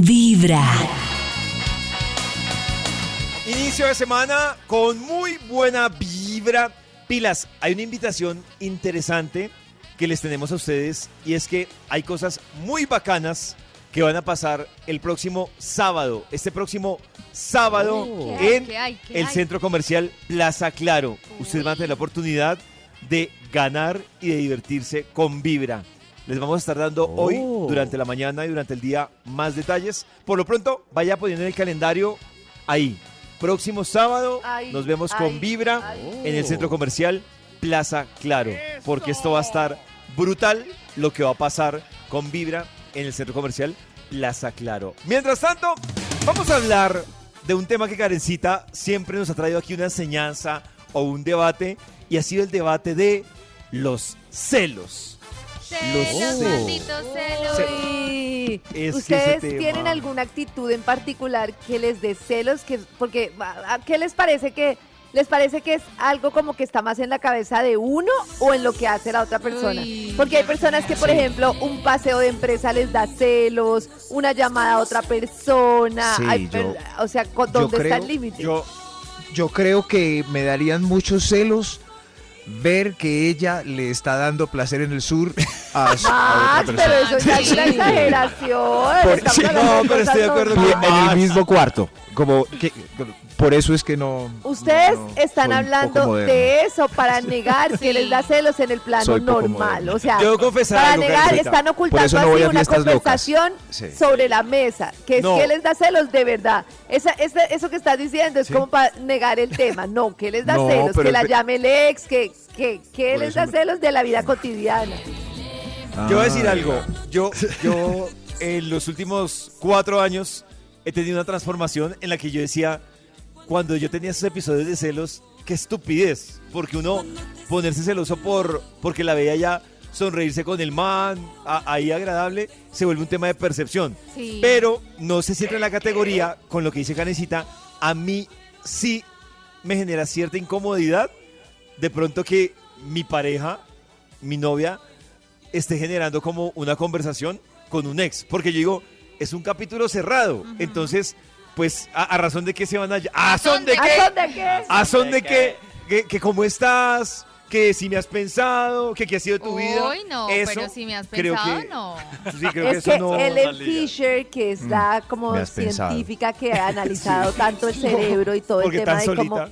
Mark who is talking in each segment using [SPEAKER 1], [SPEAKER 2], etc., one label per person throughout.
[SPEAKER 1] Vibra.
[SPEAKER 2] Inicio de semana con muy buena vibra. Pilas, hay una invitación interesante que les tenemos a ustedes y es que hay cosas muy bacanas que van a pasar el próximo sábado. Este próximo sábado
[SPEAKER 3] Oh. ¿Qué hay,
[SPEAKER 2] en
[SPEAKER 3] qué hay, qué
[SPEAKER 2] el
[SPEAKER 3] hay?
[SPEAKER 2] centro comercial Plaza Claro. Ustedes van a tener la oportunidad de ganar y de divertirse con Vibra. Les vamos a estar dando hoy, durante la mañana y durante el día, más detalles. Por lo pronto, vaya poniendo en el calendario ahí. Próximo sábado
[SPEAKER 3] Ay,
[SPEAKER 2] nos vemos
[SPEAKER 3] ay,
[SPEAKER 2] con Vibra
[SPEAKER 3] ay.
[SPEAKER 2] en el
[SPEAKER 4] Oh.
[SPEAKER 2] centro comercial Plaza Claro, porque esto va a estar brutal lo que va a pasar con Vibra en el centro comercial Plaza Claro. Mientras tanto, vamos a hablar de un tema que Karencita siempre nos ha traído aquí una enseñanza o un debate y ha sido el debate de los celos. Los
[SPEAKER 3] Celos,
[SPEAKER 2] celos.
[SPEAKER 3] malditos celos.
[SPEAKER 2] Se-
[SPEAKER 5] Uy,
[SPEAKER 2] Es que
[SPEAKER 5] ¿Ustedes
[SPEAKER 2] ese tema-
[SPEAKER 5] tienen alguna actitud en particular que les dé celos? Que, porque, ¿a- a ¿qué les parece que les parece que es algo como que está más en la cabeza de uno o en lo que hace la otra persona?
[SPEAKER 3] Uy,
[SPEAKER 5] Porque hay personas que, por ejemplo, un paseo de empresa les da celos, una llamada a otra persona.
[SPEAKER 4] Sí,
[SPEAKER 5] hay per-
[SPEAKER 4] yo-
[SPEAKER 5] o sea, co- ¿dónde está
[SPEAKER 4] creo-
[SPEAKER 5] el límite?
[SPEAKER 2] Yo,
[SPEAKER 4] Yo creo que me darían muchos celos ver que ella le está dando placer en el sur a, su- a
[SPEAKER 5] Max,
[SPEAKER 4] otra
[SPEAKER 5] pero
[SPEAKER 4] persona.
[SPEAKER 5] eso ya es una
[SPEAKER 3] Sí.
[SPEAKER 5] exageración.
[SPEAKER 4] Por-
[SPEAKER 5] estamos
[SPEAKER 4] sí,
[SPEAKER 5] hablando
[SPEAKER 2] no,
[SPEAKER 5] de
[SPEAKER 2] pero estoy de
[SPEAKER 5] cosas
[SPEAKER 2] acuerdo
[SPEAKER 4] Y
[SPEAKER 2] con
[SPEAKER 5] normales.
[SPEAKER 4] en
[SPEAKER 2] Max.
[SPEAKER 4] el mismo cuarto. Como que por eso es que no.
[SPEAKER 5] Ustedes
[SPEAKER 4] no, no,
[SPEAKER 5] están
[SPEAKER 4] soy un poco
[SPEAKER 5] hablando
[SPEAKER 4] moderno.
[SPEAKER 5] de eso para negar que les da celos en el plano
[SPEAKER 4] Soy poco
[SPEAKER 5] normal.
[SPEAKER 4] moderno.
[SPEAKER 5] O sea,
[SPEAKER 2] yo debo confesar
[SPEAKER 5] para
[SPEAKER 2] algo,
[SPEAKER 5] negar
[SPEAKER 2] Karencita.
[SPEAKER 5] están
[SPEAKER 4] Por
[SPEAKER 5] ocultando
[SPEAKER 4] eso no voy
[SPEAKER 5] así
[SPEAKER 4] a
[SPEAKER 5] una
[SPEAKER 4] fiestas locas.
[SPEAKER 5] conversación
[SPEAKER 4] Sí.
[SPEAKER 5] sobre la mesa, que es
[SPEAKER 2] No.
[SPEAKER 5] que les da celos de verdad. Esa, esa- eso que estás diciendo es
[SPEAKER 4] Sí.
[SPEAKER 5] como para negar el tema. No, que les da
[SPEAKER 4] No,
[SPEAKER 5] celos,
[SPEAKER 4] pero
[SPEAKER 5] que la
[SPEAKER 4] es-
[SPEAKER 5] llame el ex, que, que, que
[SPEAKER 4] Por
[SPEAKER 5] les
[SPEAKER 4] eso
[SPEAKER 5] da
[SPEAKER 4] me-
[SPEAKER 5] celos de la vida cotidiana.
[SPEAKER 2] Yo voy a decir
[SPEAKER 4] Ah,
[SPEAKER 2] algo. Yo, yo en los últimos cuatro años he tenido una transformación en la que yo decía, cuando yo tenía esos episodios de celos, qué estupidez. Porque uno ponerse celoso por porque la veía ya sonreírse con el man, a- ahí agradable, se vuelve un tema de percepción.
[SPEAKER 3] Sí.
[SPEAKER 2] Pero no se siente en la categoría con lo que dice Canecita. A mí sí me genera cierta incomodidad de pronto que mi pareja, mi novia, esté generando como una conversación con un ex. Porque yo digo, es un capítulo cerrado. Entonces, pues, a, a razón de qué se van a... ¿A razón de
[SPEAKER 5] ¿A
[SPEAKER 2] qué?
[SPEAKER 5] dónde qué?
[SPEAKER 2] ¿A razón de qué? Que, que cómo estás, que si me has pensado, que qué ha sido tu vida.
[SPEAKER 3] Uy, no,
[SPEAKER 2] Eso
[SPEAKER 3] pero si me has
[SPEAKER 2] creo
[SPEAKER 3] pensado,
[SPEAKER 2] que-
[SPEAKER 3] no.
[SPEAKER 2] Sí, creo que
[SPEAKER 5] es
[SPEAKER 2] eso
[SPEAKER 5] que
[SPEAKER 2] no...
[SPEAKER 5] Ellen Fisher, que es la como
[SPEAKER 4] Mm. me has pensado.
[SPEAKER 5] científica que ha analizado tanto el cerebro y todo el
[SPEAKER 2] Porque
[SPEAKER 5] tema de
[SPEAKER 2] tan
[SPEAKER 5] cómo,
[SPEAKER 2] solita.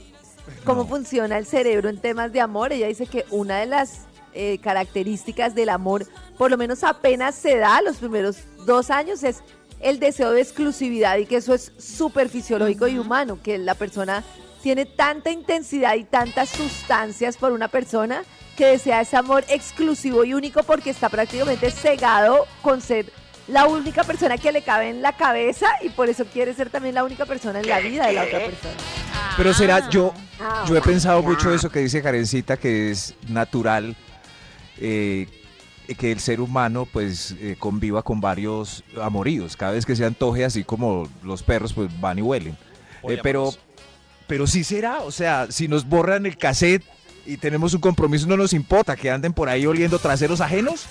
[SPEAKER 5] cómo
[SPEAKER 4] No.
[SPEAKER 5] funciona el cerebro en temas de amor, ella dice que una de las eh, características del amor, por lo menos apenas se da los primeros dos años, es el deseo de exclusividad y que eso es súper fisiológico y humano, que la persona tiene tanta intensidad y tantas sustancias por una persona que desea ese amor exclusivo y único porque está prácticamente cegado con ser la única persona que le cabe en la cabeza y por eso quiere ser también la única persona en la vida de la otra persona.
[SPEAKER 4] Pero será, yo,
[SPEAKER 5] Ah,
[SPEAKER 4] yo he pensado mucho eso que dice Karencita, que es natural eh, que el ser humano pues eh, conviva con varios amoríos. Cada vez que se antoje, así como los perros, pues van y huelen. Eh, pero, pero sí será, o sea, si nos borran el cassette y tenemos un compromiso, no nos importa que anden por ahí oliendo traseros ajenos.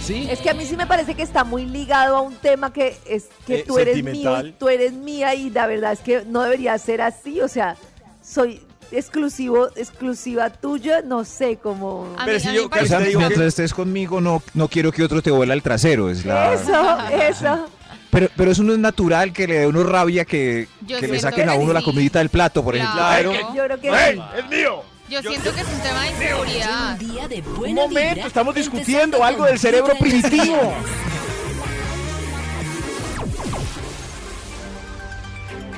[SPEAKER 4] Sí.
[SPEAKER 5] Es que a mí sí me parece que está muy ligado a un tema que es que
[SPEAKER 2] Eh,
[SPEAKER 5] tú eres mío,
[SPEAKER 2] sentimental.
[SPEAKER 5] y tú eres mía y la verdad es que no debería ser así, o sea, soy exclusivo, exclusiva tuya, no sé cómo.
[SPEAKER 3] A mí-
[SPEAKER 2] Pero
[SPEAKER 3] a
[SPEAKER 2] si
[SPEAKER 3] mí
[SPEAKER 2] yo,
[SPEAKER 3] me
[SPEAKER 4] O
[SPEAKER 3] parece-
[SPEAKER 2] Karencita,
[SPEAKER 4] sea,
[SPEAKER 2] digo
[SPEAKER 4] mientras
[SPEAKER 2] que-
[SPEAKER 4] estés conmigo, no, no quiero que otro te vuela el trasero. Es la...
[SPEAKER 5] Eso, eso.
[SPEAKER 4] Pero, pero eso no es natural que le dé uno rabia que,
[SPEAKER 3] Yo
[SPEAKER 4] que le
[SPEAKER 3] siento
[SPEAKER 4] saquen a
[SPEAKER 3] que
[SPEAKER 4] uno la
[SPEAKER 3] sí.
[SPEAKER 4] comidita del plato, por ejemplo.
[SPEAKER 3] Claro.
[SPEAKER 2] Claro.
[SPEAKER 5] Yo creo que sí.
[SPEAKER 3] Yo siento que es un tema de inseguridad.
[SPEAKER 1] Un día de buena
[SPEAKER 6] momento,
[SPEAKER 1] vibra,
[SPEAKER 6] estamos discutiendo
[SPEAKER 1] empezando
[SPEAKER 6] algo
[SPEAKER 1] con
[SPEAKER 6] del cerebro
[SPEAKER 1] Vibra en las
[SPEAKER 6] primitivo.
[SPEAKER 1] mañanas.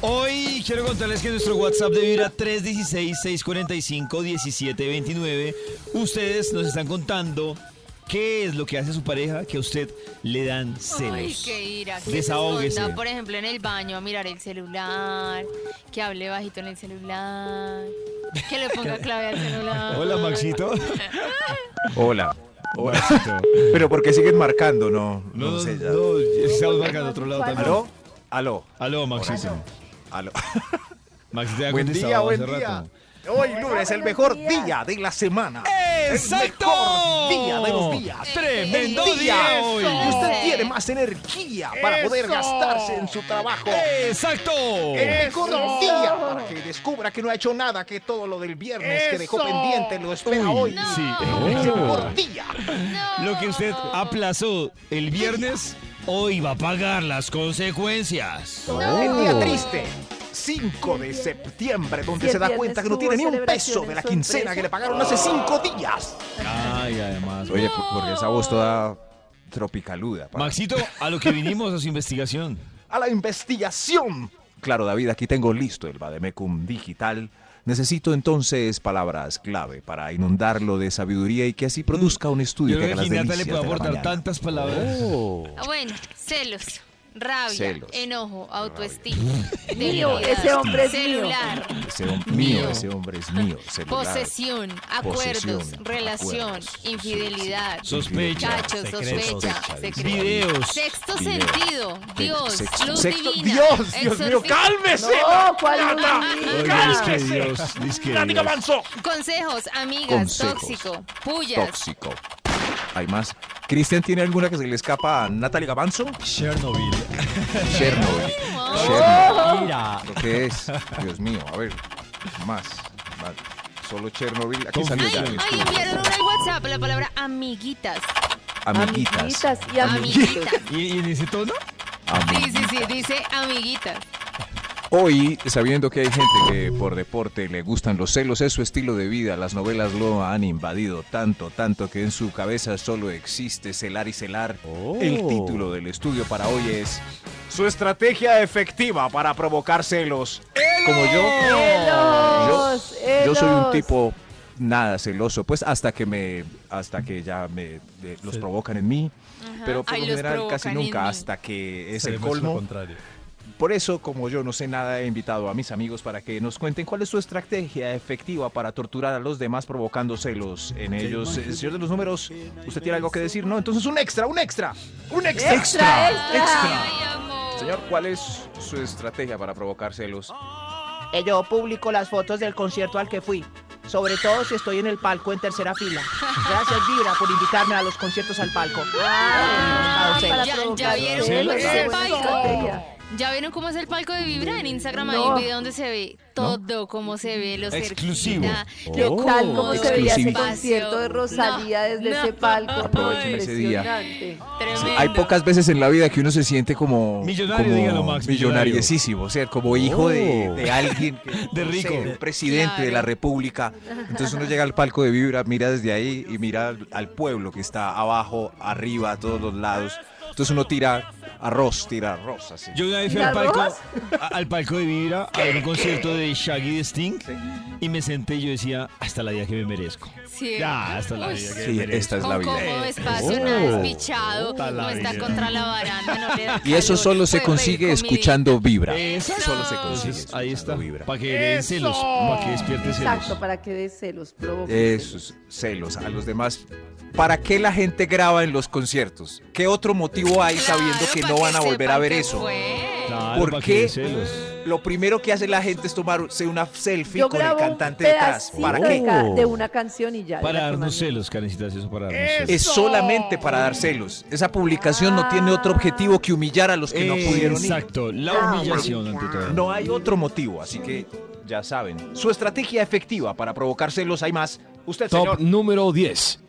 [SPEAKER 7] Hoy quiero contarles que nuestro WhatsApp de Vibra 316-645-1729, ustedes nos están contando
[SPEAKER 2] ¿Qué es lo que hace a su pareja que a usted le dan celos?
[SPEAKER 3] Ay, qué ira. Que se
[SPEAKER 2] Desahóguese.
[SPEAKER 3] esconda, por ejemplo, en el baño a mirar el celular, que hable bajito en el celular, que le ponga clave al celular.
[SPEAKER 2] Hola, Maxito.
[SPEAKER 4] Hola.
[SPEAKER 2] Maxito.
[SPEAKER 4] Pero ¿por qué siguen marcando? No,
[SPEAKER 2] No,
[SPEAKER 4] no,
[SPEAKER 2] no,
[SPEAKER 4] sé ya.
[SPEAKER 2] no, estamos marcando otro lado también.
[SPEAKER 4] ¿Aló? ¿Aló?
[SPEAKER 2] Aló, Maxito.
[SPEAKER 4] ¿Aló?
[SPEAKER 2] Maxito ya
[SPEAKER 4] Buen
[SPEAKER 2] contestaba
[SPEAKER 4] día, buen
[SPEAKER 2] hace
[SPEAKER 4] día.
[SPEAKER 2] rato.
[SPEAKER 4] Hoy lunes, el mejor día de la semana.
[SPEAKER 2] ¡Exacto!
[SPEAKER 4] El mejor día de los días.
[SPEAKER 2] ¡Tremendo
[SPEAKER 4] Tremendo
[SPEAKER 2] día
[SPEAKER 4] día.
[SPEAKER 2] hoy!
[SPEAKER 4] Y usted
[SPEAKER 3] Sí.
[SPEAKER 4] tiene más energía para poder gastarse en su trabajo.
[SPEAKER 2] ¡Exacto!
[SPEAKER 4] El mejor día para que descubra que no ha hecho nada, que todo lo del viernes que dejó pendiente lo espera hoy.
[SPEAKER 3] No.
[SPEAKER 2] Sí.
[SPEAKER 4] Es el mejor día.
[SPEAKER 3] No.
[SPEAKER 2] Lo que usted aplazó el viernes, hoy va a pagar las consecuencias.
[SPEAKER 4] El
[SPEAKER 3] Oh.
[SPEAKER 4] día triste. 5 de septiembre, donde
[SPEAKER 5] Si el
[SPEAKER 4] se da
[SPEAKER 5] viernes
[SPEAKER 4] cuenta que no tiene ni
[SPEAKER 5] hubo
[SPEAKER 4] un peso
[SPEAKER 5] celebración
[SPEAKER 4] de
[SPEAKER 5] en
[SPEAKER 4] la
[SPEAKER 5] su
[SPEAKER 4] quincena
[SPEAKER 5] empresa.
[SPEAKER 4] que le pagaron hace 5 días.
[SPEAKER 2] Ay, además.
[SPEAKER 8] Oye, por- porque esa voz toda tropicaluda. pa.
[SPEAKER 2] Maxito, a lo que vinimos a su investigación.
[SPEAKER 4] a la investigación. Claro, David, aquí tengo listo el Bademecum digital. Necesito entonces palabras clave para inundarlo de sabiduría y que así produzca un estudio
[SPEAKER 2] Yo
[SPEAKER 4] que
[SPEAKER 2] creo
[SPEAKER 4] haga
[SPEAKER 2] que
[SPEAKER 4] las
[SPEAKER 2] Ginata le
[SPEAKER 4] delicias
[SPEAKER 2] puede
[SPEAKER 4] de la
[SPEAKER 2] aportar
[SPEAKER 4] mañana. Oh,
[SPEAKER 2] tantas palabras.
[SPEAKER 3] Ah, Bueno, celos, rabia,
[SPEAKER 4] Celos.
[SPEAKER 3] enojo, autoestima.
[SPEAKER 5] Mío,
[SPEAKER 3] debilidad,
[SPEAKER 5] ese hombre es mío.
[SPEAKER 3] celular,
[SPEAKER 4] Ese hombre mío,
[SPEAKER 3] Mío.
[SPEAKER 4] ese hombre es mío. celular,
[SPEAKER 3] posesión,
[SPEAKER 4] Posesión,
[SPEAKER 3] acuerdos, relación,
[SPEAKER 4] acuerdos,
[SPEAKER 3] infidelidad,
[SPEAKER 4] sí, sí.
[SPEAKER 2] Sospecha,
[SPEAKER 3] cachos,
[SPEAKER 2] secretos,
[SPEAKER 3] sospecha, secretos.
[SPEAKER 2] videos.
[SPEAKER 3] Sexto
[SPEAKER 4] Video.
[SPEAKER 3] sentido, Dios,
[SPEAKER 4] Sexto-
[SPEAKER 3] luz
[SPEAKER 4] sexto-
[SPEAKER 3] divina.
[SPEAKER 4] Dios, Dios mío,
[SPEAKER 3] exorcismo.
[SPEAKER 4] cálmese.
[SPEAKER 5] No, ¿cuál
[SPEAKER 4] Nata,
[SPEAKER 5] luz
[SPEAKER 2] Oye,
[SPEAKER 5] divina?
[SPEAKER 2] es que Dios, es que
[SPEAKER 4] Nati
[SPEAKER 2] Dios.
[SPEAKER 4] Gamanzo.
[SPEAKER 3] Consejos, amigas,
[SPEAKER 4] Consejos.
[SPEAKER 3] tóxico, pullas.
[SPEAKER 4] Tóxico. Hay más. Cristian, ¿tiene alguna que se le escapa a Natalie Gamanzo?
[SPEAKER 2] Chernobyl.
[SPEAKER 4] Chernobyl.
[SPEAKER 3] Wow.
[SPEAKER 4] Chernobyl.
[SPEAKER 2] Mira.
[SPEAKER 4] ¿Lo que es? Dios mío, a ver. Más. más. Solo Chernobyl. Aquí salió
[SPEAKER 3] Ay,
[SPEAKER 4] ya. el
[SPEAKER 3] ay,
[SPEAKER 4] estudio.
[SPEAKER 3] enviaron una al WhatsApp la palabra amiguitas.
[SPEAKER 4] Amiguitas.
[SPEAKER 5] Amiguitas y amiguitos.
[SPEAKER 3] Amiguitas.
[SPEAKER 2] ¿Y, y en ese tono?
[SPEAKER 3] Sí, sí, sí, dice amiguitas.
[SPEAKER 4] Hoy, sabiendo que hay gente que por deporte le gustan los celos, es su estilo de vida. Las novelas lo han invadido tanto, tanto que en su cabeza solo existe celar y celar. El título del estudio para hoy es Su estrategia efectiva para provocar celos. Como yo,
[SPEAKER 5] Celos,
[SPEAKER 4] yo, yo soy un
[SPEAKER 5] celos.
[SPEAKER 4] tipo nada celoso, pues hasta que me hasta que ya me eh, los provocan en mí, pero por
[SPEAKER 3] Ay,
[SPEAKER 4] lo
[SPEAKER 3] los
[SPEAKER 4] general casi
[SPEAKER 3] provocan en
[SPEAKER 4] nunca
[SPEAKER 3] mí.
[SPEAKER 4] hasta que es el colmo. Por eso, como yo no sé nada, he invitado a mis amigos para que nos cuenten cuál es su estrategia efectiva para torturar a los demás provocando celos en ellos. Eh, Señor de los números, ¿usted tiene algo que decir? No, entonces un extra, un extra, un extra.
[SPEAKER 5] Extra, extra.
[SPEAKER 3] Ay, amor.
[SPEAKER 4] Señor, ¿cuál es su estrategia para provocar celos?
[SPEAKER 9] Eh, Yo publico las fotos del concierto al que fui, sobre todo si estoy en el palco en tercera fila. Gracias, Vibra, por invitarme a los conciertos al palco.
[SPEAKER 5] Ah,
[SPEAKER 9] Sí.
[SPEAKER 5] para
[SPEAKER 3] Ya- ya
[SPEAKER 5] provocar
[SPEAKER 3] vieron
[SPEAKER 5] celos,
[SPEAKER 3] cómo
[SPEAKER 5] qué
[SPEAKER 3] se
[SPEAKER 5] buena
[SPEAKER 3] baila.
[SPEAKER 5] estrategia.
[SPEAKER 3] ¿Ya vieron cómo es el palco de Vibra?
[SPEAKER 2] Mm,
[SPEAKER 3] En Instagram hay
[SPEAKER 5] No.
[SPEAKER 3] un video donde se ve todo, cómo se ve, lo
[SPEAKER 2] Exclusivo. Oh.
[SPEAKER 3] cerquita,
[SPEAKER 5] ¿Qué
[SPEAKER 3] lo
[SPEAKER 5] tal
[SPEAKER 3] cómodo,
[SPEAKER 5] como se veía ese
[SPEAKER 3] espacio.
[SPEAKER 5] concierto de Rosalía
[SPEAKER 3] No,
[SPEAKER 5] desde
[SPEAKER 3] no.
[SPEAKER 5] ese palco?
[SPEAKER 4] Aprovechen ese día.
[SPEAKER 5] Impresionante.
[SPEAKER 3] Tremendo.
[SPEAKER 4] Hay pocas veces en la vida que uno se siente como...
[SPEAKER 2] Millonario,
[SPEAKER 4] como
[SPEAKER 2] dígalo, Max, millonario.
[SPEAKER 4] Millonariesísimo, o sea, como hijo de, de alguien. que-
[SPEAKER 2] Oh. De
[SPEAKER 4] no
[SPEAKER 2] rico.
[SPEAKER 4] sé, de un presidente de la
[SPEAKER 3] Claro.
[SPEAKER 4] república. Entonces uno llega al palco de Vibra, mira desde ahí y mira al- al pueblo que está abajo, arriba, a todos los lados. Entonces uno tira arroz, tira arroz así.
[SPEAKER 2] Yo una vez fui
[SPEAKER 5] ¿Y
[SPEAKER 2] al
[SPEAKER 5] la
[SPEAKER 2] palco,
[SPEAKER 5] rosa?
[SPEAKER 2] a- al palco de Vibra a ver un concierto de Shaggy de Sting y me senté y yo decía, hasta la vida que me merezco.
[SPEAKER 3] Sí.
[SPEAKER 2] Ya, hasta la
[SPEAKER 3] Uy,
[SPEAKER 2] vida que me
[SPEAKER 4] Sí,
[SPEAKER 2] merezco.
[SPEAKER 4] esta es
[SPEAKER 3] Con
[SPEAKER 4] la vida.
[SPEAKER 3] cómodo espacio,
[SPEAKER 2] Oh.
[SPEAKER 3] nada despichado,
[SPEAKER 2] Puta la
[SPEAKER 3] no está
[SPEAKER 2] vida.
[SPEAKER 3] contra la baranda, no le da
[SPEAKER 4] Y eso
[SPEAKER 3] calor,
[SPEAKER 4] solo se
[SPEAKER 3] puede pedir
[SPEAKER 4] consigue
[SPEAKER 3] comidita.
[SPEAKER 4] escuchando Vibra.
[SPEAKER 2] Exacto.
[SPEAKER 4] Solo se consigue.
[SPEAKER 2] Entonces, ahí está.
[SPEAKER 4] escuchando Vibra.
[SPEAKER 2] Para que le den celos, para que despierte
[SPEAKER 5] Exacto,
[SPEAKER 2] celos.
[SPEAKER 5] para que de celos provoque.
[SPEAKER 4] Esos celos a los demás. ¿Para qué la gente graba en los conciertos? ¿Qué otro motivo hay
[SPEAKER 3] Claro,
[SPEAKER 4] sabiendo que
[SPEAKER 3] pa'
[SPEAKER 4] no van a volver a
[SPEAKER 3] sepan
[SPEAKER 4] ver
[SPEAKER 3] que
[SPEAKER 4] eso?
[SPEAKER 3] fue.
[SPEAKER 2] Claro,
[SPEAKER 4] ¿Por
[SPEAKER 2] para que
[SPEAKER 4] qué?
[SPEAKER 2] den celos.
[SPEAKER 4] Lo primero que hace la gente es tomarse una selfie
[SPEAKER 5] Yo
[SPEAKER 4] con el
[SPEAKER 5] grabo un
[SPEAKER 4] cantante detrás.
[SPEAKER 5] pedacito
[SPEAKER 4] ¿Para
[SPEAKER 5] de,
[SPEAKER 4] qué?
[SPEAKER 5] ca- de una canción y ya. de
[SPEAKER 2] Para
[SPEAKER 5] la que
[SPEAKER 2] darnos
[SPEAKER 5] mando.
[SPEAKER 2] celos, Karencita, es eso para
[SPEAKER 5] Eh,
[SPEAKER 2] darnos celos.
[SPEAKER 4] Es solamente para dar celos. Esa publicación no tiene otro objetivo que humillar a los que no pudieron ir.
[SPEAKER 2] Exacto, la humillación ante todo.
[SPEAKER 4] No hay otro motivo, así que ya saben. Su estrategia efectiva para provocar celos hay más. Usted, señor.
[SPEAKER 10] número 10.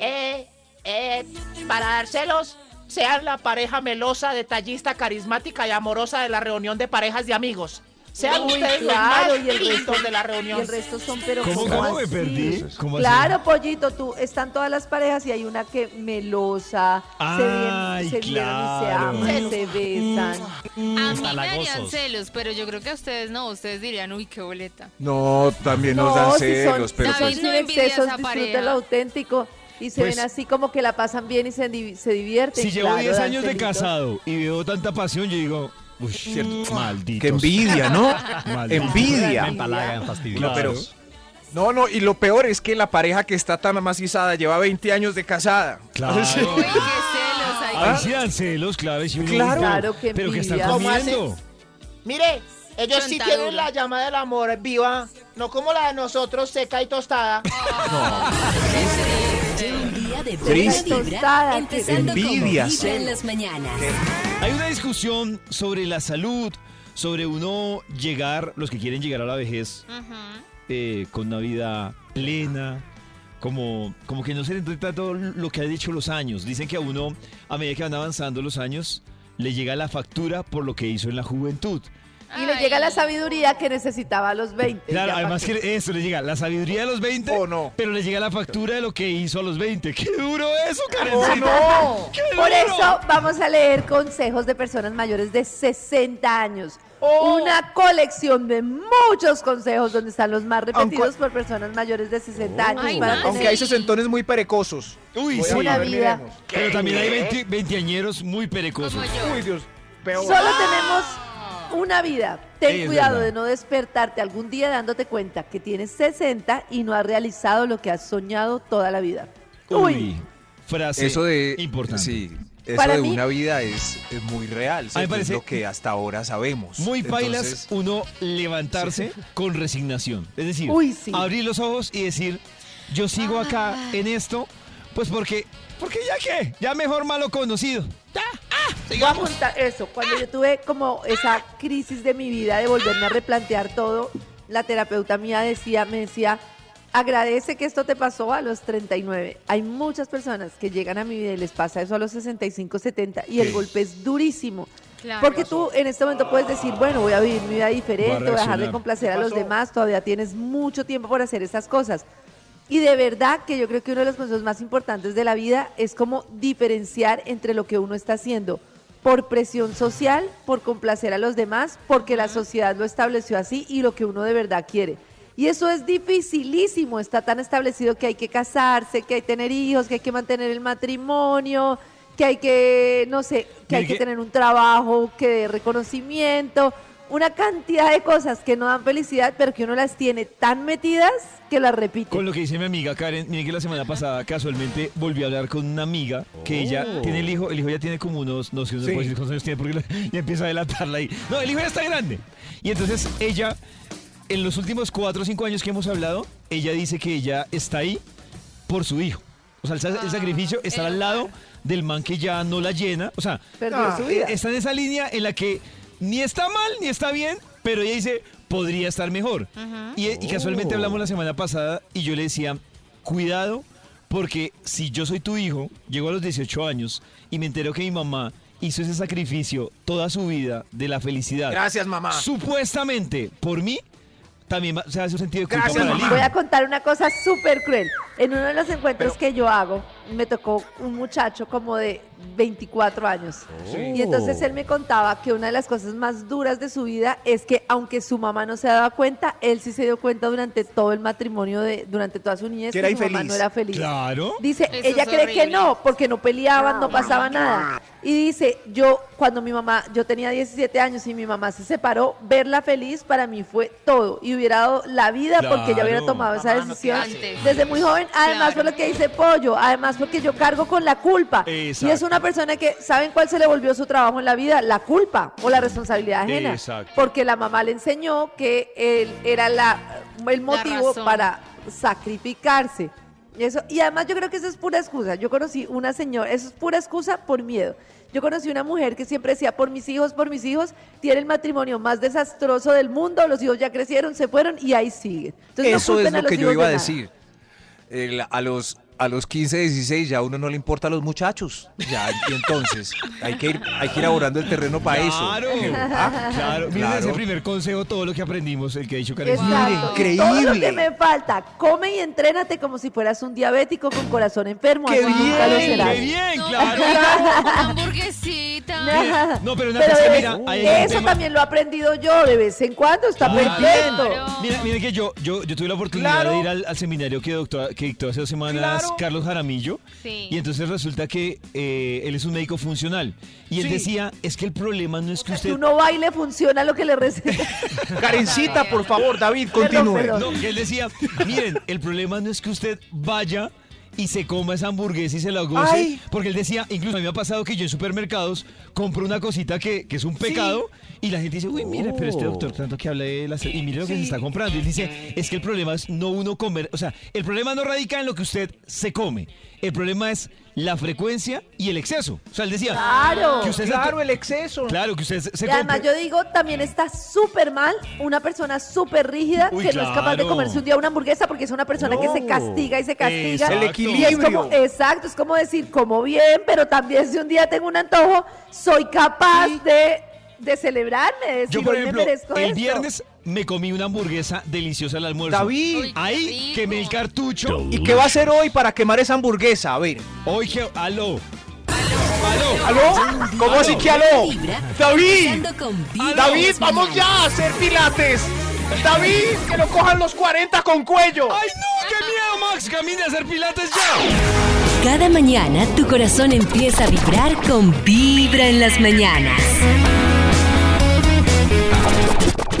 [SPEAKER 9] Eh, eh, para dárselos, sean la pareja melosa, detallista, carismática y amorosa de la reunión de parejas de amigos. Sean
[SPEAKER 5] Uy,
[SPEAKER 9] ustedes los
[SPEAKER 5] claro,
[SPEAKER 9] más
[SPEAKER 5] y el resto-
[SPEAKER 9] lindos de la
[SPEAKER 5] Y
[SPEAKER 9] reunión.
[SPEAKER 5] el resto son, pero
[SPEAKER 2] ¿Cómo,
[SPEAKER 5] ¿cómo
[SPEAKER 2] cómo me
[SPEAKER 5] así?
[SPEAKER 2] perdí? ¿Cómo así?
[SPEAKER 5] Claro, pollito, tú están todas las parejas y hay una que melosa,
[SPEAKER 2] Ay,
[SPEAKER 5] se, vieron, se
[SPEAKER 2] claro.
[SPEAKER 5] vieron
[SPEAKER 2] Mm.
[SPEAKER 5] y se aman, se besan.
[SPEAKER 3] A mí me harían
[SPEAKER 10] Empalagosos.
[SPEAKER 3] celos, pero yo creo que a ustedes no, ustedes dirían, uy, qué boleta.
[SPEAKER 4] No, también nos
[SPEAKER 5] No,
[SPEAKER 4] dan
[SPEAKER 5] si son-
[SPEAKER 4] celos, pero
[SPEAKER 5] si
[SPEAKER 3] pues-
[SPEAKER 5] son sin
[SPEAKER 3] David no envidia a
[SPEAKER 5] excesos,
[SPEAKER 3] esa
[SPEAKER 5] disfruta
[SPEAKER 3] pareja.
[SPEAKER 5] lo auténtico. Y se
[SPEAKER 2] Pues-
[SPEAKER 5] ven así como que la pasan bien y se, divi- se divierten.
[SPEAKER 2] Si llevo
[SPEAKER 5] claro,
[SPEAKER 2] 10 años de
[SPEAKER 5] Dancelito.
[SPEAKER 2] casado y veo tanta pasión, yo digo, uy,
[SPEAKER 5] Mm.
[SPEAKER 2] cierto, maldito.
[SPEAKER 4] Qué envidia, ¿no? Envidia.
[SPEAKER 10] empalagan, fastidio.
[SPEAKER 4] No, pero- No, no, y lo peor es que la pareja que está tan amacizada lleva 20 años de casada. ¿Ah?
[SPEAKER 2] Claro.
[SPEAKER 3] Uy, qué celos hay.
[SPEAKER 2] Ahí sí dan celos, claro. y si uno-
[SPEAKER 4] Claro.
[SPEAKER 5] Claro, qué
[SPEAKER 2] Pero que está
[SPEAKER 5] envidia.
[SPEAKER 9] ¿Cómo
[SPEAKER 2] comiendo.
[SPEAKER 9] Mire, ellos sí
[SPEAKER 3] Chontadura.
[SPEAKER 9] tienen la llama del amor viva, no como la de nosotros seca y tostada.
[SPEAKER 1] Lleva un día de
[SPEAKER 4] Triste.
[SPEAKER 1] pura vibra,
[SPEAKER 5] Este, Tostada,
[SPEAKER 1] empezando con
[SPEAKER 4] envidia,
[SPEAKER 1] Vibra
[SPEAKER 4] sí.
[SPEAKER 1] en las mañanas.
[SPEAKER 2] Hay una discusión sobre la salud, sobre uno llegar, los que quieren llegar a la vejez
[SPEAKER 3] Ujú.
[SPEAKER 2] eh, con una vida plena, como, como que no se le trata todo lo que han hecho los años. Dicen que a uno, a medida que van avanzando los años, le llega la factura por lo que hizo en la juventud.
[SPEAKER 5] Y le llega
[SPEAKER 3] Ay.
[SPEAKER 5] la sabiduría que necesitaba a los 20.
[SPEAKER 2] Claro,
[SPEAKER 5] ya
[SPEAKER 2] además
[SPEAKER 5] para-
[SPEAKER 2] que eso le llega la sabiduría de los 20,
[SPEAKER 4] Oh, no.
[SPEAKER 2] pero le llega la factura de lo que hizo a los 20. ¡Qué duro eso,
[SPEAKER 9] ¡Oh,
[SPEAKER 2] Karencita!
[SPEAKER 9] no!
[SPEAKER 2] ¡Qué
[SPEAKER 5] Oh, Por
[SPEAKER 2] duro!
[SPEAKER 5] eso vamos a leer consejos de personas mayores de 60 años.
[SPEAKER 9] Oh.
[SPEAKER 5] Una colección de muchos consejos donde están los más repetidos por personas mayores de
[SPEAKER 2] Oh,
[SPEAKER 5] 60 años.
[SPEAKER 3] Ay,
[SPEAKER 5] para
[SPEAKER 3] no.
[SPEAKER 5] tener
[SPEAKER 4] Aunque hay sesentones muy perecosos.
[SPEAKER 2] Uy,
[SPEAKER 4] Voy a
[SPEAKER 2] sí.
[SPEAKER 5] una
[SPEAKER 4] ver,
[SPEAKER 5] vida.
[SPEAKER 4] miremos.
[SPEAKER 2] Pero también hay 20 veinteañeros muy perecosos.
[SPEAKER 3] Como yo.
[SPEAKER 4] Uy, Dios, peor.
[SPEAKER 5] Solo tenemos una vida.
[SPEAKER 2] Ah. Sí,
[SPEAKER 5] Ten
[SPEAKER 2] es
[SPEAKER 5] cuidado
[SPEAKER 2] verdad.
[SPEAKER 5] de no despertarte algún día dándote cuenta que tienes 60 y no has realizado lo que has soñado toda la vida. Uy,
[SPEAKER 2] Uy, frase
[SPEAKER 4] Eso de.
[SPEAKER 2] importante.
[SPEAKER 4] Sí. Eso
[SPEAKER 5] Para
[SPEAKER 4] de
[SPEAKER 5] mí-
[SPEAKER 4] una vida es, es muy real. ¿cierto?
[SPEAKER 2] parece-
[SPEAKER 4] Es lo que hasta ahora sabemos.
[SPEAKER 2] Muy bailas
[SPEAKER 4] Entonces,
[SPEAKER 2] uno levantarse con resignación. Es decir,
[SPEAKER 5] Uy, sí. Ah.
[SPEAKER 2] abrir los ojos y decir, yo sigo acá en esto, pues porque, porque ya qué, ya mejor malo conocido. Ya, ah,
[SPEAKER 5] voy a
[SPEAKER 2] sigamos.
[SPEAKER 5] apuntar eso. Cuando yo tuve como esa crisis de mi vida de volverme a replantear todo, la terapeuta mía decía, me decía, agradece que esto te pasó a los 39. Hay muchas personas que llegan a mi vida y les pasa eso a los 65, 70 y el golpe es durísimo.
[SPEAKER 3] Claro.
[SPEAKER 5] Porque tú en este momento puedes decir, bueno, voy a vivir mi vida diferente, voy a, dejar de
[SPEAKER 2] reaccionar.
[SPEAKER 5] complacer a los demás, todavía tienes mucho tiempo por hacer esas cosas. Y de verdad que yo creo que uno de los consejos más importantes de la vida es como diferenciar entre lo que uno está haciendo por presión social, por complacer a los demás, porque la sociedad lo estableció así y lo que uno de verdad quiere. Y eso es dificilísimo, está tan establecido que hay que casarse, que hay que tener hijos, que hay que mantener el matrimonio, que hay que, no sé, que hay
[SPEAKER 2] Mire
[SPEAKER 5] que
[SPEAKER 2] que-
[SPEAKER 5] tener un trabajo, que de reconocimiento, una cantidad de cosas que no dan felicidad, pero que uno las tiene tan metidas que las repite.
[SPEAKER 2] Con lo que dice mi amiga Karen, miren que la semana pasada casualmente volví a hablar con una amiga que ella tiene el hijo, el hijo ya tiene como unos, no sé, no
[SPEAKER 4] Sí.
[SPEAKER 2] puedo decir cuántos años tiene porque lo- ya empieza a delatarla ahí. No, el hijo ya está grande. Y entonces ella, en los últimos cuatro o cinco años que hemos hablado, ella dice que ella está ahí por su hijo. O sea, el, sa- el
[SPEAKER 5] Ah,
[SPEAKER 2] sacrificio estar al lado del man que ya no la llena. O sea,
[SPEAKER 5] Perdió su vida.
[SPEAKER 2] está en esa línea en la que ni está mal ni está bien, pero ella dice, podría estar mejor. y, y
[SPEAKER 4] Oh.
[SPEAKER 2] casualmente hablamos la semana pasada y yo le decía, cuidado, porque si yo soy tu hijo, llego a los 18 años y me entero que mi mamá hizo ese sacrificio toda su vida de la felicidad.
[SPEAKER 4] Gracias, mamá.
[SPEAKER 2] Supuestamente, por mí, también va- se hace un sentido de culpa
[SPEAKER 4] Gracias,
[SPEAKER 2] para el hijo.
[SPEAKER 5] Voy a contar una cosa súper cruel. En uno de los encuentros que yo hago, me tocó un muchacho como de 24 años. Y entonces él me contaba que una de las cosas más duras de su vida es que aunque su mamá no se daba cuenta, él sí se dio cuenta durante todo el matrimonio, de, durante toda su niñez,
[SPEAKER 4] Que
[SPEAKER 5] que,
[SPEAKER 4] era
[SPEAKER 5] su mamá
[SPEAKER 4] infeliz.
[SPEAKER 5] no era feliz.
[SPEAKER 2] Claro.
[SPEAKER 5] Dice,
[SPEAKER 3] Eso
[SPEAKER 5] ella
[SPEAKER 3] es
[SPEAKER 5] cree que
[SPEAKER 3] horrible. Ah.
[SPEAKER 5] no, porque no peleaban, no pasaba nada. Y dice, yo cuando mi mamá, yo tenía 17 años y mi mamá se separó, verla feliz para mí fue todo. Y hubiera dado la vida porque ella hubiera
[SPEAKER 2] Claro.
[SPEAKER 5] tomado esa
[SPEAKER 9] Mamá, no te
[SPEAKER 5] decisión
[SPEAKER 3] haces.
[SPEAKER 5] desde muy joven. Además,
[SPEAKER 3] Claro.
[SPEAKER 5] por lo que dice Pollo, además porque yo cargo con la culpa. Y es
[SPEAKER 2] Exacto.
[SPEAKER 5] una persona que, ¿saben cuál se le volvió su trabajo en la vida? La culpa o la responsabilidad ajena.
[SPEAKER 2] Exacto.
[SPEAKER 5] Porque la mamá le enseñó que él era la, el motivo
[SPEAKER 3] razón.
[SPEAKER 5] para sacrificarse. Eso, y además yo creo que eso es pura excusa. Yo conocí una señora, eso es pura excusa por miedo. Yo conocí una mujer que siempre decía, por mis hijos, por mis hijos, tiene el matrimonio más desastroso del mundo, los hijos ya crecieron, se fueron y ahí siguen. Entonces, no
[SPEAKER 4] Eso
[SPEAKER 5] culpen
[SPEAKER 4] es lo
[SPEAKER 5] los
[SPEAKER 4] que yo
[SPEAKER 5] hijos
[SPEAKER 4] iba a
[SPEAKER 5] de nada.
[SPEAKER 4] decir. El- a, los, a los 15, 16 ya a uno no le importa a los muchachos. Ya, y entonces hay que ir, hay que ir abonando el terreno para
[SPEAKER 2] Claro.
[SPEAKER 4] eso.
[SPEAKER 2] Ah, claro. Miren
[SPEAKER 4] Claro.
[SPEAKER 2] ese primer consejo, todo lo que aprendimos, el que ha dicho Karen.
[SPEAKER 5] Exacto.
[SPEAKER 4] Increíble.
[SPEAKER 5] Todo lo que me falta, come y entrénate como si fueras un diabético con corazón enfermo.
[SPEAKER 4] ¡Qué
[SPEAKER 5] así nunca lo
[SPEAKER 4] bien!
[SPEAKER 5] serás.
[SPEAKER 2] ¡Qué bien,
[SPEAKER 3] No,
[SPEAKER 2] claro!
[SPEAKER 3] Una hamburguesita.
[SPEAKER 2] No, pero una
[SPEAKER 5] Pero
[SPEAKER 2] cosa,
[SPEAKER 5] de
[SPEAKER 2] mira,
[SPEAKER 5] vez-
[SPEAKER 2] ahí hay un
[SPEAKER 5] eso
[SPEAKER 2] tema.
[SPEAKER 5] también lo he aprendido yo de vez en cuando, está
[SPEAKER 2] Claro.
[SPEAKER 5] perfecto.
[SPEAKER 3] Claro.
[SPEAKER 2] Mira, mira que yo, yo, yo tuve la oportunidad
[SPEAKER 9] Claro.
[SPEAKER 2] de ir al, al seminario que, doctora- que dictó hace dos semanas Carlos Jaramillo.
[SPEAKER 3] Sí.
[SPEAKER 2] Y entonces resulta que eh, él es un médico funcional. Y él
[SPEAKER 9] Sí.
[SPEAKER 2] decía, es que el problema no es que
[SPEAKER 5] Que
[SPEAKER 2] usted...
[SPEAKER 5] uno va y le funciona lo que le receta.
[SPEAKER 3] Karencita, por
[SPEAKER 9] favor, David,
[SPEAKER 5] continúe. perdón.
[SPEAKER 2] No, que él decía, miren, el problema no es que usted vaya y se coma esa hamburguesa y se la goce.
[SPEAKER 9] Ay.
[SPEAKER 2] Porque él decía, incluso a mí me ha pasado que yo en supermercados compro una cosita que, que es un pecado y la gente dice, uy, mire, pero este
[SPEAKER 9] Oh.
[SPEAKER 2] doctor tanto que habla de la... ce- Y mire lo que se está comprando. Y él dice, es que el problema es no uno comer... O sea, el problema no radica en lo que usted se come. El problema es la frecuencia y el exceso. O sea, él decía...
[SPEAKER 5] Claro.
[SPEAKER 2] Que usted se-
[SPEAKER 9] Claro, el exceso.
[SPEAKER 2] Claro, que usted se se
[SPEAKER 5] Y
[SPEAKER 2] compre-
[SPEAKER 5] además yo digo, también está súper mal una persona súper rígida
[SPEAKER 2] Uy,
[SPEAKER 5] que no es capaz de
[SPEAKER 2] claro.
[SPEAKER 5] comerse un día una hamburguesa porque es una persona que se
[SPEAKER 11] No.
[SPEAKER 5] castiga y se castiga.
[SPEAKER 2] Exacto. El
[SPEAKER 5] Y es como, exacto, es como decir, como bien, pero también si un día tengo un antojo, soy capaz de, de celebrarme, de decir,
[SPEAKER 2] Yo, por
[SPEAKER 5] "Hoy me
[SPEAKER 2] ejemplo,
[SPEAKER 5] merezco
[SPEAKER 2] el
[SPEAKER 5] esto".
[SPEAKER 2] viernes me comí una hamburguesa deliciosa al almuerzo.
[SPEAKER 9] David,
[SPEAKER 3] Uy,
[SPEAKER 2] Ahí
[SPEAKER 3] qué
[SPEAKER 2] quemé el
[SPEAKER 3] rico.
[SPEAKER 2] cartucho.
[SPEAKER 9] ¿y qué va a hacer hoy para quemar esa hamburguesa? A ver.
[SPEAKER 2] Hoy que. ¡Aló! ¡Aló!
[SPEAKER 9] ¿Aló? ¿Cómo así que aló?
[SPEAKER 1] Vibra,
[SPEAKER 9] David,
[SPEAKER 1] empezando con Vibra
[SPEAKER 9] David,
[SPEAKER 1] en las
[SPEAKER 9] vamos
[SPEAKER 1] mañanas.
[SPEAKER 9] ya a hacer pilates. David, que lo cojan los 40 con cuello.
[SPEAKER 2] ¡Ay, no! ¡Qué miedo, Max! ¡Camine a hacer pilates ya!
[SPEAKER 1] Cada mañana tu corazón empieza a vibrar con Vibra en las mañanas.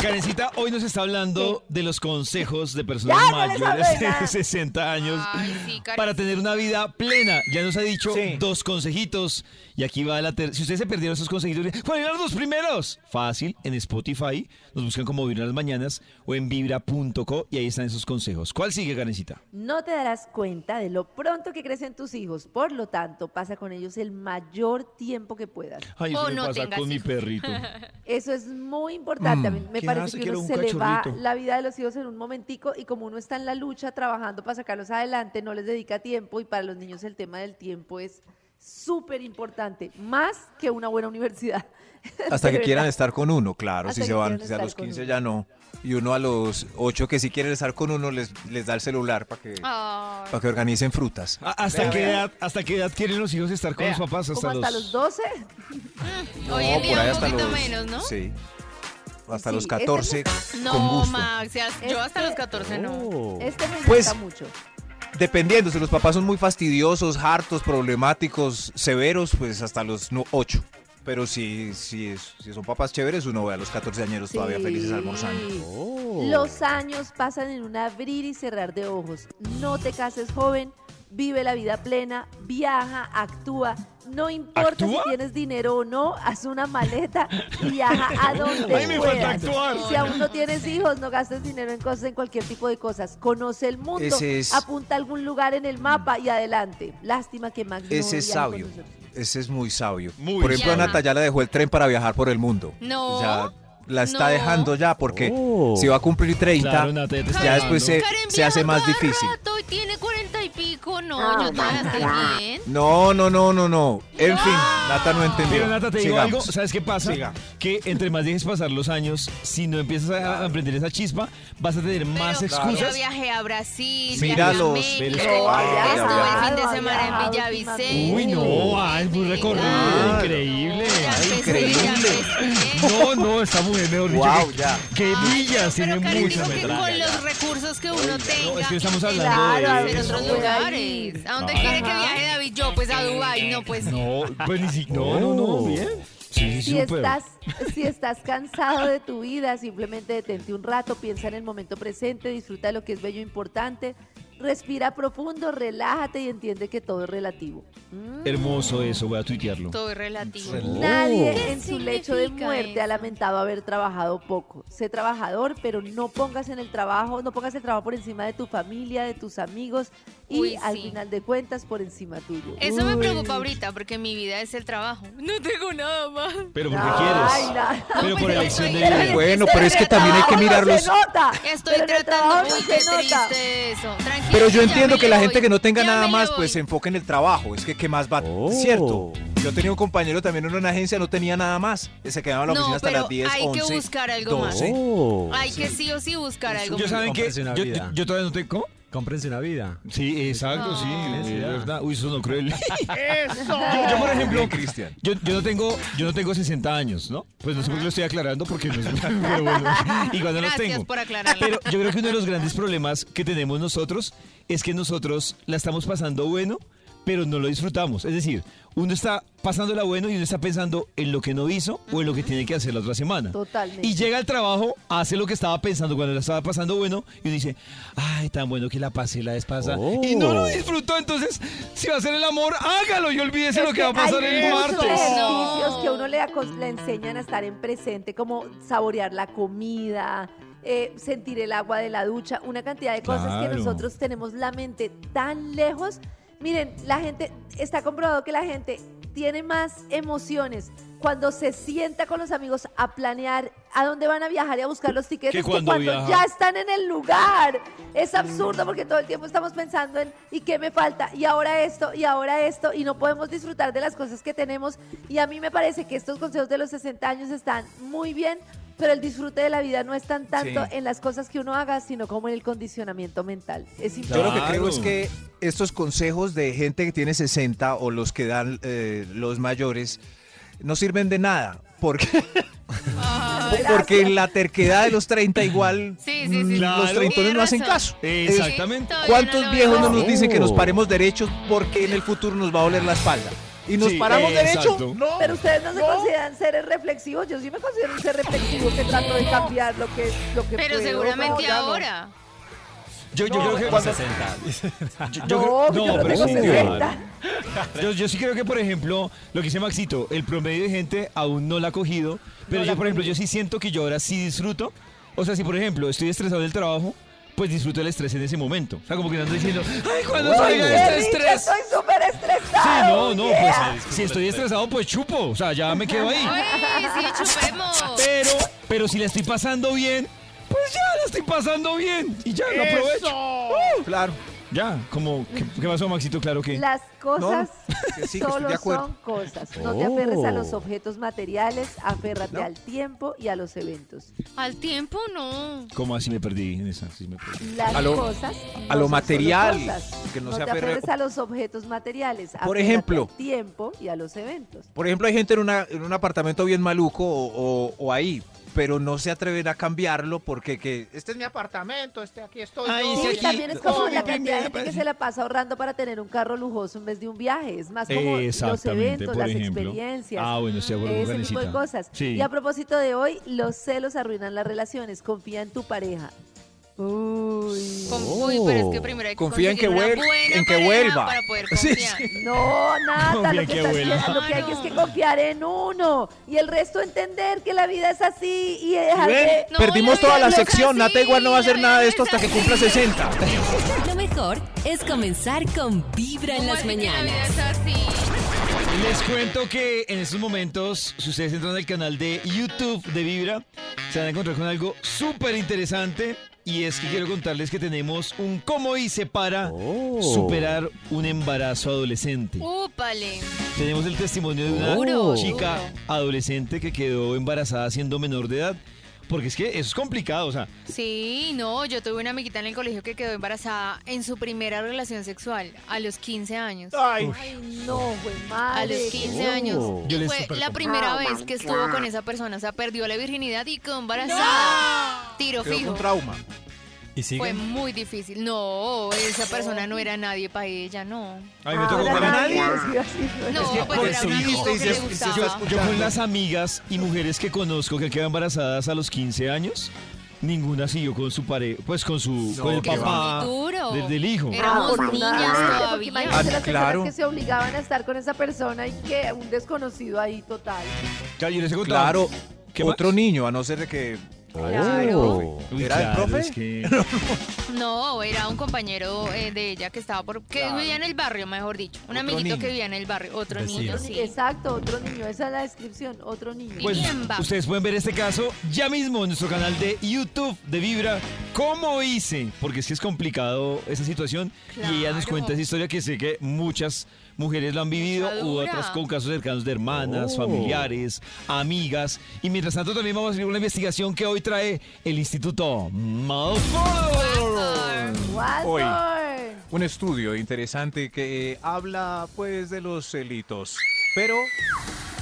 [SPEAKER 2] Karencita, hoy nos está hablando de los consejos de personas
[SPEAKER 5] Ya, no les
[SPEAKER 2] mayores
[SPEAKER 5] hablo de nada.
[SPEAKER 2] de 60 años
[SPEAKER 3] Ay, sí, Karencita.
[SPEAKER 2] para tener una vida plena. Ya nos ha dicho
[SPEAKER 9] Sí.
[SPEAKER 2] dos consejitos. Y aquí va la ter Si ustedes se perdieron esos consejitos, ¿cuáles eran los dos primeros? Fácil, en Spotify. Nos buscan como Vibra en las mañanas o en vibra.co y ahí están esos consejos. ¿Cuál sigue, Karencita?
[SPEAKER 5] No te darás cuenta de lo pronto que crecen tus hijos, por lo tanto, pasa con ellos el mayor tiempo que puedas.
[SPEAKER 2] Ay,
[SPEAKER 3] O
[SPEAKER 2] eso me
[SPEAKER 3] no
[SPEAKER 2] pasa
[SPEAKER 3] tengas
[SPEAKER 2] con mi
[SPEAKER 3] hijos.
[SPEAKER 2] perrito.
[SPEAKER 5] Eso es muy importante. A mí me
[SPEAKER 2] ¿qué
[SPEAKER 5] parece
[SPEAKER 2] hace?
[SPEAKER 5] que
[SPEAKER 2] Quiero
[SPEAKER 5] uno
[SPEAKER 2] un
[SPEAKER 5] se le va
[SPEAKER 2] cachorrito.
[SPEAKER 5] la vida de los hijos en un momentico y como uno está en la lucha trabajando para sacarlos adelante, no les dedica tiempo y para los niños el tema del tiempo es súper importante, más que una buena universidad.
[SPEAKER 4] Hasta
[SPEAKER 5] De
[SPEAKER 4] que quieran
[SPEAKER 5] verdad.
[SPEAKER 4] estar con uno, claro,
[SPEAKER 5] Hasta
[SPEAKER 4] si
[SPEAKER 5] que
[SPEAKER 4] se van,
[SPEAKER 5] quieran
[SPEAKER 4] si a
[SPEAKER 5] estar
[SPEAKER 4] los
[SPEAKER 5] con
[SPEAKER 4] 15
[SPEAKER 5] uno.
[SPEAKER 4] ya no. Y uno a los 8 que sí quieren estar con uno les, les da el celular para que,
[SPEAKER 5] Ah.
[SPEAKER 3] Ay,
[SPEAKER 4] para que organicen frutas.
[SPEAKER 2] A- ¿Hasta qué edad, hasta qué edad quieren los hijos estar con
[SPEAKER 9] Vea,
[SPEAKER 2] los papás?
[SPEAKER 5] Como
[SPEAKER 2] Hasta,
[SPEAKER 5] hasta los 12.
[SPEAKER 3] Hoy en día un poquito menos, ¿no?
[SPEAKER 4] Sí. Hasta
[SPEAKER 5] Sí,
[SPEAKER 4] los
[SPEAKER 5] este
[SPEAKER 4] 14 con
[SPEAKER 3] No,
[SPEAKER 4] gusto.
[SPEAKER 3] Max, ya- yo hasta los 14 no.
[SPEAKER 2] Oh.
[SPEAKER 5] Este me
[SPEAKER 4] Pues-
[SPEAKER 5] gusta mucho.
[SPEAKER 4] Dependiendo, si los papás son muy fastidiosos, hartos, problemáticos, severos, pues hasta los 8. Pero si, si, es- si son papás chéveres, uno ve a los 14 añeros todavía felices
[SPEAKER 5] Sí.
[SPEAKER 4] almorzando.
[SPEAKER 5] Los años pasan en un abrir y cerrar de ojos. No te cases joven, vive la vida plena, viaja, actúa. No importa
[SPEAKER 2] ¿Actúa?
[SPEAKER 5] si tienes dinero o no, haz una maleta y viaja a donde
[SPEAKER 2] Ay, me falta
[SPEAKER 5] puedas.
[SPEAKER 2] actuar.
[SPEAKER 5] Si aún no tienes hijos, no gastes dinero en cosas, en cualquier tipo de cosas. Conoce el mundo,
[SPEAKER 4] Ese es-
[SPEAKER 5] apunta a algún lugar en el mapa y adelante. Lástima que Max no
[SPEAKER 4] Ese es
[SPEAKER 5] viaja con
[SPEAKER 4] sabio.
[SPEAKER 5] nosotros.
[SPEAKER 4] Ese es muy sabio.
[SPEAKER 2] Muy
[SPEAKER 4] por ejemplo,
[SPEAKER 3] sabio.
[SPEAKER 4] a Nata ya la dejó el tren para viajar por el mundo.
[SPEAKER 3] No.
[SPEAKER 4] Ya la está
[SPEAKER 3] No.
[SPEAKER 4] dejando ya porque
[SPEAKER 11] Oh.
[SPEAKER 4] si va a cumplir 30,
[SPEAKER 2] Claro, Nata, ya te está
[SPEAKER 4] ya después se,
[SPEAKER 3] Karen
[SPEAKER 4] se hace
[SPEAKER 3] viaja
[SPEAKER 4] más
[SPEAKER 3] cada
[SPEAKER 4] difícil.
[SPEAKER 3] rato y tiene 40 y pico. No,
[SPEAKER 5] No,
[SPEAKER 3] yo todavía estoy bien.
[SPEAKER 4] No, no, no, no, no. En fin, Nata no entendió.
[SPEAKER 2] Pero Nata, te digo
[SPEAKER 4] Sigamos.
[SPEAKER 2] algo, ¿sabes qué pasa?
[SPEAKER 4] Sigamos.
[SPEAKER 2] Que entre más dejes pasar los años, si no empiezas a, a emprender esa chispa, vas a tener más
[SPEAKER 3] Pero Yo
[SPEAKER 2] excusas.
[SPEAKER 3] viajé a Brasil,
[SPEAKER 4] Míralos,
[SPEAKER 3] viajé a
[SPEAKER 2] pero es
[SPEAKER 3] México,
[SPEAKER 2] que-
[SPEAKER 5] No, ha
[SPEAKER 3] estuve el fin
[SPEAKER 5] viajado,
[SPEAKER 3] de semana
[SPEAKER 5] ha
[SPEAKER 3] en
[SPEAKER 5] viajado
[SPEAKER 3] Villavicencio.
[SPEAKER 2] Uy, no, ay, muy recorrido,
[SPEAKER 3] Claro.
[SPEAKER 2] increíble.
[SPEAKER 3] Ya
[SPEAKER 4] Ay,
[SPEAKER 3] empecé, ya
[SPEAKER 4] increíble.
[SPEAKER 3] empecé.
[SPEAKER 2] No, no, esta mujer, mejor dicho,
[SPEAKER 4] Wow,
[SPEAKER 2] que-
[SPEAKER 4] ya.
[SPEAKER 2] que millas, tiene
[SPEAKER 3] Pero Karen
[SPEAKER 2] mucha
[SPEAKER 3] dijo que
[SPEAKER 2] metralla.
[SPEAKER 3] con los recursos que uno tenga.
[SPEAKER 2] no, es que estamos
[SPEAKER 3] se
[SPEAKER 2] hablando
[SPEAKER 3] va
[SPEAKER 2] de
[SPEAKER 3] a hacer
[SPEAKER 2] eso.
[SPEAKER 3] otros lugares. ¿A dónde quiere que viaje David? Yo, pues a Dubái. No, pues.
[SPEAKER 2] No, pues ni si- No, no, no, bien. Sí, sí,
[SPEAKER 5] Si
[SPEAKER 2] súper.
[SPEAKER 5] estás, si estás cansado de tu vida, simplemente detente un rato, piensa en el momento presente, disfruta de lo que es bello e importante, respira profundo, relájate y entiende que todo es relativo. Mm.
[SPEAKER 2] Hermoso eso, voy a tuitearlo.
[SPEAKER 3] Todo es relativo.
[SPEAKER 5] Nadie
[SPEAKER 3] ¿Qué
[SPEAKER 5] en su lecho de
[SPEAKER 3] significa
[SPEAKER 5] muerte
[SPEAKER 3] eso?
[SPEAKER 5] ha lamentado haber trabajado poco. Sé trabajador, pero no pongas en el trabajo, no pongas el trabajo por encima de tu familia, de tus amigos y
[SPEAKER 3] Uy,
[SPEAKER 5] al
[SPEAKER 3] sí.
[SPEAKER 5] final de cuentas por encima tuyo.
[SPEAKER 3] Eso me
[SPEAKER 5] Uy.
[SPEAKER 3] preocupa ahorita porque mi vida es el trabajo. No tengo nada más.
[SPEAKER 2] Pero porque
[SPEAKER 5] Ay,
[SPEAKER 2] quieres.
[SPEAKER 5] nada.
[SPEAKER 2] Pero por
[SPEAKER 3] pero
[SPEAKER 2] elección
[SPEAKER 3] yo
[SPEAKER 2] de
[SPEAKER 3] soy-
[SPEAKER 2] vida.
[SPEAKER 4] Bueno, pero es que también hay que mirar
[SPEAKER 5] mirarlos.
[SPEAKER 4] los...
[SPEAKER 3] Estoy tratando muy de triste eso. Tranquila,
[SPEAKER 4] Pero yo
[SPEAKER 3] ya
[SPEAKER 4] entiendo
[SPEAKER 3] me
[SPEAKER 4] que la
[SPEAKER 3] voy,
[SPEAKER 4] gente que no tenga
[SPEAKER 3] ya
[SPEAKER 4] nada
[SPEAKER 3] me
[SPEAKER 4] más,
[SPEAKER 3] voy.
[SPEAKER 4] pues se enfoque en el trabajo. Es que qué más va.
[SPEAKER 11] Oh.
[SPEAKER 4] Cierto. Yo tenía un compañero también en una agencia, no tenía nada más. Se quedaba en la
[SPEAKER 3] No,
[SPEAKER 4] oficina hasta
[SPEAKER 3] pero
[SPEAKER 4] las 10,
[SPEAKER 3] hay que
[SPEAKER 4] 11,
[SPEAKER 3] buscar algo más.
[SPEAKER 4] 12.
[SPEAKER 11] Oh.
[SPEAKER 3] Hay que sí o sí buscar algo.
[SPEAKER 2] Yo
[SPEAKER 3] más.
[SPEAKER 2] saben que
[SPEAKER 8] Comprarse
[SPEAKER 2] Pues, yo,
[SPEAKER 8] una vida.
[SPEAKER 2] yo- yo todavía no tengo ¿cómo?
[SPEAKER 10] Cómprense una vida.
[SPEAKER 2] Sí, exacto, sí.
[SPEAKER 3] Ah.
[SPEAKER 2] es verdad. Uy, eso no cruel.
[SPEAKER 9] ¡Eso!
[SPEAKER 2] Yo, por ejemplo,
[SPEAKER 4] Cristian.
[SPEAKER 2] yo, yo no tengo, yo no tengo 60 años, ¿no? Pues no sé por qué lo estoy aclarando porque no es pero bueno, y cuando los
[SPEAKER 3] Gracias
[SPEAKER 2] tengo.
[SPEAKER 3] por aclararlo.
[SPEAKER 2] Pero yo creo que uno de los grandes problemas que tenemos nosotros es que nosotros la estamos pasando bueno, pero no lo disfrutamos. Es decir, uno está pasándola bueno y uno está pensando en lo que no hizo o en lo que tiene que hacer la otra semana.
[SPEAKER 5] Totalmente.
[SPEAKER 2] Y llega al trabajo, hace lo que estaba pensando cuando la estaba pasando bueno y uno dice, ay, tan bueno que la pasé la vez pasada. Y no lo disfrutó, entonces, si va a hacer el amor, hágalo y olvídese lo que va a pasar
[SPEAKER 5] hay
[SPEAKER 2] el
[SPEAKER 5] muchos
[SPEAKER 2] martes.
[SPEAKER 5] ejercicios
[SPEAKER 3] No.
[SPEAKER 5] que a uno le, acos- le enseñan a estar en presente, como saborear la comida, eh, sentir el agua de la ducha, una cantidad de cosas que
[SPEAKER 2] Claro.
[SPEAKER 5] nosotros tenemos la mente tan lejos. Miren, la gente, está comprobado que la gente tiene más emociones cuando se sienta con los amigos a planear a dónde van a viajar y a buscar los tiquetes que
[SPEAKER 2] cuando
[SPEAKER 5] cuando,
[SPEAKER 2] viaja.
[SPEAKER 5] ya están en el lugar. Es absurdo porque todo el tiempo estamos pensando en y qué me falta y ahora esto y ahora esto y no podemos disfrutar de las cosas que tenemos y a mí me parece que estos consejos de los 60 años están muy bien. Pero el disfrute de la vida no es tan tanto en las cosas que uno haga, sino como en el condicionamiento mental. Es
[SPEAKER 4] Yo lo que
[SPEAKER 2] Claro.
[SPEAKER 4] creo es que estos consejos de gente que tiene 60 o los que dan eh, los mayores no sirven de nada. Porque, porque la terquedad de los 30 igual
[SPEAKER 3] Ah, Sí, sí, sí.
[SPEAKER 4] mm, los
[SPEAKER 2] Claro.
[SPEAKER 4] treintones
[SPEAKER 3] Tiene
[SPEAKER 4] no hacen
[SPEAKER 3] razón.
[SPEAKER 4] caso. Es-
[SPEAKER 2] Exactamente. Oh.
[SPEAKER 3] Todavía
[SPEAKER 4] ¿Cuántos
[SPEAKER 3] no lo
[SPEAKER 4] viejos no
[SPEAKER 3] veo.
[SPEAKER 4] nos dicen que nos paremos derechos porque en el futuro nos va a doler la espalda? Y nos
[SPEAKER 2] Sí, eh,
[SPEAKER 4] paramos
[SPEAKER 2] exacto.
[SPEAKER 4] derecho.
[SPEAKER 9] No,
[SPEAKER 5] Pero ustedes no se consideran seres reflexivos. Yo sí me considero un ser reflexivo que trato de cambiar lo que, lo que
[SPEAKER 3] Pero
[SPEAKER 5] puedo,
[SPEAKER 3] seguramente
[SPEAKER 5] no, ya no.
[SPEAKER 3] ahora.
[SPEAKER 2] Yo, yo creo que
[SPEAKER 10] Los 60.
[SPEAKER 5] No,
[SPEAKER 2] yo- yo creo-
[SPEAKER 5] yo no
[SPEAKER 2] pero
[SPEAKER 5] tengo
[SPEAKER 2] sí,
[SPEAKER 5] 60.
[SPEAKER 2] Yo, yo sí creo que, por ejemplo, lo que dice Maxito, el promedio de gente aún no la ha cogido, pero yo, por ejemplo, yo sí siento que yo ahora sí disfruto. O sea, si, por ejemplo, estoy estresado del trabajo, pues disfruto el estrés en ese momento. O sea, como que no ando diciendo, ¡ay, cuando
[SPEAKER 5] Uy,
[SPEAKER 2] salga
[SPEAKER 5] qué
[SPEAKER 2] este
[SPEAKER 5] rico,
[SPEAKER 2] estrés!
[SPEAKER 5] Estoy súper
[SPEAKER 2] Sí,
[SPEAKER 5] estresado.
[SPEAKER 2] no, no, pues
[SPEAKER 5] yeah.
[SPEAKER 2] eh, si estoy estresado, pues chupo. O sea, ya me quedo ahí.
[SPEAKER 3] ¡Ay, sí, chupemos!
[SPEAKER 2] Pero, pero si la estoy pasando bien, pues ya la estoy pasando bien. Y ya lo aprovecho. ¡Uh!
[SPEAKER 9] ¡Eso!
[SPEAKER 4] Claro.
[SPEAKER 2] Ya, como, ¿qué, qué pasó, Maxito? Claro que.
[SPEAKER 5] Las cosas
[SPEAKER 4] eh, que sí, que estoy
[SPEAKER 5] solo
[SPEAKER 4] de acuerdo. Oh.
[SPEAKER 5] son cosas. No te aferres a los objetos materiales, aférrate al tiempo y a los eventos.
[SPEAKER 3] Al tiempo no.
[SPEAKER 2] ¿Cómo así me perdí en esa? Sí me perdí.
[SPEAKER 5] Las
[SPEAKER 4] A lo-
[SPEAKER 5] cosas. no
[SPEAKER 4] a lo
[SPEAKER 5] son
[SPEAKER 4] material,
[SPEAKER 5] solo cosas.
[SPEAKER 4] que no
[SPEAKER 5] no
[SPEAKER 4] se
[SPEAKER 5] te
[SPEAKER 4] aferre-
[SPEAKER 5] aferres a los objetos materiales.
[SPEAKER 4] Por
[SPEAKER 5] aférrate
[SPEAKER 4] ejemplo.
[SPEAKER 5] Al tiempo y a los eventos.
[SPEAKER 4] Por ejemplo, hay gente en, una- en un apartamento bien maluco o, o- o ahí, pero no se atreven a cambiarlo porque que
[SPEAKER 9] Este es mi apartamento, este aquí estoy.
[SPEAKER 2] Ay,
[SPEAKER 9] yo.
[SPEAKER 5] Sí,
[SPEAKER 2] Dice aquí,
[SPEAKER 5] también es como
[SPEAKER 2] "Soy
[SPEAKER 5] la
[SPEAKER 2] mi
[SPEAKER 5] cantidad de
[SPEAKER 2] primera
[SPEAKER 5] gente que
[SPEAKER 2] vez".
[SPEAKER 5] se la pasa ahorrando para tener un carro lujoso en vez de un viaje. Es más como los eventos, las experiencias.
[SPEAKER 2] Ah, bueno, estoy de acuerdo con
[SPEAKER 5] Ese tipo de
[SPEAKER 2] Karencita.
[SPEAKER 5] cosas.
[SPEAKER 2] Sí.
[SPEAKER 5] Y a propósito de hoy, los celos arruinan las relaciones. Confía en tu pareja. Uy.
[SPEAKER 3] Con- Uy, pero
[SPEAKER 5] Oh.
[SPEAKER 3] es que primero hay que
[SPEAKER 4] Confía en que
[SPEAKER 3] conseguir
[SPEAKER 4] vuel-
[SPEAKER 3] una buena
[SPEAKER 4] en que
[SPEAKER 3] pareja
[SPEAKER 4] vuelva.
[SPEAKER 3] Para poder
[SPEAKER 4] Sí,
[SPEAKER 3] confiar.
[SPEAKER 5] No, nada,
[SPEAKER 2] Confía
[SPEAKER 5] lo que,
[SPEAKER 2] que
[SPEAKER 5] estás-
[SPEAKER 2] vuela.
[SPEAKER 5] lo que hay que es que confiar en uno y el resto entender que la vida es así y dejar de...
[SPEAKER 3] No,
[SPEAKER 4] perdimos
[SPEAKER 3] la
[SPEAKER 4] toda
[SPEAKER 3] vida
[SPEAKER 4] la
[SPEAKER 3] es
[SPEAKER 4] sección.
[SPEAKER 3] así,
[SPEAKER 4] Nata igual no va a hacer
[SPEAKER 3] la
[SPEAKER 4] nada de
[SPEAKER 3] vida
[SPEAKER 4] esto
[SPEAKER 3] es
[SPEAKER 4] hasta que
[SPEAKER 3] así.
[SPEAKER 4] cumpla 60.
[SPEAKER 1] Lo mejor es comenzar con Vibra en las
[SPEAKER 3] Como es que la
[SPEAKER 1] mañanas.
[SPEAKER 3] vida es así.
[SPEAKER 2] Les cuento que en estos momentos, si ustedes entran al canal de YouTube de Vibra, se van a encontrar con algo súper interesante. Y es que quiero contarles que tenemos un cómo hice para
[SPEAKER 3] Oh.
[SPEAKER 2] superar un embarazo adolescente.
[SPEAKER 3] Úpale.
[SPEAKER 2] Tenemos el testimonio de una
[SPEAKER 3] Oh. Duro,
[SPEAKER 2] chica
[SPEAKER 3] duro.
[SPEAKER 2] adolescente que quedó embarazada siendo menor de edad. Porque es que eso es complicado, o sea,
[SPEAKER 3] Sí, no, yo tuve una amiguita en el colegio que quedó embarazada en su primera relación sexual a los 15 años.
[SPEAKER 9] Ay,
[SPEAKER 5] Ay, no, güey,
[SPEAKER 3] A
[SPEAKER 5] madre. Ah,
[SPEAKER 3] los 15 años.
[SPEAKER 10] Yo
[SPEAKER 3] Y
[SPEAKER 10] les
[SPEAKER 3] fue
[SPEAKER 10] súper
[SPEAKER 3] la
[SPEAKER 10] compro.
[SPEAKER 3] primera vez que estuvo con esa persona. O sea, perdió la virginidad y quedó embarazada. Tiro
[SPEAKER 4] Quedó
[SPEAKER 3] fijo. Pues,
[SPEAKER 4] con trauma.
[SPEAKER 10] Y
[SPEAKER 3] Fue
[SPEAKER 10] siguen.
[SPEAKER 3] muy difícil. No, esa persona no era nadie para ella, no.
[SPEAKER 2] a mí me tocó
[SPEAKER 5] Ahora
[SPEAKER 2] con-
[SPEAKER 5] nadie, sí, así,
[SPEAKER 3] No,
[SPEAKER 5] bueno.
[SPEAKER 3] pues era un amigo que le gustaba.
[SPEAKER 2] Yo con las amigas y mujeres que conozco que quedan embarazadas a los 15 años, ninguna siguió con su pare, pues con su con el
[SPEAKER 3] que es
[SPEAKER 2] papá
[SPEAKER 3] muy duro.
[SPEAKER 2] Ah, del, del hijo.
[SPEAKER 5] Ah,
[SPEAKER 3] Éramos
[SPEAKER 5] Afortunadamente,
[SPEAKER 3] niñas
[SPEAKER 5] porque
[SPEAKER 3] todavía.
[SPEAKER 5] Imagínate
[SPEAKER 4] Ah,
[SPEAKER 5] las
[SPEAKER 4] claro.
[SPEAKER 5] personas que se obligaban a estar con esa persona y que un desconocido ahí total.
[SPEAKER 2] Claro, yo les he contado.
[SPEAKER 4] Claro,
[SPEAKER 2] ¿Qué más?
[SPEAKER 4] otro niño, a no ser de que
[SPEAKER 3] Claro.
[SPEAKER 2] Uy,
[SPEAKER 4] ¿Era el
[SPEAKER 2] claro,
[SPEAKER 4] profe?
[SPEAKER 2] es que-
[SPEAKER 3] No, era un compañero eh, de ella que estaba por que vivía en el barrio, mejor dicho. Un amiguito que vivía en el barrio, otro
[SPEAKER 10] Vecino.
[SPEAKER 3] niño,
[SPEAKER 10] Otro
[SPEAKER 3] sí.
[SPEAKER 5] Exacto, otro niño. Esa es la descripción, otro niño.
[SPEAKER 3] Y
[SPEAKER 2] Pues
[SPEAKER 3] bien, va.
[SPEAKER 2] ustedes pueden ver este caso ya mismo en nuestro canal de YouTube de Vibra ¿Cómo hice? Porque es que es complicado esa situación. Y ella nos
[SPEAKER 3] Claro.
[SPEAKER 2] cuenta esa historia que sé que muchas mujeres lo han vivido,
[SPEAKER 3] Mucha
[SPEAKER 2] u
[SPEAKER 3] dura.
[SPEAKER 2] otras con casos cercanos de hermanas, familiares, amigas. Y mientras tanto también vamos a hacer una investigación que hoy trae el Instituto Malfoy.
[SPEAKER 4] Hoy.
[SPEAKER 5] Watson.
[SPEAKER 4] Un estudio interesante que habla pues de los celitos, pero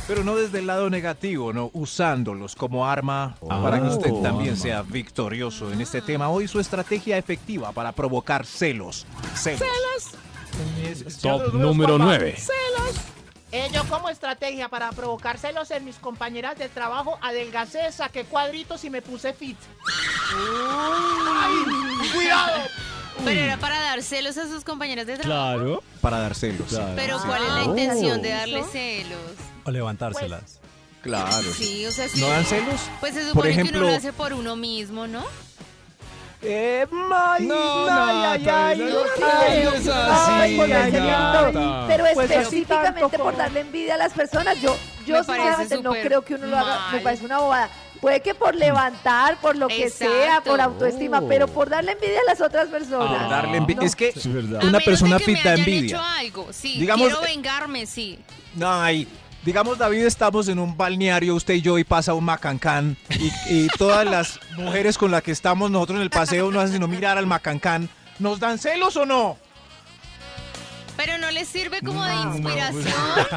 [SPEAKER 4] pero no desde el lado negativo, no usándolos como arma para que
[SPEAKER 2] Ah.
[SPEAKER 4] usted también sea victorioso en este tema. Hoy su estrategia efectiva para provocar celos.
[SPEAKER 2] Pues,
[SPEAKER 4] Celos.
[SPEAKER 10] Top número 9.
[SPEAKER 9] Eh, yo como estrategia para provocar celos en mis compañeras de trabajo, adelgacé, saqué cuadritos y me puse fit. ¡Ay! ¡Cuidado!
[SPEAKER 3] Pero era para dar celos a sus compañeras de trabajo.
[SPEAKER 2] Claro.
[SPEAKER 4] Para dar celos.
[SPEAKER 3] Pero ¿cuál es la intención de darle celos?
[SPEAKER 10] O levantárselas.
[SPEAKER 12] Pues,
[SPEAKER 4] Claro.
[SPEAKER 3] Sí, o sea, sí.
[SPEAKER 4] Pues, ¿No dan celos?
[SPEAKER 3] Pues se supone
[SPEAKER 4] Por
[SPEAKER 3] que uno
[SPEAKER 4] ejemplo-
[SPEAKER 3] lo hace por uno mismo, ¿no?
[SPEAKER 4] Eh, ay,
[SPEAKER 2] No,
[SPEAKER 4] ay,
[SPEAKER 2] Nata,
[SPEAKER 4] ay,
[SPEAKER 2] no
[SPEAKER 4] ay,
[SPEAKER 2] seas
[SPEAKER 4] ay,
[SPEAKER 2] así,
[SPEAKER 4] ay,
[SPEAKER 5] por
[SPEAKER 4] ay,
[SPEAKER 5] darle
[SPEAKER 4] Nata.
[SPEAKER 5] envidia. Pero
[SPEAKER 9] Pues así tanto
[SPEAKER 5] específicamente por
[SPEAKER 9] como-
[SPEAKER 5] darle envidia a las personas, yo, yo
[SPEAKER 3] Me parece
[SPEAKER 5] sinceramente no
[SPEAKER 3] súper
[SPEAKER 5] creo que uno lo haga, me
[SPEAKER 3] mal.
[SPEAKER 5] parece una bobada. Puede que por levantar, por lo que sea,
[SPEAKER 3] Exacto.
[SPEAKER 5] por autoestima, pero por darle envidia a las otras personas.
[SPEAKER 4] Por darle envidia.
[SPEAKER 5] No.
[SPEAKER 4] Es que
[SPEAKER 2] Sí, es
[SPEAKER 3] Ah,
[SPEAKER 2] verdad.
[SPEAKER 3] A
[SPEAKER 4] una
[SPEAKER 3] menos
[SPEAKER 4] persona
[SPEAKER 3] de que me
[SPEAKER 4] pita
[SPEAKER 3] hayan
[SPEAKER 4] envidia.
[SPEAKER 3] hecho algo, sí.
[SPEAKER 4] Digamos- eh,
[SPEAKER 3] Quiero vengarme, sí.
[SPEAKER 4] Ay, digamos, David, estamos en un balneario, usted y yo, y pasa un macancán. Y, y todas las mujeres con las que estamos nosotros en el paseo no hacen sino mirar al macancán. ¿Nos dan celos o no?
[SPEAKER 3] Pero no les sirve como de inspiración.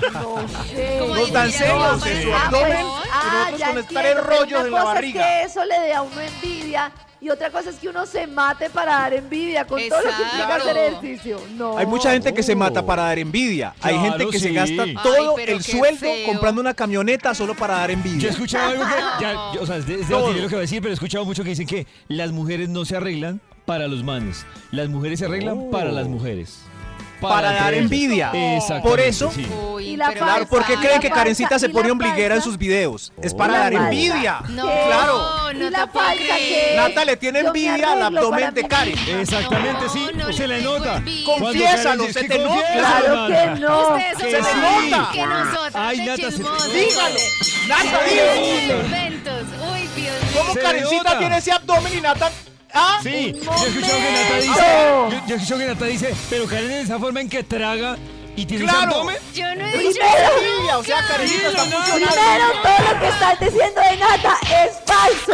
[SPEAKER 4] pues,
[SPEAKER 5] No sé.
[SPEAKER 3] Como Ah,
[SPEAKER 4] Los
[SPEAKER 3] dice,
[SPEAKER 4] danceros
[SPEAKER 3] mira,
[SPEAKER 4] en su
[SPEAKER 3] vamos,
[SPEAKER 4] abdomen
[SPEAKER 3] vamos.
[SPEAKER 4] y
[SPEAKER 5] Ah,
[SPEAKER 4] nosotros
[SPEAKER 5] ya
[SPEAKER 4] con
[SPEAKER 5] entiendo,
[SPEAKER 4] tres
[SPEAKER 5] pero
[SPEAKER 4] rollos
[SPEAKER 5] una
[SPEAKER 4] en la
[SPEAKER 5] cosa
[SPEAKER 4] barriga.
[SPEAKER 5] es que eso le dé a uno envidia y otra cosa es que uno se mate para dar envidia con todo lo que implica
[SPEAKER 3] Exacto.
[SPEAKER 5] hacer ejercicio. No.
[SPEAKER 4] Hay mucha gente que se mata para dar envidia. Hay gente
[SPEAKER 2] Oh. Claro,
[SPEAKER 4] que se
[SPEAKER 2] sí.
[SPEAKER 4] gasta
[SPEAKER 2] Ay,
[SPEAKER 4] todo
[SPEAKER 3] pero
[SPEAKER 4] el
[SPEAKER 3] qué
[SPEAKER 4] sueldo
[SPEAKER 3] feo.
[SPEAKER 4] comprando una camioneta solo para dar
[SPEAKER 2] Yo
[SPEAKER 4] envidia.
[SPEAKER 2] he escuchado algo que. ya, yo, o sea, es de- es de
[SPEAKER 4] Todo.
[SPEAKER 2] batir lo que voy a decir, pero he escuchado mucho que dicen que las mujeres no se arreglan para los manes. Las mujeres se arreglan para las mujeres.
[SPEAKER 4] Oh. Para
[SPEAKER 2] entre
[SPEAKER 4] dar
[SPEAKER 2] ellas.
[SPEAKER 4] envidia.
[SPEAKER 2] Exactamente,
[SPEAKER 4] Por eso-
[SPEAKER 2] sí.
[SPEAKER 3] Uy,
[SPEAKER 5] Y la
[SPEAKER 3] pero
[SPEAKER 4] Claro, ¿por qué
[SPEAKER 5] Y
[SPEAKER 3] exacto.
[SPEAKER 4] creen
[SPEAKER 5] la
[SPEAKER 4] que
[SPEAKER 5] falsa-
[SPEAKER 4] Karencita se
[SPEAKER 5] y
[SPEAKER 4] pone
[SPEAKER 5] la
[SPEAKER 4] ombliguera en
[SPEAKER 5] falsa-
[SPEAKER 4] sus videos? Es para
[SPEAKER 2] Oh,
[SPEAKER 5] la
[SPEAKER 4] dar
[SPEAKER 5] falsa.
[SPEAKER 4] envidia.
[SPEAKER 3] No,
[SPEAKER 4] Claro.
[SPEAKER 3] no
[SPEAKER 5] Y
[SPEAKER 3] te
[SPEAKER 5] la
[SPEAKER 3] puedo
[SPEAKER 5] falsa
[SPEAKER 3] creer.
[SPEAKER 5] que-
[SPEAKER 4] Nata le tiene
[SPEAKER 5] Yo me
[SPEAKER 4] envidia al
[SPEAKER 5] arreglo
[SPEAKER 4] abdomen
[SPEAKER 5] para
[SPEAKER 4] de
[SPEAKER 5] mí.
[SPEAKER 4] Karen.
[SPEAKER 2] Exactamente, sí.
[SPEAKER 3] no le
[SPEAKER 2] se le
[SPEAKER 3] tengo
[SPEAKER 2] nota.
[SPEAKER 3] envidia.
[SPEAKER 2] Cuando
[SPEAKER 4] Confiésalo,
[SPEAKER 2] Karen dice
[SPEAKER 4] se te nota.
[SPEAKER 2] confiésalo,
[SPEAKER 5] Claro
[SPEAKER 2] Nata.
[SPEAKER 5] que no.
[SPEAKER 3] Ustedes son
[SPEAKER 4] se
[SPEAKER 3] más
[SPEAKER 4] le nota.
[SPEAKER 3] que nosotras
[SPEAKER 2] Ay,
[SPEAKER 3] de
[SPEAKER 2] Nata, se-
[SPEAKER 3] chismosas.
[SPEAKER 4] Dígalo. Nata,
[SPEAKER 3] Ay,
[SPEAKER 4] dilo.
[SPEAKER 3] inventos. Uy, Dios mío.
[SPEAKER 4] ¿Cómo
[SPEAKER 2] Se
[SPEAKER 4] Karencita
[SPEAKER 2] nota.
[SPEAKER 4] tiene ese abdomen y Nata? ¿Ah?
[SPEAKER 2] Sí,
[SPEAKER 5] Un
[SPEAKER 2] yo he escuchado que Nata
[SPEAKER 5] momento.
[SPEAKER 2] dice. Yo, yo he escuchado que Nata dice, pero Karen en esa forma en que traga y tiene ese
[SPEAKER 4] Claro.
[SPEAKER 2] abdomen.
[SPEAKER 3] Yo no he dicho
[SPEAKER 5] Primero,
[SPEAKER 4] Envidia, o sea, Karencita está
[SPEAKER 5] primero,
[SPEAKER 4] funcionando.
[SPEAKER 5] todo lo que estás diciendo de Nata es falso.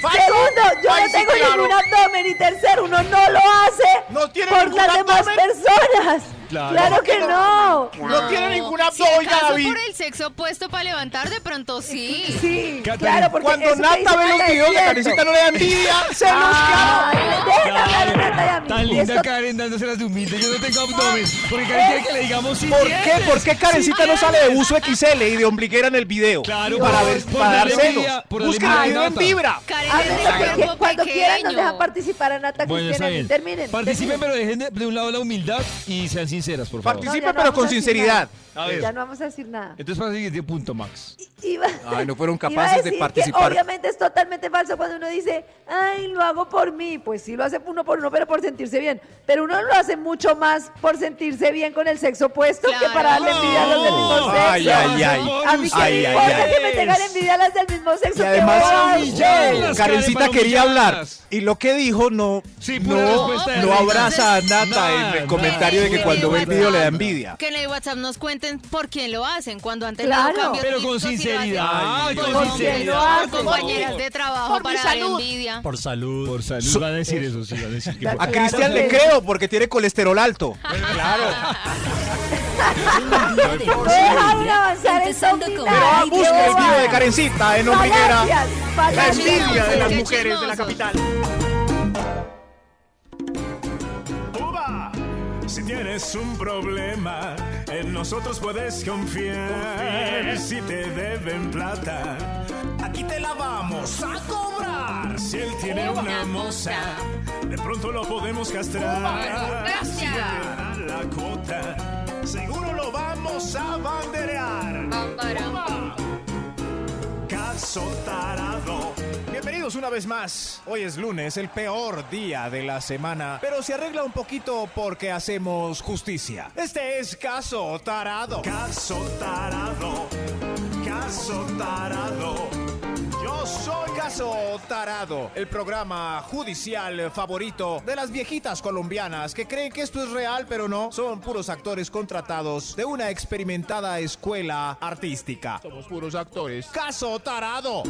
[SPEAKER 4] Falso.
[SPEAKER 5] Segundo, yo
[SPEAKER 4] Ay,
[SPEAKER 5] no
[SPEAKER 4] sí,
[SPEAKER 5] tengo
[SPEAKER 4] claro.
[SPEAKER 5] ningún abdomen. Y tercero, uno no lo hace
[SPEAKER 4] No tiene
[SPEAKER 5] por
[SPEAKER 4] ningún
[SPEAKER 5] las demás
[SPEAKER 4] abdomen.
[SPEAKER 5] personas.
[SPEAKER 2] Claro.
[SPEAKER 5] Claro, que no.
[SPEAKER 4] No tiene ninguna
[SPEAKER 3] Si acaso
[SPEAKER 4] abdomen, David.
[SPEAKER 3] por el sexo opuesto para levantar, de pronto sí.
[SPEAKER 5] Sí,
[SPEAKER 2] Catherine,
[SPEAKER 5] claro, porque
[SPEAKER 4] Cuando
[SPEAKER 5] eso que
[SPEAKER 4] Nata
[SPEAKER 5] dice
[SPEAKER 4] ve los
[SPEAKER 5] Nata es
[SPEAKER 4] videos de
[SPEAKER 5] cierto.
[SPEAKER 4] Karencita no le da envidia, celos,
[SPEAKER 5] Ay, deja hablar a Nata y a mí.
[SPEAKER 2] Tan linda
[SPEAKER 5] Esto-
[SPEAKER 2] Karen dándoselas de humilde. Yo no tengo abdomen. Porque Karen quiere que le digamos si
[SPEAKER 4] ¿Por qué? ¿Por qué Karencita no sale de uso XL y de ombliguera en el video?
[SPEAKER 2] Claro,
[SPEAKER 4] para
[SPEAKER 2] por-
[SPEAKER 4] ver,
[SPEAKER 2] por
[SPEAKER 4] para dar
[SPEAKER 2] darle
[SPEAKER 4] celos.
[SPEAKER 2] envidia, por darle
[SPEAKER 4] Busca el
[SPEAKER 2] envidia a
[SPEAKER 4] video en
[SPEAKER 2] Nata.
[SPEAKER 4] Vibra.
[SPEAKER 3] Karen
[SPEAKER 5] A
[SPEAKER 3] es de
[SPEAKER 5] ver, lo que-
[SPEAKER 3] cuerpo
[SPEAKER 5] cuando quieran nos
[SPEAKER 3] pequeño.
[SPEAKER 5] dejan participar a Nata
[SPEAKER 2] Bueno, está
[SPEAKER 5] Cristina y
[SPEAKER 2] bien.
[SPEAKER 5] terminen.
[SPEAKER 2] Participen,
[SPEAKER 5] terminen.
[SPEAKER 2] pero dejen de, de un lado la humildad y sean sinceras, por favor.
[SPEAKER 4] Participen,
[SPEAKER 5] No, ya no
[SPEAKER 4] pero
[SPEAKER 5] vamos
[SPEAKER 4] con
[SPEAKER 5] a decir
[SPEAKER 4] sinceridad.
[SPEAKER 2] A ver.
[SPEAKER 5] Ya no vamos a decir nada.
[SPEAKER 2] Entonces, para el siguiente punto, Max.
[SPEAKER 5] Iba-
[SPEAKER 4] Ay, no fueron
[SPEAKER 5] iba a
[SPEAKER 4] capaces de
[SPEAKER 5] decir que
[SPEAKER 4] participar.
[SPEAKER 5] obviamente es totalmente falso cuando uno dice, ay, lo hago por mí. Pues sí, lo hace uno por uno, pero por sentirse bien. Pero uno lo hace mucho más por sentirse bien con el sexo opuesto que
[SPEAKER 3] Claro.
[SPEAKER 5] para darle envidia a los del mismo sexo.
[SPEAKER 4] Ay, ay, ay.
[SPEAKER 5] A mí que me
[SPEAKER 4] Ay, ay,
[SPEAKER 5] importa
[SPEAKER 4] ay.
[SPEAKER 5] que me tengan envidia a las del mismo sexo.
[SPEAKER 4] Y
[SPEAKER 5] que
[SPEAKER 4] además,
[SPEAKER 5] voy a-
[SPEAKER 2] humillarlas,
[SPEAKER 4] Karencita
[SPEAKER 2] Karen, para
[SPEAKER 4] quería hablar.
[SPEAKER 2] humillarlas.
[SPEAKER 4] Y lo que dijo no,
[SPEAKER 2] Sí, pura
[SPEAKER 4] no,
[SPEAKER 2] respuesta
[SPEAKER 3] de
[SPEAKER 4] no
[SPEAKER 3] Ricky.
[SPEAKER 4] abraza a Nata
[SPEAKER 2] Nada,
[SPEAKER 4] en el comentario de que
[SPEAKER 3] nada.
[SPEAKER 4] cuando ve el
[SPEAKER 3] Nada.
[SPEAKER 4] video le da envidia.
[SPEAKER 3] Que en el WhatsApp nos cuenten por quién lo hacen, cuando han tenido
[SPEAKER 5] Claro.
[SPEAKER 3] cambios
[SPEAKER 2] Pero
[SPEAKER 3] físicos
[SPEAKER 2] con
[SPEAKER 3] y lo hacen
[SPEAKER 2] sinceridad,
[SPEAKER 3] por
[SPEAKER 2] con
[SPEAKER 3] hombres,
[SPEAKER 4] Ah,
[SPEAKER 2] sinceridad,
[SPEAKER 3] por
[SPEAKER 5] por
[SPEAKER 3] compañeras
[SPEAKER 2] favor.
[SPEAKER 3] de trabajo
[SPEAKER 9] Por mi
[SPEAKER 3] para dar
[SPEAKER 9] salud.
[SPEAKER 3] envidia.
[SPEAKER 10] Por salud.
[SPEAKER 2] Por salud.
[SPEAKER 4] So-
[SPEAKER 2] van a decir eso, sí, van a decir que
[SPEAKER 5] Ya,
[SPEAKER 2] por-
[SPEAKER 4] A
[SPEAKER 5] Claro,
[SPEAKER 4] Cristian le
[SPEAKER 5] pero-
[SPEAKER 4] creo porque tiene colesterol alto.
[SPEAKER 5] No dejaron avanzar el
[SPEAKER 1] Empezando
[SPEAKER 5] top
[SPEAKER 1] con-
[SPEAKER 5] final.
[SPEAKER 4] Pero ah,
[SPEAKER 5] Ay,
[SPEAKER 4] busca
[SPEAKER 5] qué
[SPEAKER 4] el video de
[SPEAKER 5] bobada.
[SPEAKER 4] Karencita en Ombliguera.
[SPEAKER 5] Falacias,
[SPEAKER 4] La
[SPEAKER 5] falacias.
[SPEAKER 4] envidia de las
[SPEAKER 3] Qué
[SPEAKER 4] mujeres de la
[SPEAKER 3] chismosos.
[SPEAKER 4] capital.
[SPEAKER 10] Uva, Si tienes un problema, en nosotros puedes confiar. Si te deben plata, aquí te la vamos a cobrar. Si él tiene una moza, de pronto lo podemos castrar.
[SPEAKER 3] gracias.
[SPEAKER 10] Si no te da la cuota, seguro lo vamos a banderear. Caso tarado.
[SPEAKER 13] Bienvenidos una vez más. Hoy es lunes, el peor día de la semana, pero se arregla un poquito porque hacemos justicia. Este es Caso Tarado.
[SPEAKER 10] Caso tarado. Caso tarado.
[SPEAKER 13] Yo soy Caso
[SPEAKER 4] Caso Tarado, el programa judicial favorito de las viejitas colombianas que creen que esto es real, pero no, son puros actores contratados de una experimentada escuela artística.
[SPEAKER 14] Somos puros actores.
[SPEAKER 4] Caso Tarado.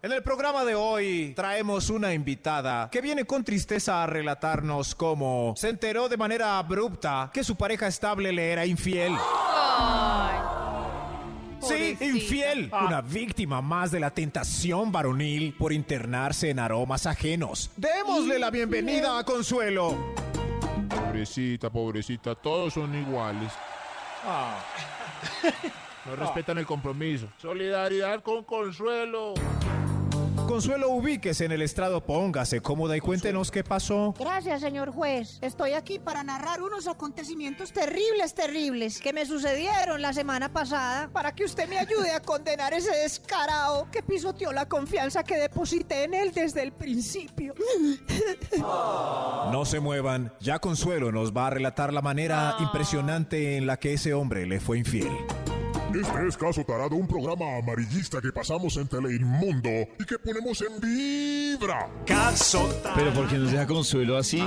[SPEAKER 4] En el programa de hoy traemos una invitada que viene con tristeza a relatarnos cómo se enteró de manera abrupta que su pareja estable le era infiel. Sí, infiel.
[SPEAKER 3] Ah.
[SPEAKER 2] Ah.
[SPEAKER 4] Una víctima más de la tentación varonil por internarse en aromas ajenos. Démosle la bienvenida a Consuelo.
[SPEAKER 14] Pobrecita, pobrecita, todos son iguales.
[SPEAKER 6] Ah,
[SPEAKER 14] No respetan el compromiso. Solidaridad con Consuelo.
[SPEAKER 4] Consuelo, ubíquese en el estrado, póngase cómoda y cuéntenos qué pasó.
[SPEAKER 15] Gracias, señor juez. Estoy aquí para narrar unos acontecimientos terribles, terribles que me sucedieron la semana pasada para que usted me ayude a condenar ese descarado que pisoteó la confianza que deposité en él desde el principio.
[SPEAKER 4] No se muevan, ya Consuelo nos va a relatar la manera impresionante en la que ese hombre le fue infiel.
[SPEAKER 6] Este es Caso Tarado, un programa amarillista que pasamos en Teleinmundo y que ponemos en vibra.
[SPEAKER 4] Caso
[SPEAKER 2] Pero ¿por qué nos deja consuelo así?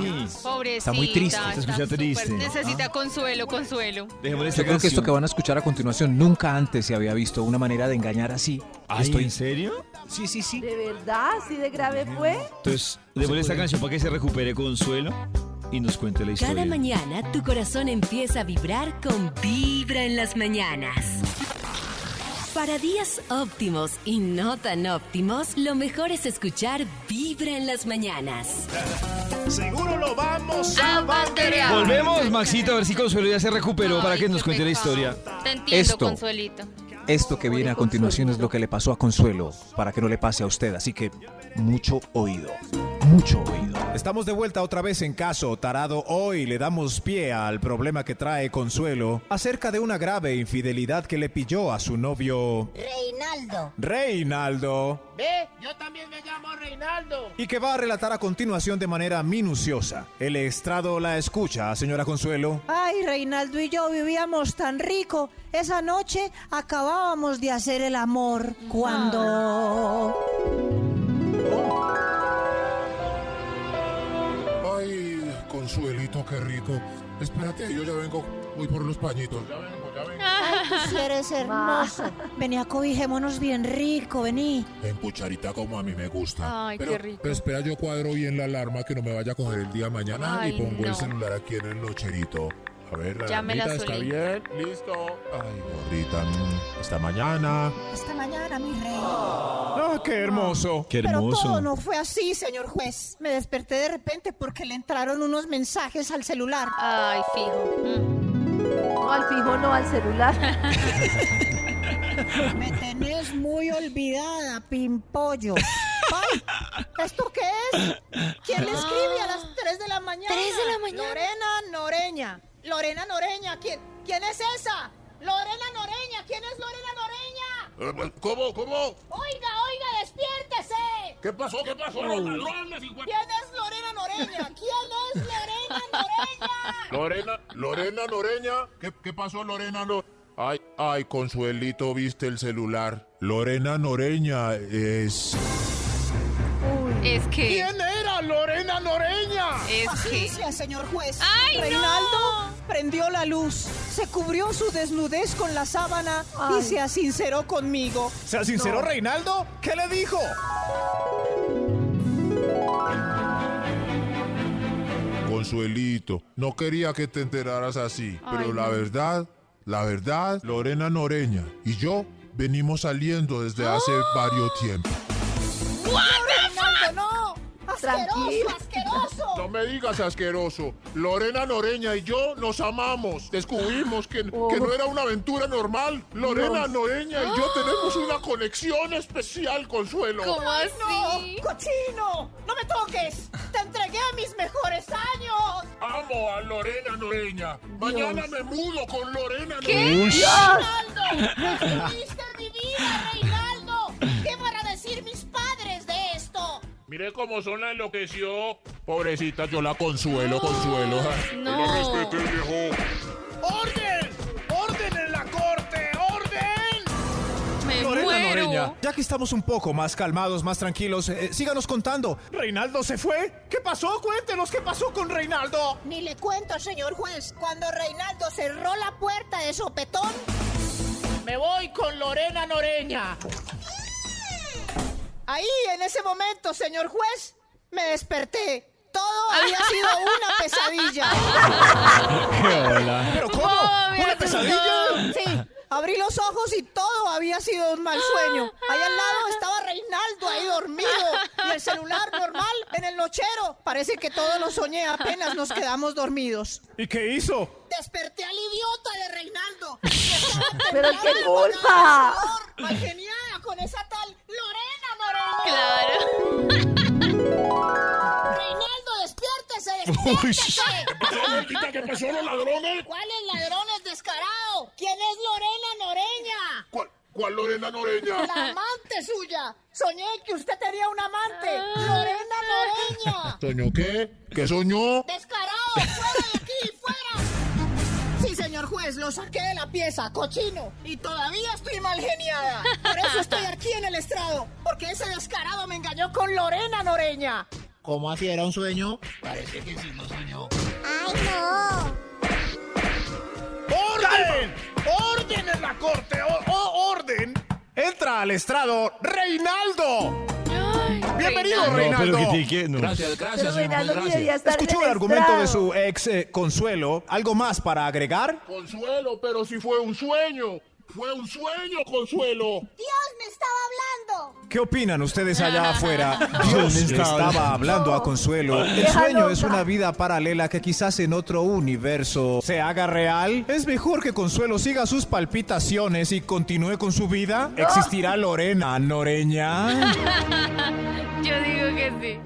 [SPEAKER 3] Pobrecita.
[SPEAKER 2] Está muy triste, se escucha
[SPEAKER 3] súper-
[SPEAKER 2] triste. Ah.
[SPEAKER 3] Necesita consuelo, consuelo.
[SPEAKER 2] Dejémosle esta
[SPEAKER 16] Yo creo que esto
[SPEAKER 2] canción.
[SPEAKER 16] que van a escuchar a continuación nunca antes se había visto una manera de engañar así.
[SPEAKER 2] Ay,
[SPEAKER 16] Estoy
[SPEAKER 2] ¿en serio? Sí, sí, sí.
[SPEAKER 5] ¿De verdad? ¿Así de grave fue?
[SPEAKER 2] Entonces, démosle esta canción para que se recupere Consuelo y nos cuente la
[SPEAKER 1] Cada
[SPEAKER 2] historia.
[SPEAKER 1] mañana tu corazón empieza a vibrar con Vibra en las mañanas. Para días óptimos y no tan óptimos, lo mejor es escuchar Vibra en las mañanas.
[SPEAKER 17] Seguro lo vamos
[SPEAKER 3] a banderear.
[SPEAKER 2] Volvemos, Maxito, a ver si Consuelo ya se recuperó
[SPEAKER 3] Ay,
[SPEAKER 2] para que nos
[SPEAKER 3] qué
[SPEAKER 2] cuente la
[SPEAKER 3] pecado.
[SPEAKER 2] historia.
[SPEAKER 3] Te entiendo,
[SPEAKER 16] Esto.
[SPEAKER 3] Consuelito.
[SPEAKER 16] Esto que viene a continuación es lo que le pasó a Consuelo, para que no le pase a usted. Así que mucho oído, mucho oído.
[SPEAKER 4] Estamos de vuelta otra vez en caso tarado. Hoy le damos pie al problema que trae Consuelo acerca de una grave infidelidad que le pilló a su novio
[SPEAKER 18] Reinaldo.
[SPEAKER 4] Reinaldo
[SPEAKER 19] Ve, yo también me llamo Reinaldo.
[SPEAKER 4] y que va a relatar a continuación de manera minuciosa. El estrado la escucha, señora Consuelo.
[SPEAKER 15] Ay, Reinaldo y yo vivíamos tan rico. Esa noche acabábamos de hacer el amor cuando...
[SPEAKER 6] Ay, Consuelito, qué rico. Espérate, yo ya vengo. Voy por los pañitos. Ya vengo, ya vengo.
[SPEAKER 15] Ay, tú sí eres hermoso. Vení, acobijémonos bien rico, vení.
[SPEAKER 6] En cucharita como a mí me
[SPEAKER 1] Ah.
[SPEAKER 6] gusta.
[SPEAKER 15] Ay,
[SPEAKER 6] pero,
[SPEAKER 15] qué rico.
[SPEAKER 6] Pero espera, yo cuadro bien la alarma que no me vaya a coger el día de mañana
[SPEAKER 3] Ay,
[SPEAKER 6] y pongo
[SPEAKER 3] no.
[SPEAKER 6] el celular aquí en el nocherito. A ver, la
[SPEAKER 3] Ya me la
[SPEAKER 6] alarmita está
[SPEAKER 3] solí.
[SPEAKER 6] bien. Listo. Ay, gorrita. mm, Hasta mañana.
[SPEAKER 15] Hasta mañana, mi rey.
[SPEAKER 4] ¡Ah, qué hermoso!
[SPEAKER 2] ¡Qué
[SPEAKER 15] Pero todo no fue así, señor juez. Me desperté de repente porque le entraron unos mensajes al celular.
[SPEAKER 3] Ay, fijo. Mm.
[SPEAKER 5] No, al fijo no, al celular.
[SPEAKER 15] Me tenés muy olvidada, pimpollo. Ay, ¿Esto qué es? ¿Quién le escribe a las 3 de la mañana?
[SPEAKER 3] 3 de la mañana.
[SPEAKER 15] Lorena Noreña. Lorena Noreña, ¿quién, quién es esa? Lorena Noreña, ¿quién es Lorena Noreña?
[SPEAKER 6] ¿Cómo, cómo?
[SPEAKER 15] Oiga, oiga, despiértese.
[SPEAKER 6] ¿Qué pasó? ¿Qué pasó?
[SPEAKER 15] Los ¿Quién es Lorena Noreña? ¿Quién es Lorena Noreña?
[SPEAKER 6] Lorena, Lorena Noreña. ¿Qué, qué pasó, Lorena No- Ay, ay, Consuelito, viste el celular. Lorena Noreña es.
[SPEAKER 3] Es que.
[SPEAKER 14] ¿Quién era Lorena Noreña?
[SPEAKER 3] Es que.
[SPEAKER 15] Paciencia, señor juez.
[SPEAKER 3] ¡Ay, no!
[SPEAKER 15] Reinaldo prendió la luz, se cubrió su desnudez con la sábana y se asinceró conmigo.
[SPEAKER 4] ¿Sea sincero, Reinaldo? ¿Qué le dijo?
[SPEAKER 6] Consuelito, no quería que te enteraras así,
[SPEAKER 3] Ay,
[SPEAKER 6] pero la
[SPEAKER 3] no.
[SPEAKER 6] verdad, la verdad, Lorena Noreña y yo venimos saliendo desde hace
[SPEAKER 3] ¡Ah!
[SPEAKER 6] varios tiempos.
[SPEAKER 15] ¡Reinaldo, no!
[SPEAKER 5] Tranquilo.
[SPEAKER 15] ¡Asqueroso, asqueroso!
[SPEAKER 6] No me digas asqueroso. Lorena Noreña y yo nos amamos. Descubrimos que,
[SPEAKER 3] Oh.
[SPEAKER 6] que no era una aventura normal. Lorena Noreña y yo tenemos una conexión especial, Consuelo.
[SPEAKER 3] ¡Ah! ¿Cómo
[SPEAKER 15] ¡Ay,
[SPEAKER 3] así?
[SPEAKER 15] no! ¡Cochino! ¡No me toques! ¡Te entregué a mis mejores años!
[SPEAKER 6] Amo a Lorena Noreña. Mañana me mudo con Lorena
[SPEAKER 3] ¿Qué?
[SPEAKER 6] Noreña.
[SPEAKER 15] ¡Reinaldo! ¡Destruiste mi vida, Reinaldo! ¿Qué van a decir mis padres de esto?
[SPEAKER 14] Mire cómo son la enloqueció.
[SPEAKER 6] Pobrecita, yo la consuelo, consuelo.
[SPEAKER 3] No.
[SPEAKER 14] ¡Orden! ¡Orden en la corte! ¡Orden!
[SPEAKER 3] Me
[SPEAKER 4] Lorena
[SPEAKER 3] Pero-
[SPEAKER 13] Noreña. Ya que estamos un poco más calmados, más tranquilos, eh, síganos contando. ¿Reinaldo se fue? ¿Qué pasó? Cuéntenos, ¿qué pasó con Reinaldo?
[SPEAKER 15] Ni le cuento, señor juez, cuando Reinaldo cerró la puerta de sopetón.
[SPEAKER 9] Me voy con Lorena Noreña.
[SPEAKER 15] Ahí, en ese momento, señor juez, me desperté. Todo había sido una pesadilla.
[SPEAKER 13] ¿Pero cómo?
[SPEAKER 15] No, me
[SPEAKER 13] ¿Una
[SPEAKER 15] asustó.
[SPEAKER 13] pesadilla?
[SPEAKER 15] Sí. Abrí los ojos y todo había sido un mal sueño. Ahí al lado estaba Reinaldo ahí dormido y el celular normal en el nochero. Parece que todo lo soñé, apenas nos quedamos dormidos.
[SPEAKER 13] ¿Y qué hizo?
[SPEAKER 15] Desperté al idiota de Reinaldo.
[SPEAKER 5] Pero qué culpa.
[SPEAKER 15] Ay, genial, con esa tal Lorena Moreno.
[SPEAKER 3] Claro.
[SPEAKER 15] Reinaldo, despiértese, despiértese.
[SPEAKER 6] Ay, quita, ¿qué pasó, los ladrones?
[SPEAKER 15] ¿Cuáles ladrones descarado? ¿Quién es Lorena Noreña?
[SPEAKER 6] ¿Cuál, cuál Lorena Noreña?
[SPEAKER 15] La amante suya. Soñé que usted tenía un amante. Lorena Noreña.
[SPEAKER 6] ¿Soñó qué? ¿Qué soñó?
[SPEAKER 15] Descarado, fuera de aquí, fuera. Sí, señor juez, lo saqué de la pieza, cochino. Y todavía estoy mal geniada. Por eso estoy aquí en el estrado. Porque ese descarado me engañó con Lorena Noreña.
[SPEAKER 9] ¿Cómo así era un sueño? Parece que sí lo soñó.
[SPEAKER 15] ¡Ay, no!
[SPEAKER 13] ¡Orden!
[SPEAKER 9] ¡Orden en la corte!
[SPEAKER 13] ¡Oh, orden! Entra al estrado Reinaldo. Bienvenido,
[SPEAKER 2] No,
[SPEAKER 13] Reinaldo.
[SPEAKER 2] pero que tiene que- no. Gracias,
[SPEAKER 5] Pero Reinaldo ni debía estar en
[SPEAKER 13] Escuchó el
[SPEAKER 5] el
[SPEAKER 13] argumento de
[SPEAKER 5] estrado.
[SPEAKER 13] su ex eh, Consuelo. ¿Algo más para agregar?
[SPEAKER 6] Consuelo, pero si fue un sueño. Fue un sueño, Consuelo.
[SPEAKER 15] Dios me estaba hablando.
[SPEAKER 13] ¿Qué opinan ustedes allá afuera? Dios le estaba hablando a Consuelo. El
[SPEAKER 5] Déjalo
[SPEAKER 13] sueño es
[SPEAKER 5] hablar.
[SPEAKER 13] una vida paralela que quizás en otro universo se haga real. ¿Es mejor que Consuelo siga sus palpitaciones y continúe con su vida? ¿Existirá Lorena Noreña?
[SPEAKER 3] Yo digo que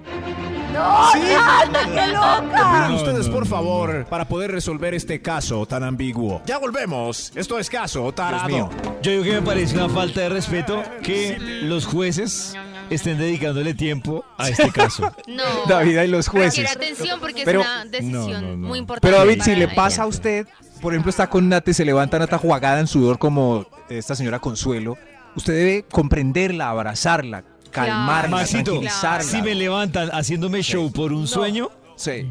[SPEAKER 5] ¡No,
[SPEAKER 13] Sí.
[SPEAKER 5] Nata, qué loca!
[SPEAKER 13] Opinan ustedes, por favor, para poder resolver este caso tan ambiguo. Ya volvemos. Esto es caso tarado.
[SPEAKER 2] mío. Yo digo que me parece una falta de respeto que los jueces estén dedicándole tiempo a este caso.
[SPEAKER 3] sí. No.
[SPEAKER 4] La vida y los jueces.
[SPEAKER 3] Quiero atención porque
[SPEAKER 4] Pero-
[SPEAKER 3] es una decisión
[SPEAKER 4] No, no, no.
[SPEAKER 3] muy importante.
[SPEAKER 4] Pero David,
[SPEAKER 3] para
[SPEAKER 4] si le
[SPEAKER 3] la
[SPEAKER 4] pasa a usted, por ejemplo, está con Nata y se levanta Nata jugada en sudor como esta señora Consuelo, usted debe comprenderla, abrazarla, calmarla,
[SPEAKER 2] Maxito,
[SPEAKER 4] tranquilizarla.
[SPEAKER 2] si me levantan haciéndome show por un sueño,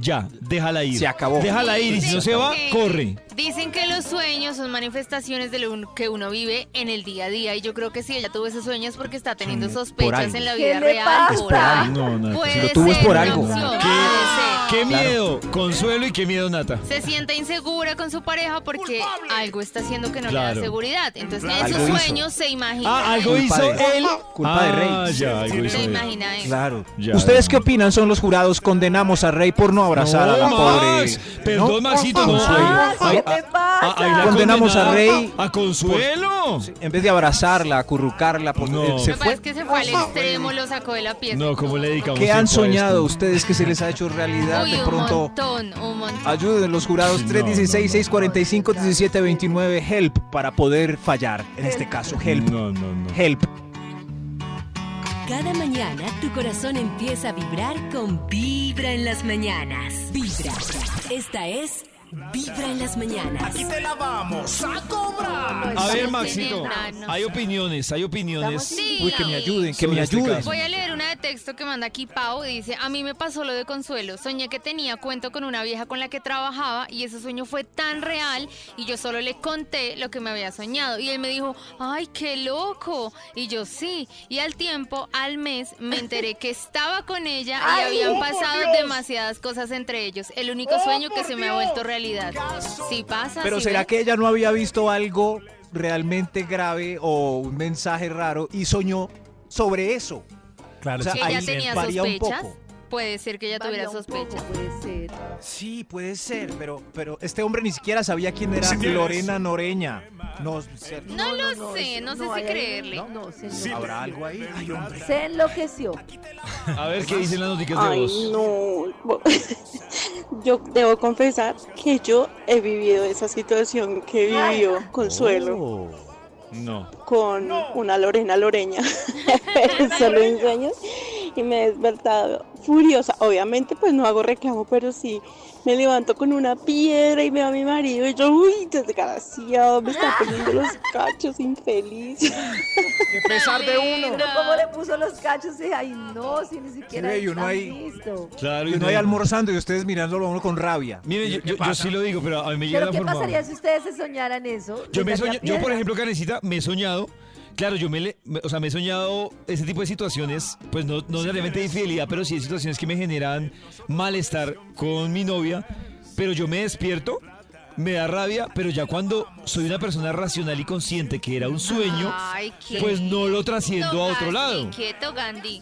[SPEAKER 2] ya, déjala ir.
[SPEAKER 4] Se acabó.
[SPEAKER 2] Déjala ir y si no se va,
[SPEAKER 3] que-
[SPEAKER 2] corre.
[SPEAKER 3] Dicen que los sueños son manifestaciones de lo un- que uno vive en el día a día y yo creo que si ella tuvo esos sueños es porque está teniendo sospechas
[SPEAKER 4] algo.
[SPEAKER 3] en la
[SPEAKER 5] ¿Qué
[SPEAKER 3] vida
[SPEAKER 5] le
[SPEAKER 3] real.
[SPEAKER 5] pasa?
[SPEAKER 3] por algo.
[SPEAKER 2] No, Nata, si
[SPEAKER 3] Puede
[SPEAKER 2] lo tuvo es
[SPEAKER 3] ser
[SPEAKER 2] por
[SPEAKER 3] una
[SPEAKER 2] algo.
[SPEAKER 3] opción,
[SPEAKER 2] ¿Qué?
[SPEAKER 3] puede ser.
[SPEAKER 2] Qué miedo, Consuelo, y qué miedo, Nata.
[SPEAKER 3] Se siente insegura con su pareja porque algo está haciendo que no le
[SPEAKER 2] Claro.
[SPEAKER 3] da seguridad. Entonces en
[SPEAKER 4] Algo
[SPEAKER 3] sus
[SPEAKER 4] hizo.
[SPEAKER 3] sueños se imagina.
[SPEAKER 2] Ah, algo
[SPEAKER 4] Culpa
[SPEAKER 2] hizo
[SPEAKER 4] de-
[SPEAKER 2] él.
[SPEAKER 4] Culpa de Rey.
[SPEAKER 2] Ah, ya, algo hizo
[SPEAKER 3] Se
[SPEAKER 2] él.
[SPEAKER 3] imagina eso.
[SPEAKER 4] Claro.
[SPEAKER 2] Ya.
[SPEAKER 4] ¿Ustedes qué opinan? Son los jurados. Condenamos a Rey por no abrazar a la
[SPEAKER 2] No,
[SPEAKER 4] pobre.
[SPEAKER 2] Max, Perdón, Maxito, no. Ah,
[SPEAKER 4] Consuelo.
[SPEAKER 5] Max,
[SPEAKER 2] Ay,
[SPEAKER 5] ¿qué
[SPEAKER 2] ay,
[SPEAKER 5] te
[SPEAKER 2] ay,
[SPEAKER 5] pasa?
[SPEAKER 2] ay, la
[SPEAKER 4] Condenamos a
[SPEAKER 2] condenada.
[SPEAKER 4] Rey.
[SPEAKER 2] A Consuelo.
[SPEAKER 4] En vez de abrazarla, acurrucarla, por- eh,
[SPEAKER 2] No.
[SPEAKER 4] se
[SPEAKER 3] Me parece
[SPEAKER 4] fue.
[SPEAKER 3] que se fue al extremo, lo sacó de la pieza.
[SPEAKER 2] No, ¿cómo le dedicamos
[SPEAKER 4] ¿Qué han
[SPEAKER 2] tiempo a
[SPEAKER 4] soñado
[SPEAKER 2] esto?
[SPEAKER 4] ustedes que se les ha hecho realidad?
[SPEAKER 3] Uy,
[SPEAKER 4] de
[SPEAKER 3] un
[SPEAKER 4] pronto.
[SPEAKER 3] montón, un montón.
[SPEAKER 4] Ayuden los jurados
[SPEAKER 2] No,
[SPEAKER 4] 316-645-1729 HELP para poder fallar. En este caso, HELP.
[SPEAKER 2] No, no, no.
[SPEAKER 4] HELP.
[SPEAKER 1] Cada mañana tu corazón empieza a vibrar con Vibra en las mañanas. Vibra. Esta es Vibra en las mañanas.
[SPEAKER 13] Aquí te la vamos a cobrar.
[SPEAKER 2] A ver,
[SPEAKER 3] Sí,
[SPEAKER 2] Maxito,
[SPEAKER 3] no, no.
[SPEAKER 2] hay opiniones, hay opiniones.
[SPEAKER 3] Sí.
[SPEAKER 4] Uy, que me ayuden, que
[SPEAKER 2] Sobre
[SPEAKER 4] me
[SPEAKER 2] este
[SPEAKER 4] ayuden.
[SPEAKER 2] caso.
[SPEAKER 3] Voy a leer una de texto que manda aquí Pau. y Dice, a mí me pasó lo de Consuelo. Soñé que tenía cuento con una vieja con la que trabajaba y ese sueño fue tan real y yo solo le conté lo que me había soñado. Y él me dijo, ay, qué loco. Y yo sí. Y al tiempo, al mes, me enteré que estaba con ella y
[SPEAKER 5] Ay,
[SPEAKER 3] habían
[SPEAKER 5] oh, por
[SPEAKER 3] pasado
[SPEAKER 5] Dios. Oh,
[SPEAKER 3] demasiadas cosas entre ellos. El único sueño que se me ha vuelto realidad. Sí pasa.
[SPEAKER 4] Pero
[SPEAKER 3] sí
[SPEAKER 4] ¿será
[SPEAKER 3] ven.
[SPEAKER 4] que ella no había visto algo realmente grave o un mensaje raro y soñó sobre eso?
[SPEAKER 2] Claro,
[SPEAKER 4] O sea,
[SPEAKER 3] que
[SPEAKER 4] ahí
[SPEAKER 3] ella tenía
[SPEAKER 4] varía un
[SPEAKER 3] sospechas?
[SPEAKER 4] poco.
[SPEAKER 3] Puede ser que ella tuviera sospechas.
[SPEAKER 5] Puede ser.
[SPEAKER 4] Sí, puede ser, pero, pero este hombre ni siquiera sabía quién era
[SPEAKER 13] Sí, tienes.
[SPEAKER 4] Lorena Noreña. No, ¿cierto?
[SPEAKER 3] No, lo sé, no, sé
[SPEAKER 5] hay algo-
[SPEAKER 3] si creerle.
[SPEAKER 5] No, no, se, enloqueció.
[SPEAKER 4] ¿Habrá algo ahí? Ay, hombre.
[SPEAKER 5] Se enloqueció.
[SPEAKER 2] A ver qué dicen las noticias de
[SPEAKER 20] Ay,
[SPEAKER 2] vos.
[SPEAKER 20] no. Yo debo confesar que yo he vivido esa situación que vivió Consuelo
[SPEAKER 2] No.
[SPEAKER 20] con una Lorena Loreña. Solo en sueños.
[SPEAKER 15] y me he despertado furiosa. Obviamente, pues no hago reclamo, pero sí me levanto con una piedra y veo a mi marido y yo, uy, desgraciado, me está poniendo los cachos, infeliz.
[SPEAKER 5] A pesar de uno. ¿Cómo le puso los cachos? Y, Ay, no, si ni siquiera
[SPEAKER 21] Sí, y uno
[SPEAKER 5] están
[SPEAKER 21] ahí-
[SPEAKER 5] listo.
[SPEAKER 2] Claro,
[SPEAKER 21] y no hay almorzando y ustedes mirándolo a uno con rabia.
[SPEAKER 2] Miren, yo, yo- yo sí lo digo, pero a mí me llega
[SPEAKER 5] ¿Pero
[SPEAKER 2] la
[SPEAKER 5] qué
[SPEAKER 2] forma.
[SPEAKER 5] pasaría si ustedes se soñaran eso?
[SPEAKER 2] Yo,
[SPEAKER 5] ¿Les
[SPEAKER 2] me
[SPEAKER 5] daría
[SPEAKER 2] soñé- yo, por
[SPEAKER 5] piedra?
[SPEAKER 2] ejemplo, Karencita, me he soñado. Claro, yo me, le- me- o sea, me he soñado ese tipo de situaciones, pues no, no necesariamente de infidelidad, pero sí de situaciones que me generan malestar con mi novia. Pero yo me despierto, me da rabia, pero ya cuando soy una persona racional y consciente que era un sueño,
[SPEAKER 3] Ay, qué
[SPEAKER 2] pues no lo trasciendo a otro
[SPEAKER 3] Gandhi,
[SPEAKER 2] lado.
[SPEAKER 3] Quieto, Gandhi.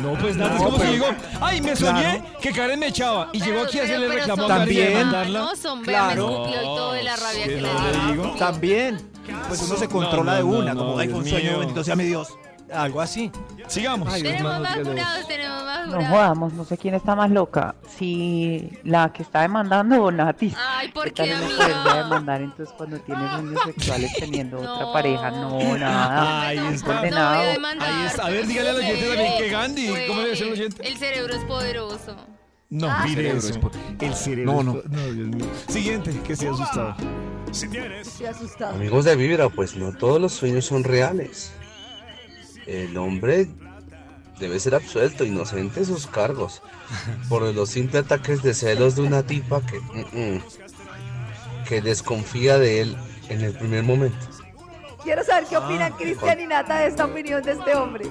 [SPEAKER 2] No, pues nada, es como si digo, ay, me soñé que Karen me echaba y llegó aquí a hacerle
[SPEAKER 3] pero
[SPEAKER 2] reclamo
[SPEAKER 3] son
[SPEAKER 2] a Karen y a
[SPEAKER 3] También.
[SPEAKER 2] demandarla.
[SPEAKER 3] No, son, vea, me escupió y todo de la rabia que le dio.
[SPEAKER 22] También. Pues uno se controla de una, como hay un sueño, bendito sea mi Dios. Algo así.
[SPEAKER 2] Sigamos.
[SPEAKER 3] Tenemos vacunados, tenemos
[SPEAKER 9] No
[SPEAKER 3] vacunados.
[SPEAKER 9] jodamos, no sé quién está más loca, si la que está demandando o Nati.
[SPEAKER 3] Ay, ¿por
[SPEAKER 9] ¿Qué
[SPEAKER 3] qué,
[SPEAKER 9] tal uno
[SPEAKER 3] amiga?
[SPEAKER 9] poderla demandar entonces cuando tiene sueños sexuales teniendo otra pareja? No, nada.
[SPEAKER 2] Ahí
[SPEAKER 9] Estás
[SPEAKER 2] está.
[SPEAKER 9] condenado.
[SPEAKER 2] Ahí está. A ver, dígale al oyente también que Gandhi. ¿Cómo le dice al oyente?
[SPEAKER 3] El cerebro es poderoso.
[SPEAKER 2] No,
[SPEAKER 3] Ah.
[SPEAKER 2] mire
[SPEAKER 23] Cerebro
[SPEAKER 2] eso.
[SPEAKER 23] es por-
[SPEAKER 2] El cerebro.
[SPEAKER 23] No,
[SPEAKER 2] es
[SPEAKER 23] no.
[SPEAKER 2] por- Dios mío. Siguiente, que estoy asustado.
[SPEAKER 23] Si tienes.
[SPEAKER 5] asustado.
[SPEAKER 14] Amigos de Vibra, pues no todos los sueños son reales. El hombre debe ser absuelto, inocente de sus cargos, por los simples ataques de celos de una tipa que, mm, mm, que desconfía de él en el primer momento.
[SPEAKER 5] Quiero saber qué
[SPEAKER 12] Ah,
[SPEAKER 5] opinan Cristian y Nata de esta opinión de este hombre.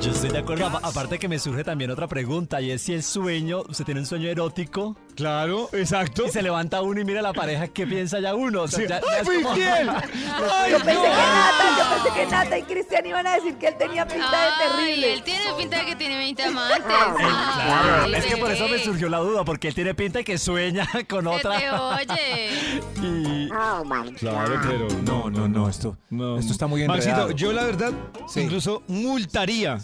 [SPEAKER 12] Yo estoy de acuerdo. Apa- Aparte que me surge también otra pregunta y es si el sueño, se tiene un sueño erótico.
[SPEAKER 2] Claro, exacto.
[SPEAKER 12] Y se levanta uno y mira a la pareja, ¿qué piensa ya uno? O sea,
[SPEAKER 5] Sí.
[SPEAKER 12] ya- ya
[SPEAKER 5] ¡Ay,
[SPEAKER 12] es
[SPEAKER 5] fui
[SPEAKER 12] como-
[SPEAKER 5] infiel!
[SPEAKER 12] Ay,
[SPEAKER 5] yo pensé
[SPEAKER 12] no.
[SPEAKER 5] que Nata, yo pensé que Nata y Cristian iban a decir que él tenía pinta de
[SPEAKER 3] Ay,
[SPEAKER 5] terrible.
[SPEAKER 3] él tiene pinta de que tiene 20 amantes.
[SPEAKER 12] Eh,
[SPEAKER 3] Ah,
[SPEAKER 12] Claro,
[SPEAKER 3] Ay,
[SPEAKER 12] es que por eso me
[SPEAKER 3] bebé.
[SPEAKER 12] surgió la duda, porque él tiene pinta de que sueña con
[SPEAKER 3] Se te
[SPEAKER 12] otra.
[SPEAKER 3] oye.
[SPEAKER 12] Y-
[SPEAKER 2] Claro, pero
[SPEAKER 21] no, no, no, esto, esto está muy enredado.
[SPEAKER 2] Maxito, yo la verdad incluso multaría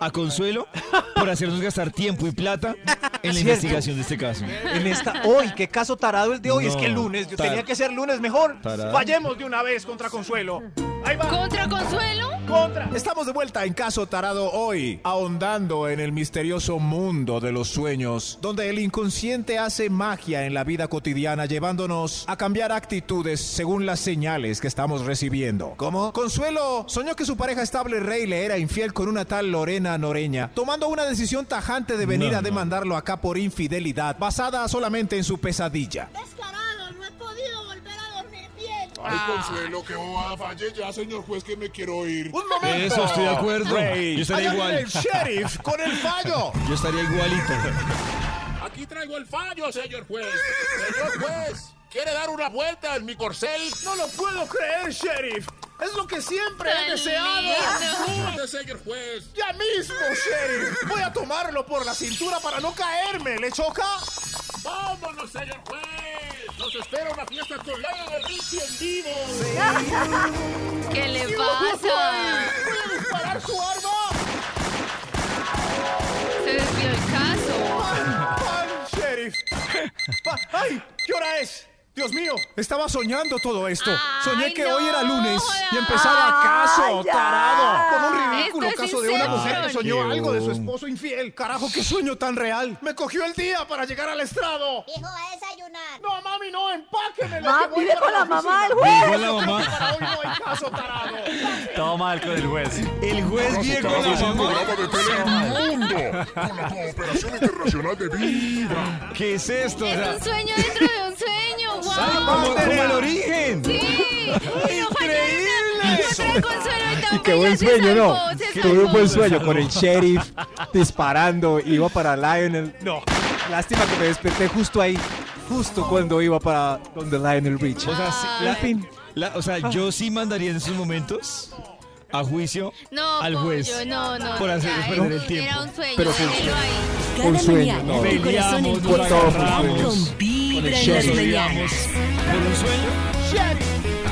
[SPEAKER 2] a Consuelo por hacernos gastar tiempo y plata en la
[SPEAKER 22] Cierto.
[SPEAKER 2] investigación de este caso.
[SPEAKER 22] En esta hoy, qué caso tarado el de hoy, es que el
[SPEAKER 2] No,
[SPEAKER 22] lunes, yo
[SPEAKER 2] tar-
[SPEAKER 22] tenía que ser lunes mejor.
[SPEAKER 2] tarado.
[SPEAKER 22] Vayamos de una vez contra Consuelo. Ahí va.
[SPEAKER 3] ¿Contra Consuelo?
[SPEAKER 22] Contra.
[SPEAKER 4] Estamos de vuelta en Caso Tarado hoy, ahondando en el misterioso mundo de los sueños, donde el inconsciente hace magia en la vida cotidiana, llevándonos a cambiar actitudes según las señales que estamos recibiendo. ¿Cómo? Consuelo soñó que su pareja estable Rey le era infiel con una tal Lorena Noreña, tomando una decisión tajante de venir
[SPEAKER 2] No,
[SPEAKER 4] a
[SPEAKER 2] no.
[SPEAKER 4] demandarlo acá por infidelidad, basada solamente en su pesadilla.
[SPEAKER 6] Descarado, no he podido volver a dormir bien. Ay,
[SPEAKER 4] Ah.
[SPEAKER 6] Consuelo, qué bobada. Falle ya, señor juez, que me quiero ir.
[SPEAKER 4] ¡Un momento!
[SPEAKER 2] Eso, estoy de acuerdo.
[SPEAKER 4] Rey,
[SPEAKER 2] Yo estaría
[SPEAKER 4] allá viene
[SPEAKER 2] igual.
[SPEAKER 4] el sheriff con el fallo.
[SPEAKER 2] Yo estaría igualito.
[SPEAKER 6] Aquí traigo el fallo, señor juez. Señor juez, ¿quiere dar una vuelta en mi corcel?
[SPEAKER 4] No lo puedo creer, sheriff. Es lo que siempre
[SPEAKER 6] Tan
[SPEAKER 4] he deseado.
[SPEAKER 6] lindo. Apúrate, señor juez.
[SPEAKER 4] Ya mismo, sheriff. Voy a tomarlo por la cintura para no caerme. ¿Le choca?
[SPEAKER 6] ¡Vámonos, señor juez! ¡Nos espera una fiesta con Lalo de Richie en vivo!
[SPEAKER 3] ¿Qué le pasa?
[SPEAKER 6] ¡Voy a disparar su arma!
[SPEAKER 3] Se desvió el caso.
[SPEAKER 4] ¡Ay, sheriff! Pa- ¡Ay! ¿Qué hora es? Dios mío, estaba soñando todo esto. Soñé que hoy era lunes y empezaba caso,
[SPEAKER 6] ya.
[SPEAKER 4] tarado. Como un
[SPEAKER 6] Esto
[SPEAKER 4] ridículo
[SPEAKER 6] es
[SPEAKER 4] caso de una
[SPEAKER 6] inception.
[SPEAKER 4] mujer que
[SPEAKER 6] Qué
[SPEAKER 4] soñó algo de su
[SPEAKER 6] bobo.
[SPEAKER 4] esposo infiel. Carajo, qué sueño tan real. Me cogió el día para llegar al estrado.
[SPEAKER 6] ¡Hijo, a desayunar! ¡No, mami, no! ¡Empáqueme!
[SPEAKER 4] Mami, ve con la mamá del juez.
[SPEAKER 12] Llegó la mamá.
[SPEAKER 6] ¡Para hoy no hay caso, tarado!
[SPEAKER 12] Todo mal con el juez. El
[SPEAKER 2] juez
[SPEAKER 12] Diego
[SPEAKER 2] estamos
[SPEAKER 12] mamá.
[SPEAKER 6] Internacional de Vibra.
[SPEAKER 2] ¿Qué es esto? O sea,
[SPEAKER 3] Es un sueño dentro de un sueño.
[SPEAKER 2] ¿saben
[SPEAKER 3] ¡Wow!
[SPEAKER 2] cómo- cómo el origen.
[SPEAKER 3] Sí. Y no falló nada. Contra Consuelo y
[SPEAKER 22] Y
[SPEAKER 3] Taupe,
[SPEAKER 22] qué buen
[SPEAKER 3] ya se
[SPEAKER 22] sueño, ¿no?
[SPEAKER 3] salvó, se
[SPEAKER 22] Tuve un buen
[SPEAKER 3] salvó.
[SPEAKER 22] sueño con el sheriff disparando, iba para Lionel. No, lástima que me desperté justo ahí, justo cuando iba para donde Lionel Richie.
[SPEAKER 2] O sea, sí,
[SPEAKER 22] En
[SPEAKER 3] Ah.
[SPEAKER 22] fin.
[SPEAKER 2] la- la- o sea, yo sí mandaría en esos momentos a juicio
[SPEAKER 3] No,
[SPEAKER 2] al juez
[SPEAKER 3] pollo, no, no,
[SPEAKER 2] por
[SPEAKER 3] no,
[SPEAKER 2] hacer
[SPEAKER 3] ya,
[SPEAKER 2] perder
[SPEAKER 3] era-
[SPEAKER 2] el tiempo.
[SPEAKER 3] era un sueño, Pero fue un déjelo sueño.
[SPEAKER 1] Cada
[SPEAKER 2] Un sueño,
[SPEAKER 1] mañana
[SPEAKER 2] no.
[SPEAKER 1] tu corazón
[SPEAKER 2] Peleamos,
[SPEAKER 1] empieza
[SPEAKER 2] nos
[SPEAKER 1] a
[SPEAKER 2] agarramos.
[SPEAKER 1] vibrar con
[SPEAKER 2] Con el
[SPEAKER 1] vibra en las
[SPEAKER 2] sheriff.
[SPEAKER 1] mañanas.
[SPEAKER 2] ¿Por un sueño?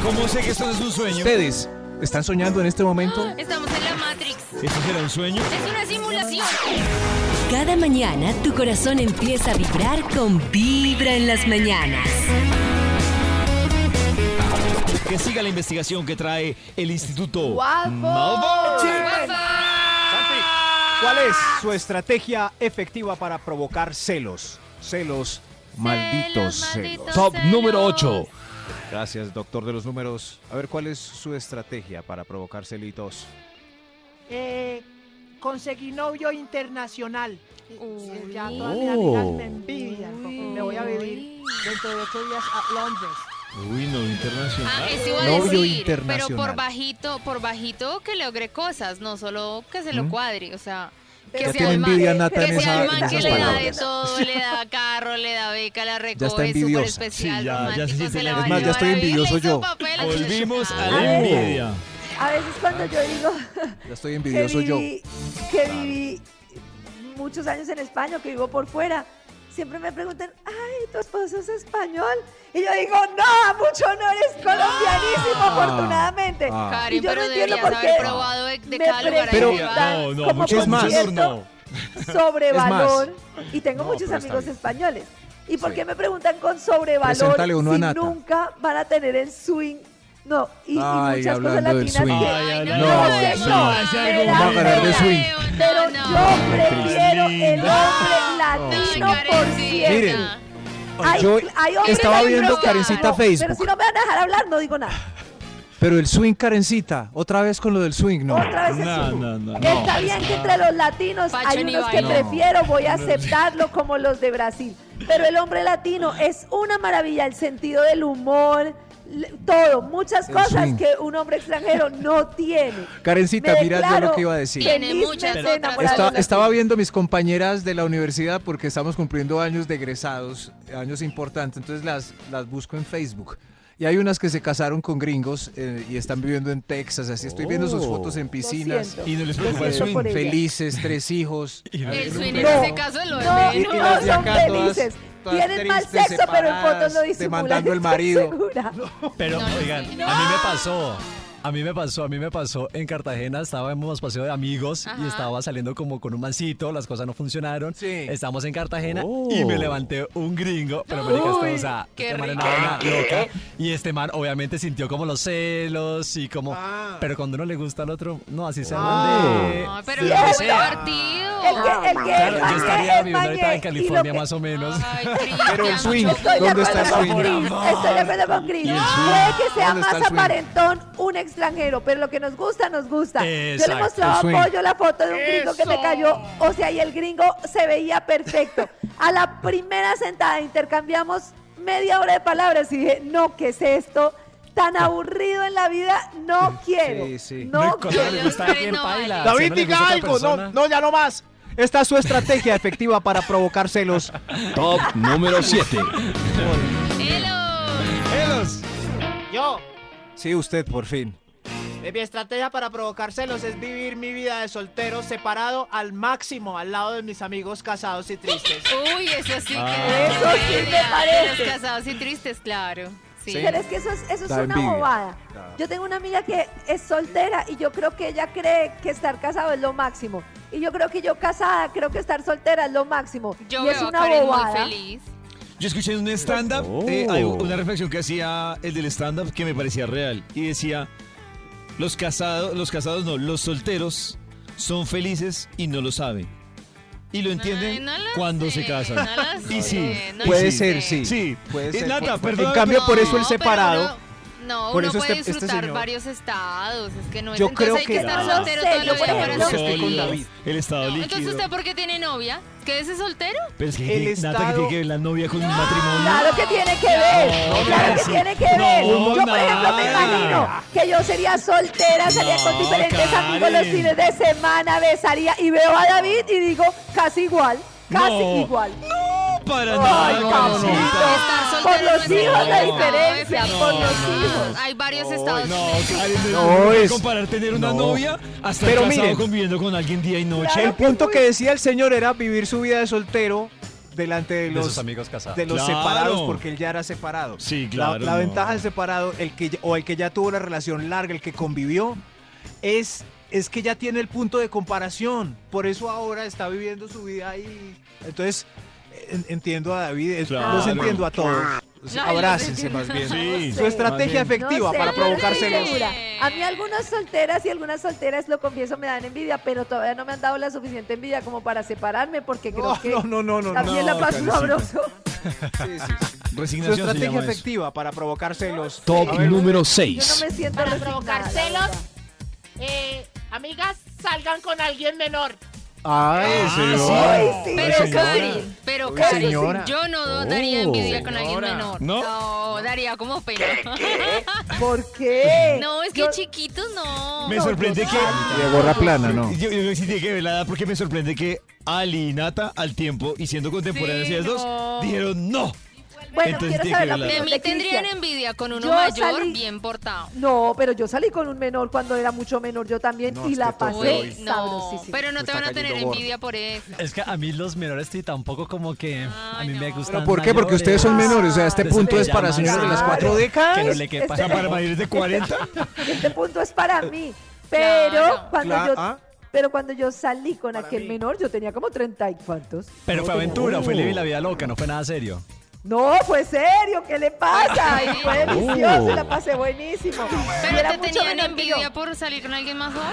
[SPEAKER 2] ¿Cómo sé que esto no es un sueño?
[SPEAKER 22] ¿Ustedes están soñando en este momento?
[SPEAKER 3] Estamos en la Matrix.
[SPEAKER 2] ¿Esto será un sueño?
[SPEAKER 3] Es una simulación.
[SPEAKER 1] Cada mañana tu corazón empieza a vibrar con vibra en las mañanas.
[SPEAKER 2] Que siga la investigación que trae el Instituto
[SPEAKER 5] ¡Guapo!
[SPEAKER 2] Malvar.
[SPEAKER 5] ¡Chévere!
[SPEAKER 4] ¿Cuál es su estrategia efectiva para provocar celos? Celos, malditos celos.
[SPEAKER 2] malditos Top celos. número
[SPEAKER 4] 8. Gracias, doctor de los números. A ver, ¿cuál es su estrategia para provocar celitos?
[SPEAKER 9] Eh, conseguí novio internacional. Eh, Ya todas mis
[SPEAKER 4] Oh.
[SPEAKER 9] amigas me envidian. porque Me voy a vivir dentro de ocho días a Londres.
[SPEAKER 2] Uy, no, internacional.
[SPEAKER 3] Ah, eso iba a decir, pero por bajito, por bajito que logre cosas, no solo que se lo
[SPEAKER 4] ¿Mm?
[SPEAKER 3] cuadre, o sea, que
[SPEAKER 4] Ya
[SPEAKER 3] sea
[SPEAKER 4] tiene
[SPEAKER 3] el man,
[SPEAKER 4] envidia Nata
[SPEAKER 3] que
[SPEAKER 4] en
[SPEAKER 3] sea el
[SPEAKER 4] esa-
[SPEAKER 3] man
[SPEAKER 4] en
[SPEAKER 3] que
[SPEAKER 4] esas
[SPEAKER 3] le da de
[SPEAKER 4] palabras.
[SPEAKER 3] todo, le da carro, le da beca, la recoge, súper
[SPEAKER 4] envidiosa.
[SPEAKER 3] especial,
[SPEAKER 4] Sí, ya- ya se
[SPEAKER 3] romántico,
[SPEAKER 4] siente
[SPEAKER 3] se la
[SPEAKER 4] la-
[SPEAKER 3] va a
[SPEAKER 4] Es más, ya
[SPEAKER 3] llevar
[SPEAKER 4] estoy
[SPEAKER 3] a vivir, le
[SPEAKER 4] envidioso
[SPEAKER 3] hizo
[SPEAKER 4] yo.
[SPEAKER 3] papeles.
[SPEAKER 2] Volvimos a
[SPEAKER 5] A
[SPEAKER 2] la
[SPEAKER 5] ver.
[SPEAKER 2] envidia.
[SPEAKER 5] A veces cuando yo digo
[SPEAKER 4] Ya estoy
[SPEAKER 5] que
[SPEAKER 4] envidioso yo.
[SPEAKER 5] viví, que viví muchos años en España, que vivo por fuera, siempre me preguntan, ay, tu esposo es español. Y yo digo, no, mucho honor, es colombianísimo,
[SPEAKER 4] Ah,
[SPEAKER 5] afortunadamente.
[SPEAKER 4] ah.
[SPEAKER 5] Y yo
[SPEAKER 3] Karen,
[SPEAKER 5] no entiendo
[SPEAKER 3] pero deberías
[SPEAKER 5] por
[SPEAKER 3] haber
[SPEAKER 5] qué
[SPEAKER 3] probado de, de
[SPEAKER 5] me
[SPEAKER 3] cada lugar.
[SPEAKER 5] Pero-
[SPEAKER 3] a llegar.
[SPEAKER 5] No, no, como mucho- por mucho cierto- honor sobrevalor. Y tengo
[SPEAKER 4] No,
[SPEAKER 5] muchos
[SPEAKER 4] pero está
[SPEAKER 5] amigos
[SPEAKER 4] bien.
[SPEAKER 5] españoles. ¿Y por
[SPEAKER 4] Sí.
[SPEAKER 5] qué me preguntan con sobrevalor
[SPEAKER 4] Preséntale uno a
[SPEAKER 5] si
[SPEAKER 4] Nata.
[SPEAKER 5] nunca van a tener el swing? No, y, y
[SPEAKER 4] Ay,
[SPEAKER 5] muchas cosas
[SPEAKER 4] hablando del
[SPEAKER 5] latinas
[SPEAKER 4] swing.
[SPEAKER 5] que...
[SPEAKER 4] Ay,
[SPEAKER 5] no,
[SPEAKER 4] no, no,
[SPEAKER 5] sé,
[SPEAKER 4] no,
[SPEAKER 5] no,
[SPEAKER 4] no,
[SPEAKER 5] me da
[SPEAKER 4] no, va a ganar de
[SPEAKER 5] pena,
[SPEAKER 4] swing.
[SPEAKER 5] Pero yo prefiero el hombre latino por cierto.
[SPEAKER 4] Miren,
[SPEAKER 5] Hay,
[SPEAKER 4] yo
[SPEAKER 5] hay hombres
[SPEAKER 4] estaba
[SPEAKER 5] ahí
[SPEAKER 4] viendo
[SPEAKER 5] brotando,
[SPEAKER 4] Karencita
[SPEAKER 5] Pero
[SPEAKER 4] Facebook.
[SPEAKER 5] si no me van a dejar hablar, no digo nada.
[SPEAKER 4] Pero el swing, Karencita, otra vez con lo del swing, ¿no?
[SPEAKER 5] Otra vez el No, swing. Está bien que entre los latinos
[SPEAKER 3] Pacho
[SPEAKER 5] hay
[SPEAKER 3] ni
[SPEAKER 5] unos que
[SPEAKER 4] baila.
[SPEAKER 5] prefiero, voy a aceptarlo como los de Brasil. Pero el hombre latino es una maravilla, el sentido del humor, le- todo, muchas
[SPEAKER 4] El
[SPEAKER 5] cosas
[SPEAKER 4] swing.
[SPEAKER 5] que un hombre extranjero no tiene.
[SPEAKER 4] Karencita,
[SPEAKER 5] Me
[SPEAKER 4] mira yo
[SPEAKER 5] declaro
[SPEAKER 4] lo que iba a decir.
[SPEAKER 5] Tiene felizmente muchas otras enamorada
[SPEAKER 4] Esta-
[SPEAKER 5] de un
[SPEAKER 4] estaba viendo mis compañeras de la universidad porque estamos cumpliendo años de egresados, años importantes, entonces las, las busco en Facebook. Y hay unas que se casaron con gringos eh, y están viviendo en Texas, así estoy viendo sus
[SPEAKER 2] Oh.
[SPEAKER 4] fotos en
[SPEAKER 2] Lo
[SPEAKER 4] piscinas.
[SPEAKER 2] siento. Y no les Lo preocupa el siento swing. por ella.
[SPEAKER 4] Felices, tres hijos.
[SPEAKER 3] El swing en
[SPEAKER 4] No.
[SPEAKER 3] ese caso es lo de
[SPEAKER 5] No,
[SPEAKER 3] menos.
[SPEAKER 4] Y las de
[SPEAKER 5] son
[SPEAKER 4] acá todas-
[SPEAKER 5] felices.
[SPEAKER 4] todas
[SPEAKER 5] Tienen mal
[SPEAKER 4] tristes,
[SPEAKER 5] sexo, pero en fotos no
[SPEAKER 4] separadas,
[SPEAKER 5] disimulan.
[SPEAKER 4] demandando al
[SPEAKER 5] estoy
[SPEAKER 4] marido.
[SPEAKER 5] segura.
[SPEAKER 12] Pero, oigan, a mí me pasó. A mí me pasó, a mí me pasó en Cartagena, estábamos paseo de amigos
[SPEAKER 2] Ajá.
[SPEAKER 12] y estaba saliendo como con un mancito, las cosas no funcionaron. Estamos en Cartagena
[SPEAKER 2] Oh.
[SPEAKER 12] y me levanté un gringo, pero marica, esto,
[SPEAKER 2] Uy,
[SPEAKER 12] o sea,
[SPEAKER 2] qué
[SPEAKER 12] este man
[SPEAKER 2] rico.
[SPEAKER 12] era una
[SPEAKER 2] ¿Qué?
[SPEAKER 12] loca. Y este man obviamente sintió como los celos y como,
[SPEAKER 2] Ah.
[SPEAKER 12] pero cuando uno le gusta al otro, no, así se hablan de...
[SPEAKER 3] No, pero
[SPEAKER 12] de
[SPEAKER 3] lo
[SPEAKER 12] lo que
[SPEAKER 3] que
[SPEAKER 12] sea.
[SPEAKER 3] partido.
[SPEAKER 5] El
[SPEAKER 4] Ah,
[SPEAKER 5] que- el que-
[SPEAKER 12] Claro,
[SPEAKER 5] el que-
[SPEAKER 12] yo estaría
[SPEAKER 5] el
[SPEAKER 12] viviendo ahorita
[SPEAKER 5] mañé
[SPEAKER 12] en
[SPEAKER 5] y lo
[SPEAKER 12] California
[SPEAKER 5] que-
[SPEAKER 12] más o menos.
[SPEAKER 4] Pero el swing,
[SPEAKER 5] Estoy de
[SPEAKER 4] ¿dónde está el
[SPEAKER 5] acuerdo con
[SPEAKER 4] swing?
[SPEAKER 5] Chris, Estoy de acuerdo con Chris.
[SPEAKER 4] Y el
[SPEAKER 5] Puede
[SPEAKER 4] swing.
[SPEAKER 5] que sea
[SPEAKER 4] ¿Dónde está
[SPEAKER 5] más
[SPEAKER 4] el swing?
[SPEAKER 5] aparentón un extranjero, pero lo que nos gusta, nos gusta. Yo
[SPEAKER 4] Exacto,
[SPEAKER 5] le
[SPEAKER 4] el
[SPEAKER 5] mostraba a
[SPEAKER 4] swing.
[SPEAKER 5] Pollo la foto de un gringo que me
[SPEAKER 3] Eso.
[SPEAKER 5] cayó. O sea, y el gringo se veía perfecto. A la primera sentada intercambiamos media hora de palabras y dije, no, ¿qué es esto? Tan aburrido en la vida, no quiero. No quiero.
[SPEAKER 4] David, diga algo. No, no, ya no más. Esta es su estrategia efectiva para provocar celos. Top número 7.
[SPEAKER 9] Yo,
[SPEAKER 4] Sí, usted, por fin.
[SPEAKER 9] eh, mi estrategia para provocar celos es vivir mi vida de soltero separado al máximo al lado de mis amigos casados y tristes.
[SPEAKER 3] Uy, eso sí que.
[SPEAKER 9] Ah. Eso sí me
[SPEAKER 3] Idea de
[SPEAKER 9] parece.
[SPEAKER 3] Los casados y tristes, claro. Sí.
[SPEAKER 5] Pero es que eso es, eso es
[SPEAKER 3] Da
[SPEAKER 5] una
[SPEAKER 3] envidia.
[SPEAKER 5] bobada. Yo tengo una amiga que es soltera y yo creo que ella cree que estar casado es lo máximo. Y yo creo que yo casada creo que estar soltera es lo máximo.
[SPEAKER 3] Yo
[SPEAKER 5] y es
[SPEAKER 3] veo a
[SPEAKER 5] una
[SPEAKER 3] Karen muy
[SPEAKER 5] bobada.
[SPEAKER 3] feliz.
[SPEAKER 2] Yo escuché en un stand-up
[SPEAKER 4] Oh.
[SPEAKER 2] eh, hay una reflexión que hacía el del stand-up que me parecía real. Y decía, los casados, los casados no, los solteros son felices y no lo saben. Y lo entienden cuando se casan.
[SPEAKER 3] no lo
[SPEAKER 2] y sí,
[SPEAKER 3] sé, no
[SPEAKER 2] y
[SPEAKER 4] Puede
[SPEAKER 2] sí.
[SPEAKER 4] ser, sí.
[SPEAKER 2] Sí.
[SPEAKER 4] Puede
[SPEAKER 2] Eh,
[SPEAKER 4] ser,
[SPEAKER 2] Nata,
[SPEAKER 4] puede ser.
[SPEAKER 2] perdóname,
[SPEAKER 4] En cambio,
[SPEAKER 2] pero-
[SPEAKER 4] por eso el
[SPEAKER 3] No, pero
[SPEAKER 4] separado.
[SPEAKER 3] uno- no,
[SPEAKER 4] por
[SPEAKER 3] uno
[SPEAKER 4] eso
[SPEAKER 3] puede
[SPEAKER 4] este- este
[SPEAKER 3] disfrutar
[SPEAKER 4] señor-
[SPEAKER 3] varios estados. Es que no es
[SPEAKER 4] Yo
[SPEAKER 3] entonces
[SPEAKER 4] creo
[SPEAKER 3] hay que,
[SPEAKER 4] que-
[SPEAKER 3] estar
[SPEAKER 4] No,
[SPEAKER 3] soltero
[SPEAKER 5] sé,
[SPEAKER 3] toda la
[SPEAKER 5] yo, por
[SPEAKER 3] vida para
[SPEAKER 5] ejemplo,
[SPEAKER 3] ser
[SPEAKER 5] estoy con
[SPEAKER 3] feliz.
[SPEAKER 2] David. El estado líquido.
[SPEAKER 3] Entonces, ¿usted por qué tiene novia? ¿Quédese soltero?
[SPEAKER 2] Pero es que,
[SPEAKER 4] El
[SPEAKER 2] tiene- Nata, que
[SPEAKER 4] estado-
[SPEAKER 2] tiene que ver la novia con un matrimonio.
[SPEAKER 5] Claro que tiene que ver,
[SPEAKER 2] No,
[SPEAKER 5] claro que
[SPEAKER 2] sí.
[SPEAKER 5] tiene que ver.
[SPEAKER 2] No,
[SPEAKER 5] yo, por ejemplo, me
[SPEAKER 2] nada.
[SPEAKER 5] imagino que yo sería soltera, salía con
[SPEAKER 2] No,
[SPEAKER 5] diferentes amigos los
[SPEAKER 2] Karen.
[SPEAKER 5] fines de semana, besaría y veo a David y digo, casi igual, casi
[SPEAKER 2] No.
[SPEAKER 5] igual.
[SPEAKER 2] Para
[SPEAKER 5] Ay, papito.
[SPEAKER 2] nada, Karencita.
[SPEAKER 3] Estar Ah, soltero
[SPEAKER 5] Por los
[SPEAKER 3] no es
[SPEAKER 5] hijos la
[SPEAKER 3] enemigo,
[SPEAKER 5] diferencia,
[SPEAKER 3] no,
[SPEAKER 5] por
[SPEAKER 3] no,
[SPEAKER 5] los
[SPEAKER 3] no.
[SPEAKER 5] hijos.
[SPEAKER 3] Hay varios estados.
[SPEAKER 2] No,
[SPEAKER 3] felices.
[SPEAKER 2] Karen,
[SPEAKER 4] No,
[SPEAKER 2] no, no,
[SPEAKER 4] es-
[SPEAKER 2] comparar tener una
[SPEAKER 4] no.
[SPEAKER 2] novia hasta
[SPEAKER 4] Pero
[SPEAKER 2] casado
[SPEAKER 4] miren.
[SPEAKER 2] conviviendo con alguien día y noche.
[SPEAKER 4] el punto que decía el señor era vivir su vida de soltero delante de
[SPEAKER 12] De
[SPEAKER 4] los
[SPEAKER 12] sus amigos casados.
[SPEAKER 4] de los
[SPEAKER 12] Claro.
[SPEAKER 4] separados porque él ya era separado.
[SPEAKER 2] Sí,
[SPEAKER 4] La-
[SPEAKER 2] claro,
[SPEAKER 4] La,
[SPEAKER 2] no.
[SPEAKER 4] ventaja del separado, el que ya- o el que ya tuvo una relación larga, el que convivió, es es que ya tiene el punto de comparación. Por eso ahora está viviendo su vida ahí. Entonces en- entiendo a David, es-
[SPEAKER 2] Claro.
[SPEAKER 4] los entiendo a todos.
[SPEAKER 5] No,
[SPEAKER 4] abrácense más bien.
[SPEAKER 5] Sí.
[SPEAKER 4] Su estrategia
[SPEAKER 5] Más bien.
[SPEAKER 4] efectiva
[SPEAKER 5] No sé,
[SPEAKER 4] para
[SPEAKER 5] yo no estoy
[SPEAKER 4] provocar celos.
[SPEAKER 5] segura. A mí algunas solteras y algunas solteras, lo confieso, me dan envidia, pero todavía no me han dado la suficiente envidia como para separarme porque creo que
[SPEAKER 4] no, no, no,
[SPEAKER 5] también
[SPEAKER 4] no,
[SPEAKER 5] la paso
[SPEAKER 4] Karencita.
[SPEAKER 5] sabroso.
[SPEAKER 4] Su
[SPEAKER 2] Resignación se
[SPEAKER 4] estrategia
[SPEAKER 2] llama eso.
[SPEAKER 4] efectiva para provocar celos.
[SPEAKER 12] Top
[SPEAKER 4] A ver,
[SPEAKER 12] número
[SPEAKER 5] Yo no
[SPEAKER 12] 6.
[SPEAKER 5] me siento
[SPEAKER 9] Para
[SPEAKER 5] resignada,
[SPEAKER 9] provocar
[SPEAKER 5] la
[SPEAKER 9] celos,
[SPEAKER 5] verdad.
[SPEAKER 9] eh, amigas, salgan con alguien menor.
[SPEAKER 4] Ay, señora.
[SPEAKER 9] Ay,
[SPEAKER 4] Ah, Ay,
[SPEAKER 3] Pero
[SPEAKER 4] señora.
[SPEAKER 3] Karen, pero
[SPEAKER 4] Uy,
[SPEAKER 3] Karen,
[SPEAKER 4] señora.
[SPEAKER 3] yo no
[SPEAKER 4] Oh,
[SPEAKER 3] daría envidia con alguien
[SPEAKER 4] señora.
[SPEAKER 3] menor.
[SPEAKER 4] ¿No?
[SPEAKER 3] daría como pena.
[SPEAKER 5] ¿Por qué?
[SPEAKER 3] No, es que
[SPEAKER 5] Yo-
[SPEAKER 3] chiquitos no.
[SPEAKER 2] Me sorprende que.
[SPEAKER 4] De gorra plana, ¿no?
[SPEAKER 2] Yo, yo sí tiene que velada porque me sorprende que Ali y Nata, al tiempo y siendo contemporáneas
[SPEAKER 3] Sí,
[SPEAKER 2] ellas
[SPEAKER 3] no.
[SPEAKER 2] dos, dijeron no.
[SPEAKER 5] Bueno,
[SPEAKER 2] Entonces
[SPEAKER 5] quiero
[SPEAKER 2] tiene
[SPEAKER 5] saber
[SPEAKER 2] que
[SPEAKER 5] la
[SPEAKER 2] velar.
[SPEAKER 3] De
[SPEAKER 5] opinión
[SPEAKER 3] mí
[SPEAKER 5] de
[SPEAKER 3] tendrían
[SPEAKER 5] Cristian.
[SPEAKER 3] envidia con uno
[SPEAKER 5] Yo
[SPEAKER 3] mayor
[SPEAKER 5] salí-
[SPEAKER 3] bien portado.
[SPEAKER 5] No, pero yo salí con un menor cuando era mucho menor, yo también,
[SPEAKER 12] No,
[SPEAKER 5] y
[SPEAKER 12] es
[SPEAKER 5] la
[SPEAKER 12] que todo
[SPEAKER 5] pasé
[SPEAKER 12] hoy-
[SPEAKER 3] No,
[SPEAKER 5] sabrosísima.
[SPEAKER 3] pero no
[SPEAKER 12] Me
[SPEAKER 3] te
[SPEAKER 12] está
[SPEAKER 3] van a tener
[SPEAKER 12] cayendo gordo.
[SPEAKER 3] envidia por eso.
[SPEAKER 12] Es que a mí los menores sí tampoco como que a mí me gustan.
[SPEAKER 4] ¿Pero por qué? Porque ustedes son menores, o sea, este punto es para señores de las cuatro décadas.
[SPEAKER 12] Que no le quepa.
[SPEAKER 4] O sea, para mayores de 40.
[SPEAKER 5] Este punto es para mí, pero
[SPEAKER 3] Claro.
[SPEAKER 5] cuando
[SPEAKER 4] Cla-
[SPEAKER 5] yo...
[SPEAKER 4] ah.
[SPEAKER 5] Pero cuando yo salí con aquel menor, yo tenía como 30 y cuantos.
[SPEAKER 12] Pero
[SPEAKER 5] No,
[SPEAKER 12] fue
[SPEAKER 5] tenía-
[SPEAKER 12] aventura, fue Levi la vida loca, no fue nada serio.
[SPEAKER 5] No, fue serio, ¿qué le pasa? Y fue delicioso,
[SPEAKER 3] Uh.
[SPEAKER 5] y la pasé buenísimo. Y
[SPEAKER 3] ¿Pero
[SPEAKER 5] era
[SPEAKER 3] te
[SPEAKER 5] mucho
[SPEAKER 3] tenían
[SPEAKER 5] menor que yo.
[SPEAKER 3] envidia por salir con alguien más joven?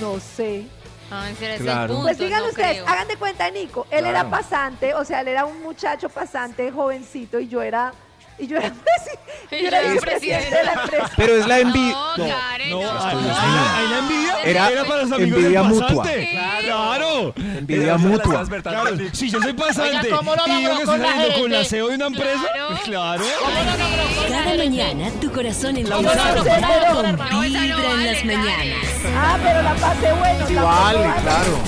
[SPEAKER 5] No sé.
[SPEAKER 3] Ah, en serio, ese
[SPEAKER 4] Claro.
[SPEAKER 3] punto,
[SPEAKER 5] Pues digan
[SPEAKER 3] no
[SPEAKER 5] ustedes,
[SPEAKER 3] creo.
[SPEAKER 5] hagan de cuenta, Nico, él era
[SPEAKER 4] Claro.
[SPEAKER 5] pasante, o sea, él era un muchacho pasante, jovencito, y yo era... Y yo era, presi-
[SPEAKER 3] Y
[SPEAKER 5] yo era
[SPEAKER 3] yo era
[SPEAKER 5] vicepresidente
[SPEAKER 3] presidenta.
[SPEAKER 5] de la empresa.
[SPEAKER 4] Pero es la envidia.
[SPEAKER 3] No, Karen,
[SPEAKER 2] No,
[SPEAKER 3] no.
[SPEAKER 2] ahí la, ahí la envidia
[SPEAKER 4] Ah, Era
[SPEAKER 2] era, para los amigos
[SPEAKER 4] envidia
[SPEAKER 2] del
[SPEAKER 4] mutua.
[SPEAKER 2] pasante. Claro.
[SPEAKER 4] Envidia mutua.
[SPEAKER 2] Claro, si yo soy pasante
[SPEAKER 9] Oiga, ¿cómo lo
[SPEAKER 2] y digo
[SPEAKER 9] logró
[SPEAKER 2] que
[SPEAKER 9] con
[SPEAKER 2] estoy
[SPEAKER 9] la
[SPEAKER 2] saliendo
[SPEAKER 9] gente?
[SPEAKER 2] con la CEO de una empresa, claro.
[SPEAKER 1] Cada mañana tu corazón
[SPEAKER 5] Ahora
[SPEAKER 1] enlaza
[SPEAKER 5] ustedes,
[SPEAKER 1] con
[SPEAKER 3] No, esa no
[SPEAKER 1] vibra en
[SPEAKER 3] vale,
[SPEAKER 1] las
[SPEAKER 3] Karen.
[SPEAKER 1] mañanas.
[SPEAKER 5] Ah, pero la pasé bueno.
[SPEAKER 4] Sí,
[SPEAKER 5] la pasé
[SPEAKER 4] vale,
[SPEAKER 5] bueno.
[SPEAKER 4] claro.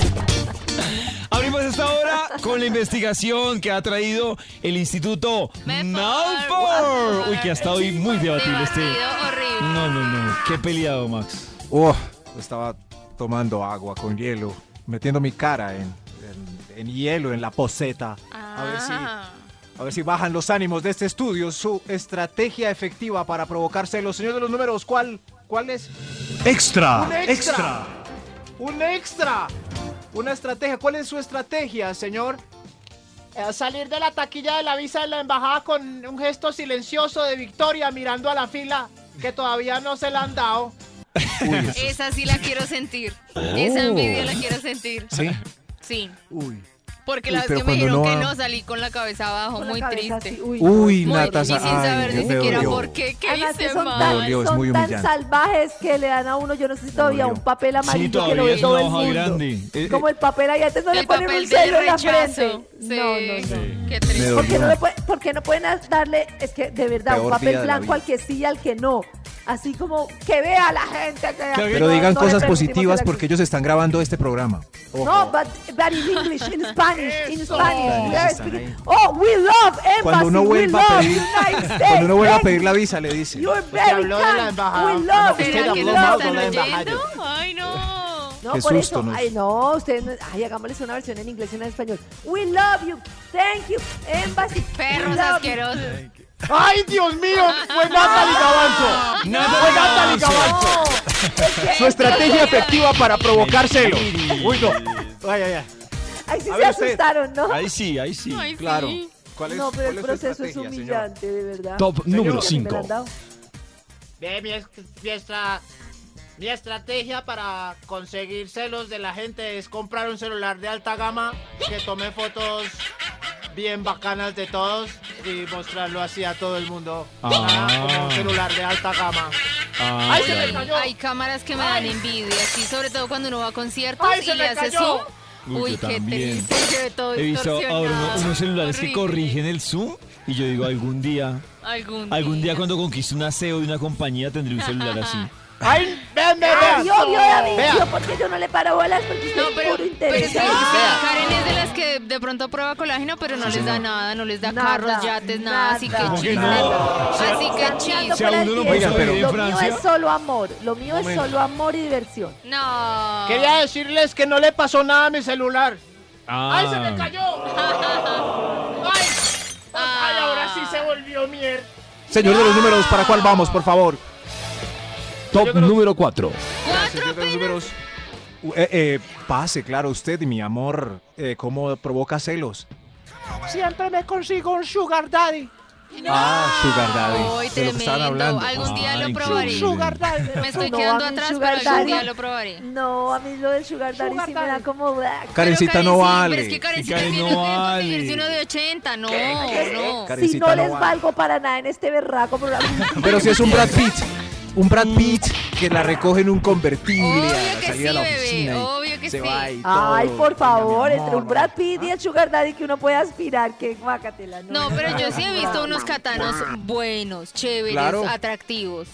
[SPEAKER 2] Abrimos esta hora con la investigación que ha traído el Instituto Malfour. Uy, que ha estado hoy muy debatible este.
[SPEAKER 3] Debatido horrible.
[SPEAKER 2] No, no, no. Qué peleado, Max.
[SPEAKER 4] Oh, estaba tomando agua con hielo, metiendo mi cara en, en- en hielo, en la poseta. A ver si.
[SPEAKER 3] Ah.
[SPEAKER 4] A ver si bajan los ánimos de este estudio, su estrategia efectiva para provocar celos. Señor de los números, ¿cuál, cuál es?
[SPEAKER 24] Extra,
[SPEAKER 4] ¡Un extra! ¡Un extra! Una estrategia. ¿Cuál es su estrategia, señor?
[SPEAKER 9] Eh, salir de la taquilla de la visa de la embajada con un gesto silencioso de victoria mirando a la fila que todavía no se la han dado.
[SPEAKER 3] Esa sí la quiero sentir. Esa
[SPEAKER 4] Oh.
[SPEAKER 3] envidia la quiero sentir.
[SPEAKER 4] ¿Sí?
[SPEAKER 3] Sí.
[SPEAKER 4] Uy.
[SPEAKER 3] Porque
[SPEAKER 4] Uy,
[SPEAKER 3] la vez
[SPEAKER 4] pero
[SPEAKER 3] que me
[SPEAKER 4] cuando
[SPEAKER 3] dijeron
[SPEAKER 4] no
[SPEAKER 3] que
[SPEAKER 4] ha-
[SPEAKER 3] no salí con la cabeza abajo,
[SPEAKER 5] Con la
[SPEAKER 3] muy
[SPEAKER 5] cabeza
[SPEAKER 3] triste.
[SPEAKER 5] así, uy,
[SPEAKER 4] Uy,
[SPEAKER 3] Muy
[SPEAKER 4] Nata.
[SPEAKER 3] triste, y sin
[SPEAKER 4] ay,
[SPEAKER 3] saber ni
[SPEAKER 4] me
[SPEAKER 3] siquiera
[SPEAKER 4] dolió.
[SPEAKER 3] por qué, qué
[SPEAKER 5] Además que
[SPEAKER 3] hice
[SPEAKER 5] son
[SPEAKER 4] Me
[SPEAKER 5] tan,
[SPEAKER 3] mal.
[SPEAKER 4] dolió, es
[SPEAKER 5] son
[SPEAKER 4] muy
[SPEAKER 5] tan
[SPEAKER 4] humillante.
[SPEAKER 5] salvajes que le dan a uno, yo no sé si todavía
[SPEAKER 4] dolió.
[SPEAKER 5] un papel
[SPEAKER 2] Sí,
[SPEAKER 5] amarillo que lo
[SPEAKER 2] todavía
[SPEAKER 5] ve
[SPEAKER 2] es una
[SPEAKER 5] todo el
[SPEAKER 2] hoja
[SPEAKER 5] mundo.
[SPEAKER 2] grande. Eh,
[SPEAKER 5] Como el papel ahí, antes no le
[SPEAKER 3] El
[SPEAKER 5] ponen un
[SPEAKER 3] papel del
[SPEAKER 5] celo en la frente.
[SPEAKER 3] rechazo. Sí.
[SPEAKER 5] No, no, no.
[SPEAKER 3] Qué triste.
[SPEAKER 4] Me
[SPEAKER 5] ¿Por qué,
[SPEAKER 4] dolió.
[SPEAKER 5] no le puede- por qué no pueden darle, es que de verdad, un
[SPEAKER 4] Peor día
[SPEAKER 5] papel
[SPEAKER 4] de la
[SPEAKER 5] blanco
[SPEAKER 4] vida.
[SPEAKER 5] al que sí y al que no? Así como que vea a la gente. Que
[SPEAKER 4] Pero
[SPEAKER 5] no-
[SPEAKER 4] digan
[SPEAKER 5] no le
[SPEAKER 4] cosas
[SPEAKER 5] permitimos
[SPEAKER 4] positivas
[SPEAKER 5] el-
[SPEAKER 4] porque ellos están grabando este programa.
[SPEAKER 5] No, but, but in English, in Spanish, in Spanish. We are
[SPEAKER 4] Están
[SPEAKER 5] speaking-
[SPEAKER 4] ahí.
[SPEAKER 5] Oh, we love embassy,
[SPEAKER 4] Cuando uno
[SPEAKER 5] we
[SPEAKER 4] vuelva a
[SPEAKER 5] love
[SPEAKER 4] pedir-
[SPEAKER 5] United States.
[SPEAKER 4] Cuando uno vuelva a
[SPEAKER 5] thank
[SPEAKER 4] pedir la visa, le dicen.
[SPEAKER 5] You're
[SPEAKER 9] Porque
[SPEAKER 5] very
[SPEAKER 9] habló de la
[SPEAKER 5] kind.
[SPEAKER 9] embajada.
[SPEAKER 5] We love
[SPEAKER 9] Usted
[SPEAKER 5] you.
[SPEAKER 3] ¿Será que
[SPEAKER 9] habló
[SPEAKER 3] nos
[SPEAKER 9] mal
[SPEAKER 3] están
[SPEAKER 9] con la embajada.
[SPEAKER 3] oyendo? Ay, no.
[SPEAKER 5] No,
[SPEAKER 4] Qué
[SPEAKER 5] por
[SPEAKER 4] susto,
[SPEAKER 5] eso.
[SPEAKER 4] ¿no?
[SPEAKER 5] Ay, no, ustedes. no- Ay, hagámosles una versión en inglés y una en español. We love you. Thank you. Embassy. we
[SPEAKER 3] Perros
[SPEAKER 5] love you.
[SPEAKER 3] asquerosos.
[SPEAKER 9] ¡Ay, Dios mío! ¡Fue Natalie Gabanzo! ¡Fue Natalie Gabanzo!
[SPEAKER 4] Su estrategia efectiva para provocar celos. Uy, no. Ay, ay, ay.
[SPEAKER 5] Ay, sí
[SPEAKER 4] A
[SPEAKER 5] se
[SPEAKER 4] ver usted.
[SPEAKER 5] asustaron, ¿no?
[SPEAKER 2] Ahí sí, ahí sí.
[SPEAKER 3] Ay,
[SPEAKER 4] Claro.
[SPEAKER 3] sí.
[SPEAKER 4] ¿Cuál es-
[SPEAKER 5] No, pero
[SPEAKER 4] cuál
[SPEAKER 5] el
[SPEAKER 4] es su
[SPEAKER 5] proceso es
[SPEAKER 4] estrategia, señor?
[SPEAKER 5] humillante, de verdad.
[SPEAKER 12] Top número
[SPEAKER 5] Porque me la
[SPEAKER 12] 5.
[SPEAKER 5] han dado.
[SPEAKER 9] Ve, mi, es- mi estra- mi estrategia para conseguir celos de la gente es comprar un celular de alta gama que tome fotos bien bacanas de todos y mostrarlo así a todo el mundo.
[SPEAKER 2] Ah.
[SPEAKER 9] Nada, como un celular de alta gama. ¡Ay, se me cayó!
[SPEAKER 3] Hay cámaras que me dan envidia, sí, sobre todo cuando uno va a conciertos
[SPEAKER 9] Ay,
[SPEAKER 3] y
[SPEAKER 9] se
[SPEAKER 3] le
[SPEAKER 9] me
[SPEAKER 3] hace
[SPEAKER 9] cayó.
[SPEAKER 3] zoom.
[SPEAKER 2] Uy,
[SPEAKER 3] Uy,
[SPEAKER 2] yo
[SPEAKER 3] qué
[SPEAKER 2] también.
[SPEAKER 3] triste, se ve todo
[SPEAKER 2] He visto ahora uno-
[SPEAKER 3] distorsionado.
[SPEAKER 2] unos celulares que
[SPEAKER 3] Horrible.
[SPEAKER 2] corrigen el Zoom y yo digo algún día,
[SPEAKER 3] Algún día.
[SPEAKER 2] algún día cuando conquiste una CEO de una compañía tendré un celular así.
[SPEAKER 9] ¡Ay, ven, ven,
[SPEAKER 5] Ay,
[SPEAKER 9] ven!
[SPEAKER 5] obvio, David,
[SPEAKER 9] Vea.
[SPEAKER 5] yo porque yo no le paro bolas porque usted
[SPEAKER 3] No,
[SPEAKER 5] es
[SPEAKER 3] pero,
[SPEAKER 5] puro
[SPEAKER 3] pero es que
[SPEAKER 5] interesante.
[SPEAKER 3] Karen es de las que de pronto prueba colágeno, pero no les da nada, no les da
[SPEAKER 5] Nada,
[SPEAKER 3] carros, yates, nada, así que
[SPEAKER 5] nada.
[SPEAKER 3] chiste.
[SPEAKER 2] no?
[SPEAKER 3] Así que
[SPEAKER 5] Ando
[SPEAKER 2] Si
[SPEAKER 3] chiste.
[SPEAKER 2] a
[SPEAKER 5] fuera del
[SPEAKER 2] uno lo
[SPEAKER 5] tiempo.
[SPEAKER 2] puso
[SPEAKER 4] Oiga,
[SPEAKER 2] vivir
[SPEAKER 5] lo
[SPEAKER 2] en
[SPEAKER 5] mío
[SPEAKER 2] Francia.
[SPEAKER 5] es solo amor, lo mío es solo amor y diversión.
[SPEAKER 3] No.
[SPEAKER 9] Quería decirles que no le pasó nada a mi celular.
[SPEAKER 2] Ah.
[SPEAKER 9] ¡Ay, se me cayó! ¡Ay! ¡Ay, ahora sí se volvió mierda!
[SPEAKER 4] Señor
[SPEAKER 3] Ah.
[SPEAKER 4] de los números, ¿para cuál vamos, por favor?
[SPEAKER 12] Top número 4.
[SPEAKER 4] Señor de los números. U- eh, eh, pase, claro, usted, mi amor. Eh, ¿Cómo provoca celos?
[SPEAKER 9] Siempre me consigo un sugar daddy.
[SPEAKER 4] Ah, Sugar Daddy.
[SPEAKER 3] Ay,
[SPEAKER 4] de lo que estaban
[SPEAKER 3] tremendo.
[SPEAKER 4] hablando.
[SPEAKER 3] Algún día
[SPEAKER 4] Ay,
[SPEAKER 3] lo probaré.
[SPEAKER 4] increíble.
[SPEAKER 3] Me estoy
[SPEAKER 5] No,
[SPEAKER 3] quedando
[SPEAKER 5] a mí
[SPEAKER 3] atrás,
[SPEAKER 5] Sugar
[SPEAKER 3] pero algún
[SPEAKER 5] Daddy.
[SPEAKER 3] día lo probaré.
[SPEAKER 5] No, a mí lo del Sugar Daddy sí me da como.
[SPEAKER 4] Karencita no vale.
[SPEAKER 3] Pero es que Karencita
[SPEAKER 4] Karen
[SPEAKER 3] tiene un
[SPEAKER 4] no
[SPEAKER 3] riesgo de
[SPEAKER 4] vale.
[SPEAKER 3] conseguirse uno de 80. No, no.
[SPEAKER 5] Si
[SPEAKER 4] Karencita
[SPEAKER 5] no
[SPEAKER 4] no
[SPEAKER 5] les
[SPEAKER 4] vale.
[SPEAKER 5] valgo para nada en este berraco programa.
[SPEAKER 4] Pero si es un Brad Pitt. Un Brad Pitt que la recoge en un convertible a la
[SPEAKER 5] que
[SPEAKER 4] salida de
[SPEAKER 5] sí,
[SPEAKER 4] la
[SPEAKER 5] bebé,
[SPEAKER 4] oficina. y se va y
[SPEAKER 5] Ay,
[SPEAKER 4] todo.
[SPEAKER 5] por favor, entre
[SPEAKER 4] amor,
[SPEAKER 5] un Brad Pitt y el Sugar Daddy que uno puede aspirar, que guácatela.
[SPEAKER 3] No, pero yo sí he visto unos katanos buenos, chéveres,
[SPEAKER 12] Claro.
[SPEAKER 3] atractivos.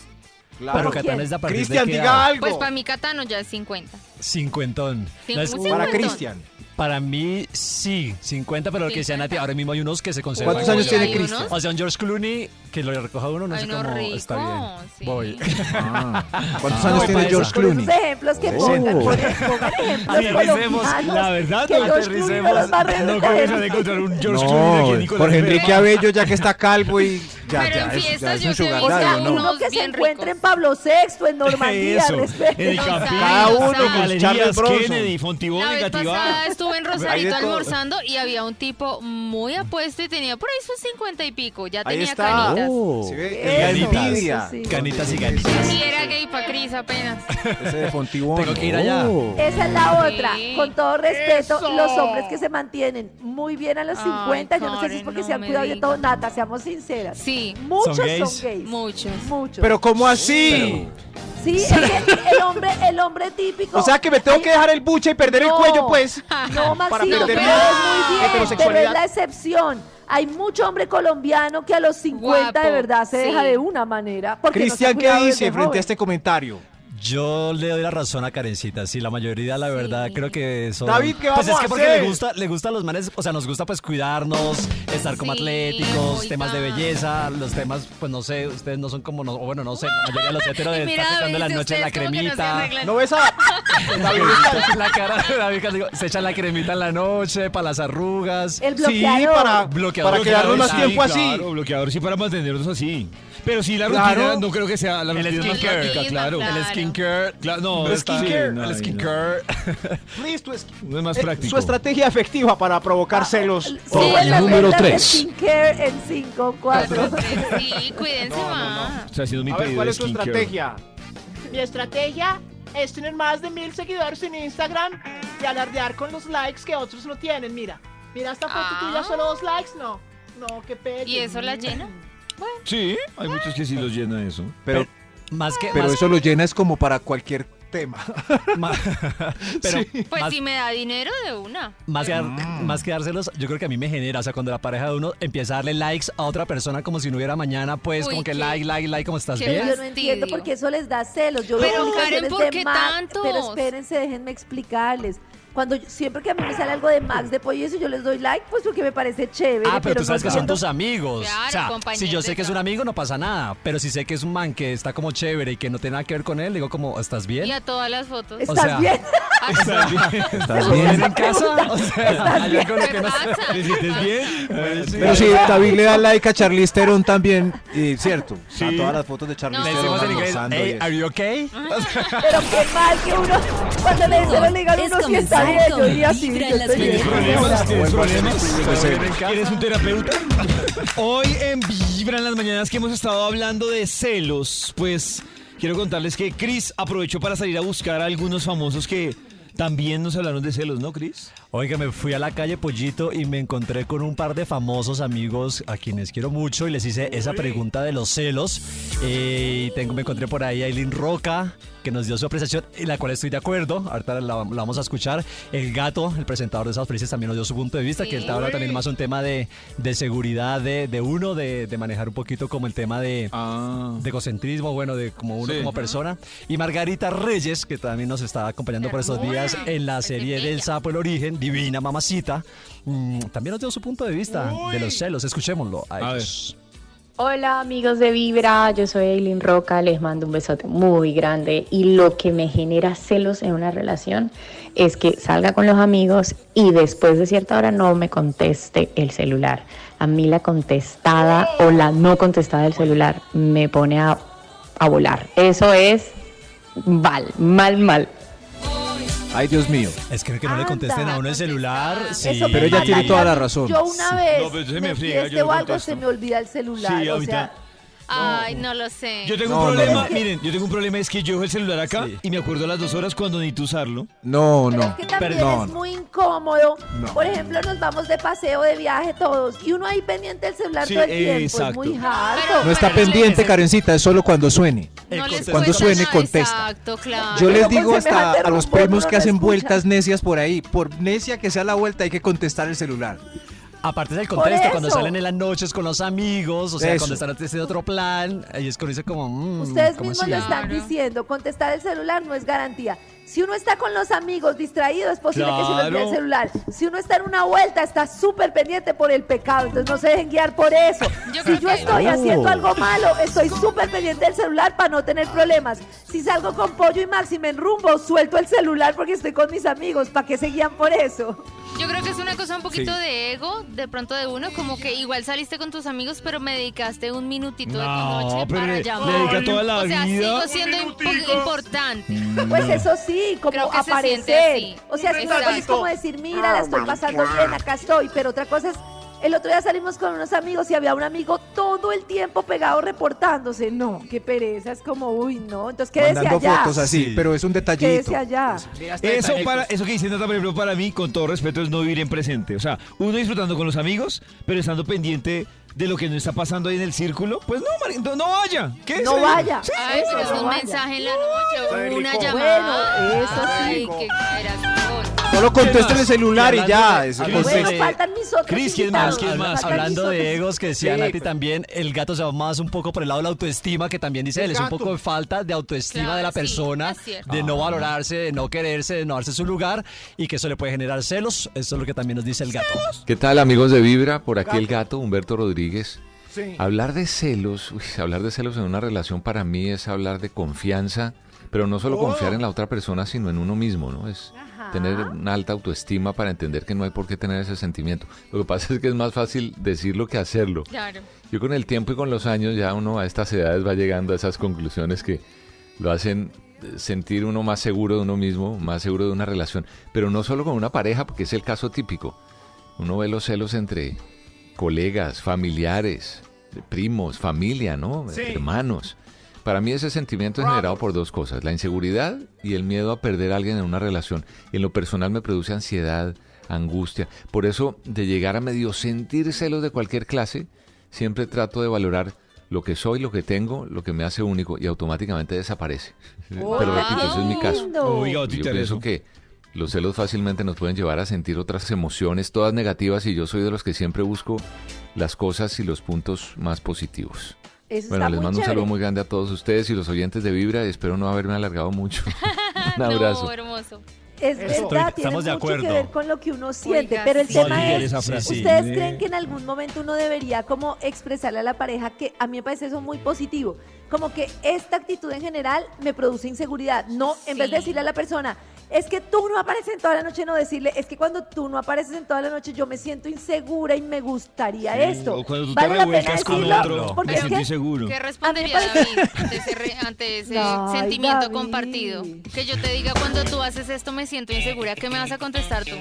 [SPEAKER 12] Pero Catán es de a partir de qué edad?
[SPEAKER 3] Pues para mí Catano ya es 50.
[SPEAKER 12] Cincuentón.
[SPEAKER 3] Cin-
[SPEAKER 12] ¿Sabes?
[SPEAKER 3] un Para cincuentón. Cristian.
[SPEAKER 12] Para mí sí, 50, pero lo que sea Nati, ahora mismo hay unos que se conservan.
[SPEAKER 4] ¿Cuántos años Uy, tiene hay
[SPEAKER 12] Cristian?
[SPEAKER 4] Cristian?
[SPEAKER 12] O sea, un George Clooney que lo recoja uno, no
[SPEAKER 3] Ay,
[SPEAKER 12] sé
[SPEAKER 3] no,
[SPEAKER 12] cómo
[SPEAKER 3] rico, Ah.
[SPEAKER 12] está bien. Voy.
[SPEAKER 4] ¿Cuántos años tiene George Clooney?
[SPEAKER 5] Esos ejemplos que pongan,
[SPEAKER 12] Oh.
[SPEAKER 5] pongan, pongan ejemplos
[SPEAKER 12] Aterricemos,
[SPEAKER 5] colombianos,
[SPEAKER 12] la verdad,
[SPEAKER 5] que George Clooney
[SPEAKER 12] aterricemos.
[SPEAKER 5] los va a
[SPEAKER 12] No
[SPEAKER 5] reventar.
[SPEAKER 12] creo que se vaya a encontrar un George Clooney aquí en
[SPEAKER 4] No,
[SPEAKER 12] Nicolás
[SPEAKER 4] Jorge
[SPEAKER 12] Herrera.
[SPEAKER 4] Enrique Abello ya que está calvo y ya,
[SPEAKER 3] Pero
[SPEAKER 4] ya,
[SPEAKER 3] en
[SPEAKER 4] es- ya
[SPEAKER 3] fiestas
[SPEAKER 4] es
[SPEAKER 3] yo
[SPEAKER 4] un
[SPEAKER 3] sí he
[SPEAKER 4] sugar
[SPEAKER 3] visto
[SPEAKER 4] daddy, ¿o
[SPEAKER 5] uno
[SPEAKER 4] no?
[SPEAKER 5] que se
[SPEAKER 3] bien
[SPEAKER 5] encuentre en Pablo VI, en Normandía,
[SPEAKER 12] Eso,
[SPEAKER 5] respete.
[SPEAKER 12] en el Capilla,
[SPEAKER 4] Cada uno con
[SPEAKER 12] Galerías,
[SPEAKER 4] Charles Bronson.
[SPEAKER 12] Kennedy, Fontibón,
[SPEAKER 3] La vez
[SPEAKER 12] Gativá.
[SPEAKER 3] pasada estuve en
[SPEAKER 12] Hay de
[SPEAKER 3] Rosarito
[SPEAKER 12] todo.
[SPEAKER 3] almorzando y había un tipo muy apuesto y tenía por ahí sus 50 y pico, ya
[SPEAKER 12] Ahí
[SPEAKER 3] tenía
[SPEAKER 12] está.
[SPEAKER 3] canitas.
[SPEAKER 12] Oh.
[SPEAKER 4] Sí, ve,
[SPEAKER 12] Eso.
[SPEAKER 4] Canitas.
[SPEAKER 12] Sí. Canitas y ganitas.
[SPEAKER 3] Y era gay pa' Cris apenas.
[SPEAKER 4] Ese de Fontibón.
[SPEAKER 12] Tengo que ir allá.
[SPEAKER 4] Oh.
[SPEAKER 5] Esa es la otra. Con todo respeto,
[SPEAKER 3] Ah, Eso.
[SPEAKER 5] los hombres que se mantienen muy bien a los
[SPEAKER 3] Ay,
[SPEAKER 5] 50, yo no sé si es
[SPEAKER 3] Karen,
[SPEAKER 5] porque
[SPEAKER 3] no
[SPEAKER 5] se han
[SPEAKER 3] me
[SPEAKER 5] cuidado de todo, Nata, seamos sinceras.
[SPEAKER 3] Sí.
[SPEAKER 5] Muchos son
[SPEAKER 4] ¿Son gays?
[SPEAKER 5] gays. Muchos. Muchos.
[SPEAKER 4] Pero ¿cómo así?
[SPEAKER 5] Sí, es que el hombre, el hombre típico.
[SPEAKER 4] O sea que me tengo que dejar el buche y perder el
[SPEAKER 5] No.
[SPEAKER 4] cuello, pues.
[SPEAKER 5] No, Maxito,
[SPEAKER 4] perder
[SPEAKER 5] pero
[SPEAKER 4] mi
[SPEAKER 5] es muy bien, pero
[SPEAKER 4] heterosexualidad.
[SPEAKER 5] es la excepción. Hay mucho hombre colombiano que a los 50 de
[SPEAKER 3] Guapo,
[SPEAKER 5] verdad se
[SPEAKER 3] sí.
[SPEAKER 5] deja de una manera. Porque no se ha
[SPEAKER 4] Cristian, ¿qué
[SPEAKER 5] cuidado desde
[SPEAKER 4] dice frente
[SPEAKER 5] joven.
[SPEAKER 4] a este comentario?
[SPEAKER 12] Yo le doy la razón a Karencita, sí, la mayoría, la verdad, creo que son...
[SPEAKER 4] David, ¿qué
[SPEAKER 12] Pues
[SPEAKER 4] vamos
[SPEAKER 12] es
[SPEAKER 4] a
[SPEAKER 12] que porque
[SPEAKER 4] hacer?
[SPEAKER 12] le gusta, le gusta a los manes, o sea, nos gusta pues cuidarnos, estar como
[SPEAKER 3] Sí,
[SPEAKER 12] atléticos,
[SPEAKER 3] oiga.
[SPEAKER 12] temas de belleza, los temas, pues no sé, ustedes no son como, no, o bueno, no sé, la mayoría de los heteros
[SPEAKER 3] Y
[SPEAKER 12] de
[SPEAKER 3] mira,
[SPEAKER 12] estar
[SPEAKER 3] David,
[SPEAKER 12] sacando en las
[SPEAKER 3] dice,
[SPEAKER 12] noches la
[SPEAKER 3] ustedes como que no se
[SPEAKER 12] cremita.
[SPEAKER 3] arreglan.
[SPEAKER 4] ¿No ves a David está-
[SPEAKER 12] La cara de David, Castillo, se echan la cremita en la noche, para las arrugas.
[SPEAKER 5] El
[SPEAKER 4] Sí,
[SPEAKER 5] bloqueador.
[SPEAKER 4] para,
[SPEAKER 12] Bloqueador,
[SPEAKER 4] para quedarnos más
[SPEAKER 12] sí,
[SPEAKER 4] tiempo así.
[SPEAKER 2] Claro, bloqueador sí para mantenernos así. Pero sí la rutina
[SPEAKER 4] Claro.
[SPEAKER 2] no creo que sea la
[SPEAKER 12] El
[SPEAKER 2] rutina más
[SPEAKER 12] skincare.
[SPEAKER 2] práctica, claro.
[SPEAKER 12] El skincare.
[SPEAKER 2] Claro, no,
[SPEAKER 4] El
[SPEAKER 2] está-
[SPEAKER 4] skincare.
[SPEAKER 2] sí, no,
[SPEAKER 12] el
[SPEAKER 2] ahí
[SPEAKER 12] skincare.
[SPEAKER 4] Listo, es,
[SPEAKER 2] No No es más
[SPEAKER 4] eh,
[SPEAKER 2] práctico.
[SPEAKER 4] su estrategia efectiva para provocar celos.
[SPEAKER 5] Sí,
[SPEAKER 2] Por-
[SPEAKER 5] las
[SPEAKER 2] el número
[SPEAKER 5] reglas de
[SPEAKER 2] tres.
[SPEAKER 5] Skincare en 5, 4.
[SPEAKER 3] Sí, cuídense más.
[SPEAKER 2] Estoy haciendo mi
[SPEAKER 25] A ver,
[SPEAKER 2] pedido
[SPEAKER 25] ¿cuál
[SPEAKER 2] de
[SPEAKER 25] es su
[SPEAKER 2] skincare.
[SPEAKER 25] estrategia?
[SPEAKER 9] Mi estrategia es tener más de mil seguidores en Instagram y alardear con los likes que otros no tienen. Mira, mira esta foto
[SPEAKER 3] Ah.
[SPEAKER 9] tuya, solo dos likes, no. No, qué pena.
[SPEAKER 3] ¿Y eso la llena?
[SPEAKER 2] Sí, hay muchos que sí los llena eso.
[SPEAKER 4] Pero,
[SPEAKER 12] Más que.
[SPEAKER 4] pero
[SPEAKER 12] más-
[SPEAKER 4] eso lo llena es como para cualquier tema.
[SPEAKER 12] ma- pero
[SPEAKER 3] Pues
[SPEAKER 12] más,
[SPEAKER 3] si me da dinero de una.
[SPEAKER 12] más que dar- más que dárselos, yo creo que a mí me genera. O sea, cuando la pareja de uno empieza a darle likes a otra persona como si no hubiera mañana, pues
[SPEAKER 3] Uy,
[SPEAKER 12] como que
[SPEAKER 3] qué-
[SPEAKER 12] like, like, like, como estás
[SPEAKER 3] qué
[SPEAKER 12] bien.
[SPEAKER 5] Yo no entiendo
[SPEAKER 3] Fastidio.
[SPEAKER 5] por qué eso les da celos. Yo veo
[SPEAKER 3] Pero,
[SPEAKER 5] publicaciones
[SPEAKER 3] Karen, ¿por
[SPEAKER 5] de
[SPEAKER 3] qué
[SPEAKER 5] Max,
[SPEAKER 3] tantos?
[SPEAKER 5] pero espérense, déjenme explicarles. Cuando yo- siempre que a mí me sale algo de Max de pollo y eso, yo les doy like, pues porque me parece chévere.
[SPEAKER 12] Ah, pero, tú
[SPEAKER 5] no
[SPEAKER 12] sabes que son
[SPEAKER 5] entiendo-
[SPEAKER 12] tus amigos.
[SPEAKER 3] Claro,
[SPEAKER 12] o sea,
[SPEAKER 3] compañeros
[SPEAKER 12] si yo sé
[SPEAKER 3] de
[SPEAKER 12] que es un
[SPEAKER 3] trabajo.
[SPEAKER 12] amigo, no pasa nada. Pero si sé que es un man que está como chévere y que no tiene nada que ver con él, digo como, ¿estás
[SPEAKER 3] Y
[SPEAKER 12] bien?
[SPEAKER 3] a todas las fotos.
[SPEAKER 12] O
[SPEAKER 5] ¿Estás
[SPEAKER 12] sea,
[SPEAKER 5] bien?
[SPEAKER 12] ¿Estás
[SPEAKER 5] bien?
[SPEAKER 12] bien en casa? O sea, hay algo en lo
[SPEAKER 3] ¿Qué
[SPEAKER 12] que no sé.
[SPEAKER 3] pasa?
[SPEAKER 2] ¿Te sientes bien?
[SPEAKER 4] Pero sí, David le da like a Charlize Theron también. Y cierto, a todas las fotos de Charlize
[SPEAKER 3] No.
[SPEAKER 12] Le
[SPEAKER 4] Theron
[SPEAKER 12] decimos en inglés,
[SPEAKER 4] almorzando y
[SPEAKER 12] hey,
[SPEAKER 4] eso.
[SPEAKER 12] ¿are you okay?
[SPEAKER 5] Pero qué mal que uno, cuando le dicen le digan
[SPEAKER 26] Es
[SPEAKER 5] uno si está
[SPEAKER 26] comenzar
[SPEAKER 5] bien, yo
[SPEAKER 26] con
[SPEAKER 5] diría sí,
[SPEAKER 26] Vibra
[SPEAKER 5] yo
[SPEAKER 26] en las
[SPEAKER 5] estoy bien.
[SPEAKER 2] ¿Problemas? ¿Tienes problemas?
[SPEAKER 4] Pues, eh,
[SPEAKER 2] ¿Quieres un terapeuta? Hoy en Vibra en las Mañanas que hemos estado hablando de celos, pues quiero contarles que Chris aprovechó para salir a buscar a algunos famosos que también nos hablaron de celos, ¿no, Chris?
[SPEAKER 12] Oiga, me fui a la calle Pollito y me encontré con un par de famosos amigos a quienes quiero mucho y les hice esa pregunta de los celos. Eh, y tengo, me encontré por ahí a Aileen Roca, que nos dio su apreciación, y la cual estoy de acuerdo. Ahorita la, la vamos a escuchar. El gato, el presentador de esas felices, también nos dio su punto de vista, que él te habla también más un tema de, de seguridad de, de uno, de, de manejar un poquito como el tema de, de egocentrismo, bueno, de como uno como persona. Y Margarita Reyes, que también nos está acompañando por estos días en la serie del Sapo El Origen, Divina Mamacita, mm, también nos dio su punto de vista de los celos. Escuchémoslo a ellos.
[SPEAKER 15] Hola amigos de Vibra, yo soy Eileen Roca, les mando un besote muy grande y lo que me genera celos en una relación es que salga con los amigos y después de cierta hora no me conteste el celular. A mí la contestada o la no contestada del celular me pone a, a volar. Eso es mal, mal, mal.
[SPEAKER 3] Uy,
[SPEAKER 8] Ay, Dios mío.
[SPEAKER 12] Es que no, que no le contesten a uno el celular. Sí.
[SPEAKER 8] Eso Pero ella tiene toda la razón.
[SPEAKER 5] Yo una vez,
[SPEAKER 12] No, pero se me
[SPEAKER 5] me
[SPEAKER 12] friega, yo
[SPEAKER 5] fieste
[SPEAKER 12] no
[SPEAKER 5] o algo,
[SPEAKER 12] contesto.
[SPEAKER 5] se me olvida el celular.
[SPEAKER 2] Sí,
[SPEAKER 5] o
[SPEAKER 2] ahorita.
[SPEAKER 5] sea,
[SPEAKER 3] Ay, no lo sé.
[SPEAKER 2] Yo tengo un problema, miren, yo tengo un problema, es que yo dejo el celular acá y me acuerdo a las dos horas cuando necesito usarlo.
[SPEAKER 8] No, no.
[SPEAKER 5] que también es muy incómodo.
[SPEAKER 2] No.
[SPEAKER 5] Por ejemplo, nos vamos de paseo, de viaje todos, y uno ahí pendiente del celular
[SPEAKER 8] Sí,
[SPEAKER 5] todo el tiempo. Es
[SPEAKER 8] exacto.
[SPEAKER 5] muy harto.
[SPEAKER 8] No está pendiente, Karencita, es solo cuando suene.
[SPEAKER 5] No les
[SPEAKER 8] cuando
[SPEAKER 5] cuesta
[SPEAKER 8] suene,
[SPEAKER 5] nada,
[SPEAKER 8] contesta.
[SPEAKER 3] Exacto, claro.
[SPEAKER 8] Yo les
[SPEAKER 5] Pero
[SPEAKER 8] digo
[SPEAKER 5] con
[SPEAKER 8] hasta
[SPEAKER 5] semejante
[SPEAKER 8] a los
[SPEAKER 5] rumbón
[SPEAKER 8] primos
[SPEAKER 5] uno
[SPEAKER 8] que
[SPEAKER 5] no
[SPEAKER 8] hacen
[SPEAKER 5] escucha.
[SPEAKER 8] vueltas necias por ahí. Por necia que sea la vuelta, hay que contestar el celular.
[SPEAKER 12] Aparte del
[SPEAKER 8] Por
[SPEAKER 12] contexto, cuando
[SPEAKER 8] eso.
[SPEAKER 12] salen en las noches con los amigos, o sea,
[SPEAKER 8] Eso.
[SPEAKER 12] cuando están antes de otro plan, ahí es cuando dice como. mm,
[SPEAKER 5] Ustedes
[SPEAKER 12] ¿cómo
[SPEAKER 5] mismos
[SPEAKER 12] así?
[SPEAKER 5] lo están diciendo, contestar el celular no es garantía. Si uno está con los amigos distraído, es posible que se le olvide
[SPEAKER 12] Claro.
[SPEAKER 5] el celular. Si uno está en una vuelta, está súper pendiente por el pecado. Entonces no se dejen guiar por eso. si yo estoy
[SPEAKER 27] No.
[SPEAKER 5] haciendo algo malo, estoy súper pendiente del celular para no tener problemas. Si salgo con Pollo y Max y me enrumbo, suelto el celular porque estoy con mis amigos. ¿Para qué se guían por eso?
[SPEAKER 3] Yo creo que es una cosa un poquito
[SPEAKER 5] Sí.
[SPEAKER 3] de ego, de pronto de uno, como que igual saliste con tus amigos, pero me dedicaste un minutito de
[SPEAKER 2] No,
[SPEAKER 3] tu noche
[SPEAKER 2] pero
[SPEAKER 3] para
[SPEAKER 2] le-
[SPEAKER 3] llamar.
[SPEAKER 2] le dedica toda la
[SPEAKER 3] o sea,
[SPEAKER 2] vida.
[SPEAKER 3] sigo siendo impo- importante.
[SPEAKER 5] Pues eso sí, como
[SPEAKER 3] Creo que se
[SPEAKER 5] aparecer.
[SPEAKER 3] siente así.
[SPEAKER 5] O sea, es una cosa es
[SPEAKER 3] Exacto.
[SPEAKER 5] como decir, mira, la
[SPEAKER 3] Oh
[SPEAKER 5] estoy
[SPEAKER 3] my
[SPEAKER 5] pasando
[SPEAKER 3] God.
[SPEAKER 5] bien, acá estoy. Pero otra cosa es, el otro día salimos con unos amigos y había un amigo todo el tiempo pegado reportándose. No, qué pereza, es como, uy, no. Entonces quédese
[SPEAKER 8] Mandando
[SPEAKER 5] allá.
[SPEAKER 8] fotos así, pero es un detallito.
[SPEAKER 5] Quédese allá.
[SPEAKER 2] Eso, para, eso que dice Nata, por ejemplo, para mí, con todo respeto, es no vivir en presente. O sea, uno disfrutando con los amigos, pero estando pendiente de lo que no está pasando ahí en el círculo. Pues no, Mari- no, no vaya. ¿Qué
[SPEAKER 5] No
[SPEAKER 2] Sí.
[SPEAKER 5] vaya.
[SPEAKER 2] Sí.
[SPEAKER 3] Ay, pero es
[SPEAKER 5] Eso,
[SPEAKER 3] un
[SPEAKER 5] vaya.
[SPEAKER 3] mensaje en la noche,
[SPEAKER 5] Ay,
[SPEAKER 3] una
[SPEAKER 5] rico.
[SPEAKER 3] llamada.
[SPEAKER 5] Bueno, eso
[SPEAKER 3] Ay,
[SPEAKER 5] sí.
[SPEAKER 3] qué caracol.
[SPEAKER 8] Solo
[SPEAKER 12] ¿Qué
[SPEAKER 8] contesta
[SPEAKER 12] más?
[SPEAKER 8] el celular y ya. Eso
[SPEAKER 12] Hablando de-
[SPEAKER 8] es
[SPEAKER 12] hablando
[SPEAKER 8] consejo.
[SPEAKER 12] de-
[SPEAKER 5] faltan mis otros
[SPEAKER 12] Cris, ¿quién
[SPEAKER 5] invitados.
[SPEAKER 12] más? ¿Quién
[SPEAKER 5] Faltan
[SPEAKER 12] más?
[SPEAKER 5] mis
[SPEAKER 12] Hablando de
[SPEAKER 5] otros.
[SPEAKER 12] egos que decía
[SPEAKER 5] Sí,
[SPEAKER 12] Nati también, el gato se va más un poco por el lado de la autoestima, que también dice él, es un
[SPEAKER 8] gato.
[SPEAKER 12] poco de falta de autoestima
[SPEAKER 8] Claro,
[SPEAKER 12] de la
[SPEAKER 8] sí,
[SPEAKER 12] persona,
[SPEAKER 8] es cierto.
[SPEAKER 12] de no
[SPEAKER 8] Ah.
[SPEAKER 12] valorarse, de no quererse, de no darse su lugar y que eso le puede generar celos. Eso es lo que también nos dice el gato.
[SPEAKER 22] ¿Qué tal amigos de Vibra? Por aquí el gato, Humberto Rodríguez.
[SPEAKER 12] Sí.
[SPEAKER 22] Hablar de celos, uy, hablar de celos en una relación para mí es hablar de confianza, pero no solo confiar en la otra persona, sino en uno mismo, ¿no? Es tener una alta autoestima para entender que no hay por qué tener ese sentimiento. Lo que pasa es que es más fácil decirlo que hacerlo.
[SPEAKER 3] Claro.
[SPEAKER 22] Yo con el tiempo y con los años ya uno a estas edades va llegando a esas conclusiones que lo hacen eh, sentir uno más seguro de uno mismo, más seguro de una relación, pero no solo con una pareja, porque es el caso típico. Uno ve los celos entre colegas, familiares, primos, familia, ¿no?
[SPEAKER 10] Sí.
[SPEAKER 22] Hermanos. Para mí ese sentimiento es generado por dos cosas, la inseguridad y el miedo a perder a alguien en una relación. En lo personal me produce ansiedad, angustia. Por eso, de llegar a medio sentir celos de cualquier clase, siempre trato de valorar lo que soy, lo que tengo, lo que me hace único y automáticamente desaparece. Pero repito, ese es mi caso.
[SPEAKER 2] Uy, gatita,
[SPEAKER 22] Yo pienso
[SPEAKER 2] eso.
[SPEAKER 22] que los celos fácilmente nos pueden llevar a sentir otras emociones, todas negativas, y yo soy de los que siempre busco las cosas y los puntos más positivos.
[SPEAKER 5] Eso está
[SPEAKER 22] bueno, les
[SPEAKER 5] muy
[SPEAKER 22] mando un
[SPEAKER 5] chévere.
[SPEAKER 22] saludo muy grande a todos ustedes y los oyentes de Vibra. Espero no haberme alargado mucho. un abrazo.
[SPEAKER 3] No, hermoso.
[SPEAKER 5] Es
[SPEAKER 22] Eso.
[SPEAKER 5] verdad,
[SPEAKER 22] Estoy-
[SPEAKER 5] tiene
[SPEAKER 22] estamos de
[SPEAKER 5] mucho que
[SPEAKER 22] acuerdo.
[SPEAKER 5] ver con lo que uno siente,
[SPEAKER 3] Oiga,
[SPEAKER 5] pero el
[SPEAKER 22] sí.
[SPEAKER 5] tema
[SPEAKER 22] Oigan,
[SPEAKER 5] es,
[SPEAKER 22] esa frase.
[SPEAKER 5] ¿ustedes
[SPEAKER 22] Sí.
[SPEAKER 5] creen que en algún momento uno debería como expresarle a la pareja que a mí me parece eso muy positivo? Como que esta actitud en general me produce inseguridad. No, en vez de decirle a la persona, es que tú no apareces en toda la noche, no decirle, es que cuando tú no apareces en toda la noche yo me siento insegura y me gustaría
[SPEAKER 2] Sí,
[SPEAKER 5] esto.
[SPEAKER 2] o cuando tú te
[SPEAKER 5] vale la pena
[SPEAKER 2] revuelcas con
[SPEAKER 5] decirlo,
[SPEAKER 2] otro,
[SPEAKER 5] porque
[SPEAKER 2] me
[SPEAKER 5] es
[SPEAKER 2] siento
[SPEAKER 5] que
[SPEAKER 2] inseguro.
[SPEAKER 3] ¿Qué respondería David ante ese, re- ante ese
[SPEAKER 5] Ay,
[SPEAKER 3] sentimiento
[SPEAKER 5] David.
[SPEAKER 3] compartido? Que yo te diga cuando tú haces esto me siento insegura. ¿Qué me vas a contestar tú?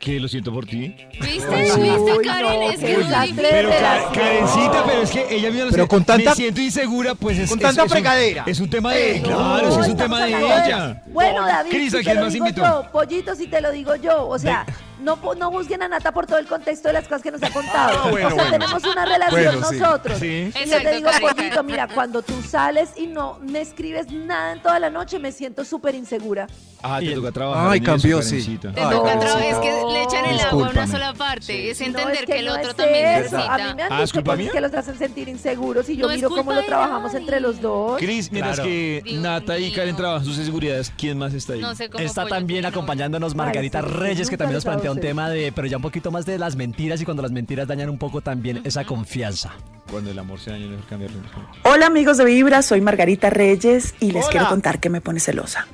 [SPEAKER 2] Que lo siento por ti.
[SPEAKER 3] ¿Viste? ¿Viste, Karen? es que es muy difícil.
[SPEAKER 2] Pero Ka- Karencita, pero es que ella misma
[SPEAKER 8] Pero con tanta-
[SPEAKER 2] me siento insegura, pues es
[SPEAKER 8] con
[SPEAKER 2] es-
[SPEAKER 8] tanta
[SPEAKER 2] es un-
[SPEAKER 8] fregadera.
[SPEAKER 2] Es un tema de, claro,
[SPEAKER 5] Eh, No,
[SPEAKER 2] es un
[SPEAKER 5] estamos
[SPEAKER 2] tema de
[SPEAKER 5] hablando de-
[SPEAKER 2] ella.
[SPEAKER 5] Bueno, David,
[SPEAKER 2] Cris,
[SPEAKER 5] si
[SPEAKER 2] ¿a
[SPEAKER 5] te
[SPEAKER 2] quién
[SPEAKER 5] lo
[SPEAKER 2] más
[SPEAKER 5] digo
[SPEAKER 2] invitó?
[SPEAKER 5] yo, pollito, si te lo digo yo, o sea, no, po- no juzguen a Nata por todo el contexto de las cosas que nos ha contado.
[SPEAKER 27] Ah, bueno,
[SPEAKER 5] o sea,
[SPEAKER 27] bueno.
[SPEAKER 5] tenemos una relación
[SPEAKER 27] Bueno, sí.
[SPEAKER 5] nosotros.
[SPEAKER 27] Sí.
[SPEAKER 5] Y yo
[SPEAKER 27] Exacto,
[SPEAKER 5] te digo,
[SPEAKER 27] Karen.
[SPEAKER 5] pollito, mira, cuando tú sales y no me escribes nada en toda la noche, me siento súper insegura.
[SPEAKER 2] Ah, te toca trabajar.
[SPEAKER 8] Ay,
[SPEAKER 2] en eso,
[SPEAKER 8] cambió, sí.
[SPEAKER 2] Karencita.
[SPEAKER 8] Te Ay, toca Karencita.
[SPEAKER 3] Otra vez que le echan el agua a una
[SPEAKER 2] Discúlpame.
[SPEAKER 3] sola parte. Es entender
[SPEAKER 5] No, es
[SPEAKER 3] que, el
[SPEAKER 5] no
[SPEAKER 3] otro
[SPEAKER 5] es
[SPEAKER 3] también
[SPEAKER 5] eso.
[SPEAKER 3] necesita.
[SPEAKER 5] A mí me han
[SPEAKER 2] Ah, ¿es
[SPEAKER 5] dicho
[SPEAKER 2] culpa
[SPEAKER 5] cosas
[SPEAKER 2] mía?
[SPEAKER 5] que los hacen sentir inseguros y yo
[SPEAKER 3] No es
[SPEAKER 5] miro cómo
[SPEAKER 3] culpa
[SPEAKER 5] lo
[SPEAKER 3] de
[SPEAKER 5] trabajamos entre los dos.
[SPEAKER 2] Cris, mientras
[SPEAKER 12] Claro.
[SPEAKER 2] que Nata y Karen trabajan sus inseguridades, ¿quién más está ahí?
[SPEAKER 3] No sé cómo
[SPEAKER 12] Está
[SPEAKER 3] pollo
[SPEAKER 12] también acompañándonos Margarita
[SPEAKER 3] Ay, sí,
[SPEAKER 12] Reyes, que
[SPEAKER 3] nunca
[SPEAKER 12] también nos
[SPEAKER 3] les hago
[SPEAKER 12] plantea un
[SPEAKER 3] celos.
[SPEAKER 12] tema de, pero ya un poquito más de las mentiras y cuando las mentiras dañan un poco también esa confianza.
[SPEAKER 2] Cuando el amor se daña, no es cambiarlo.
[SPEAKER 27] Hola amigos de Vibra, soy Margarita Reyes y les quiero contar que me pone celosa.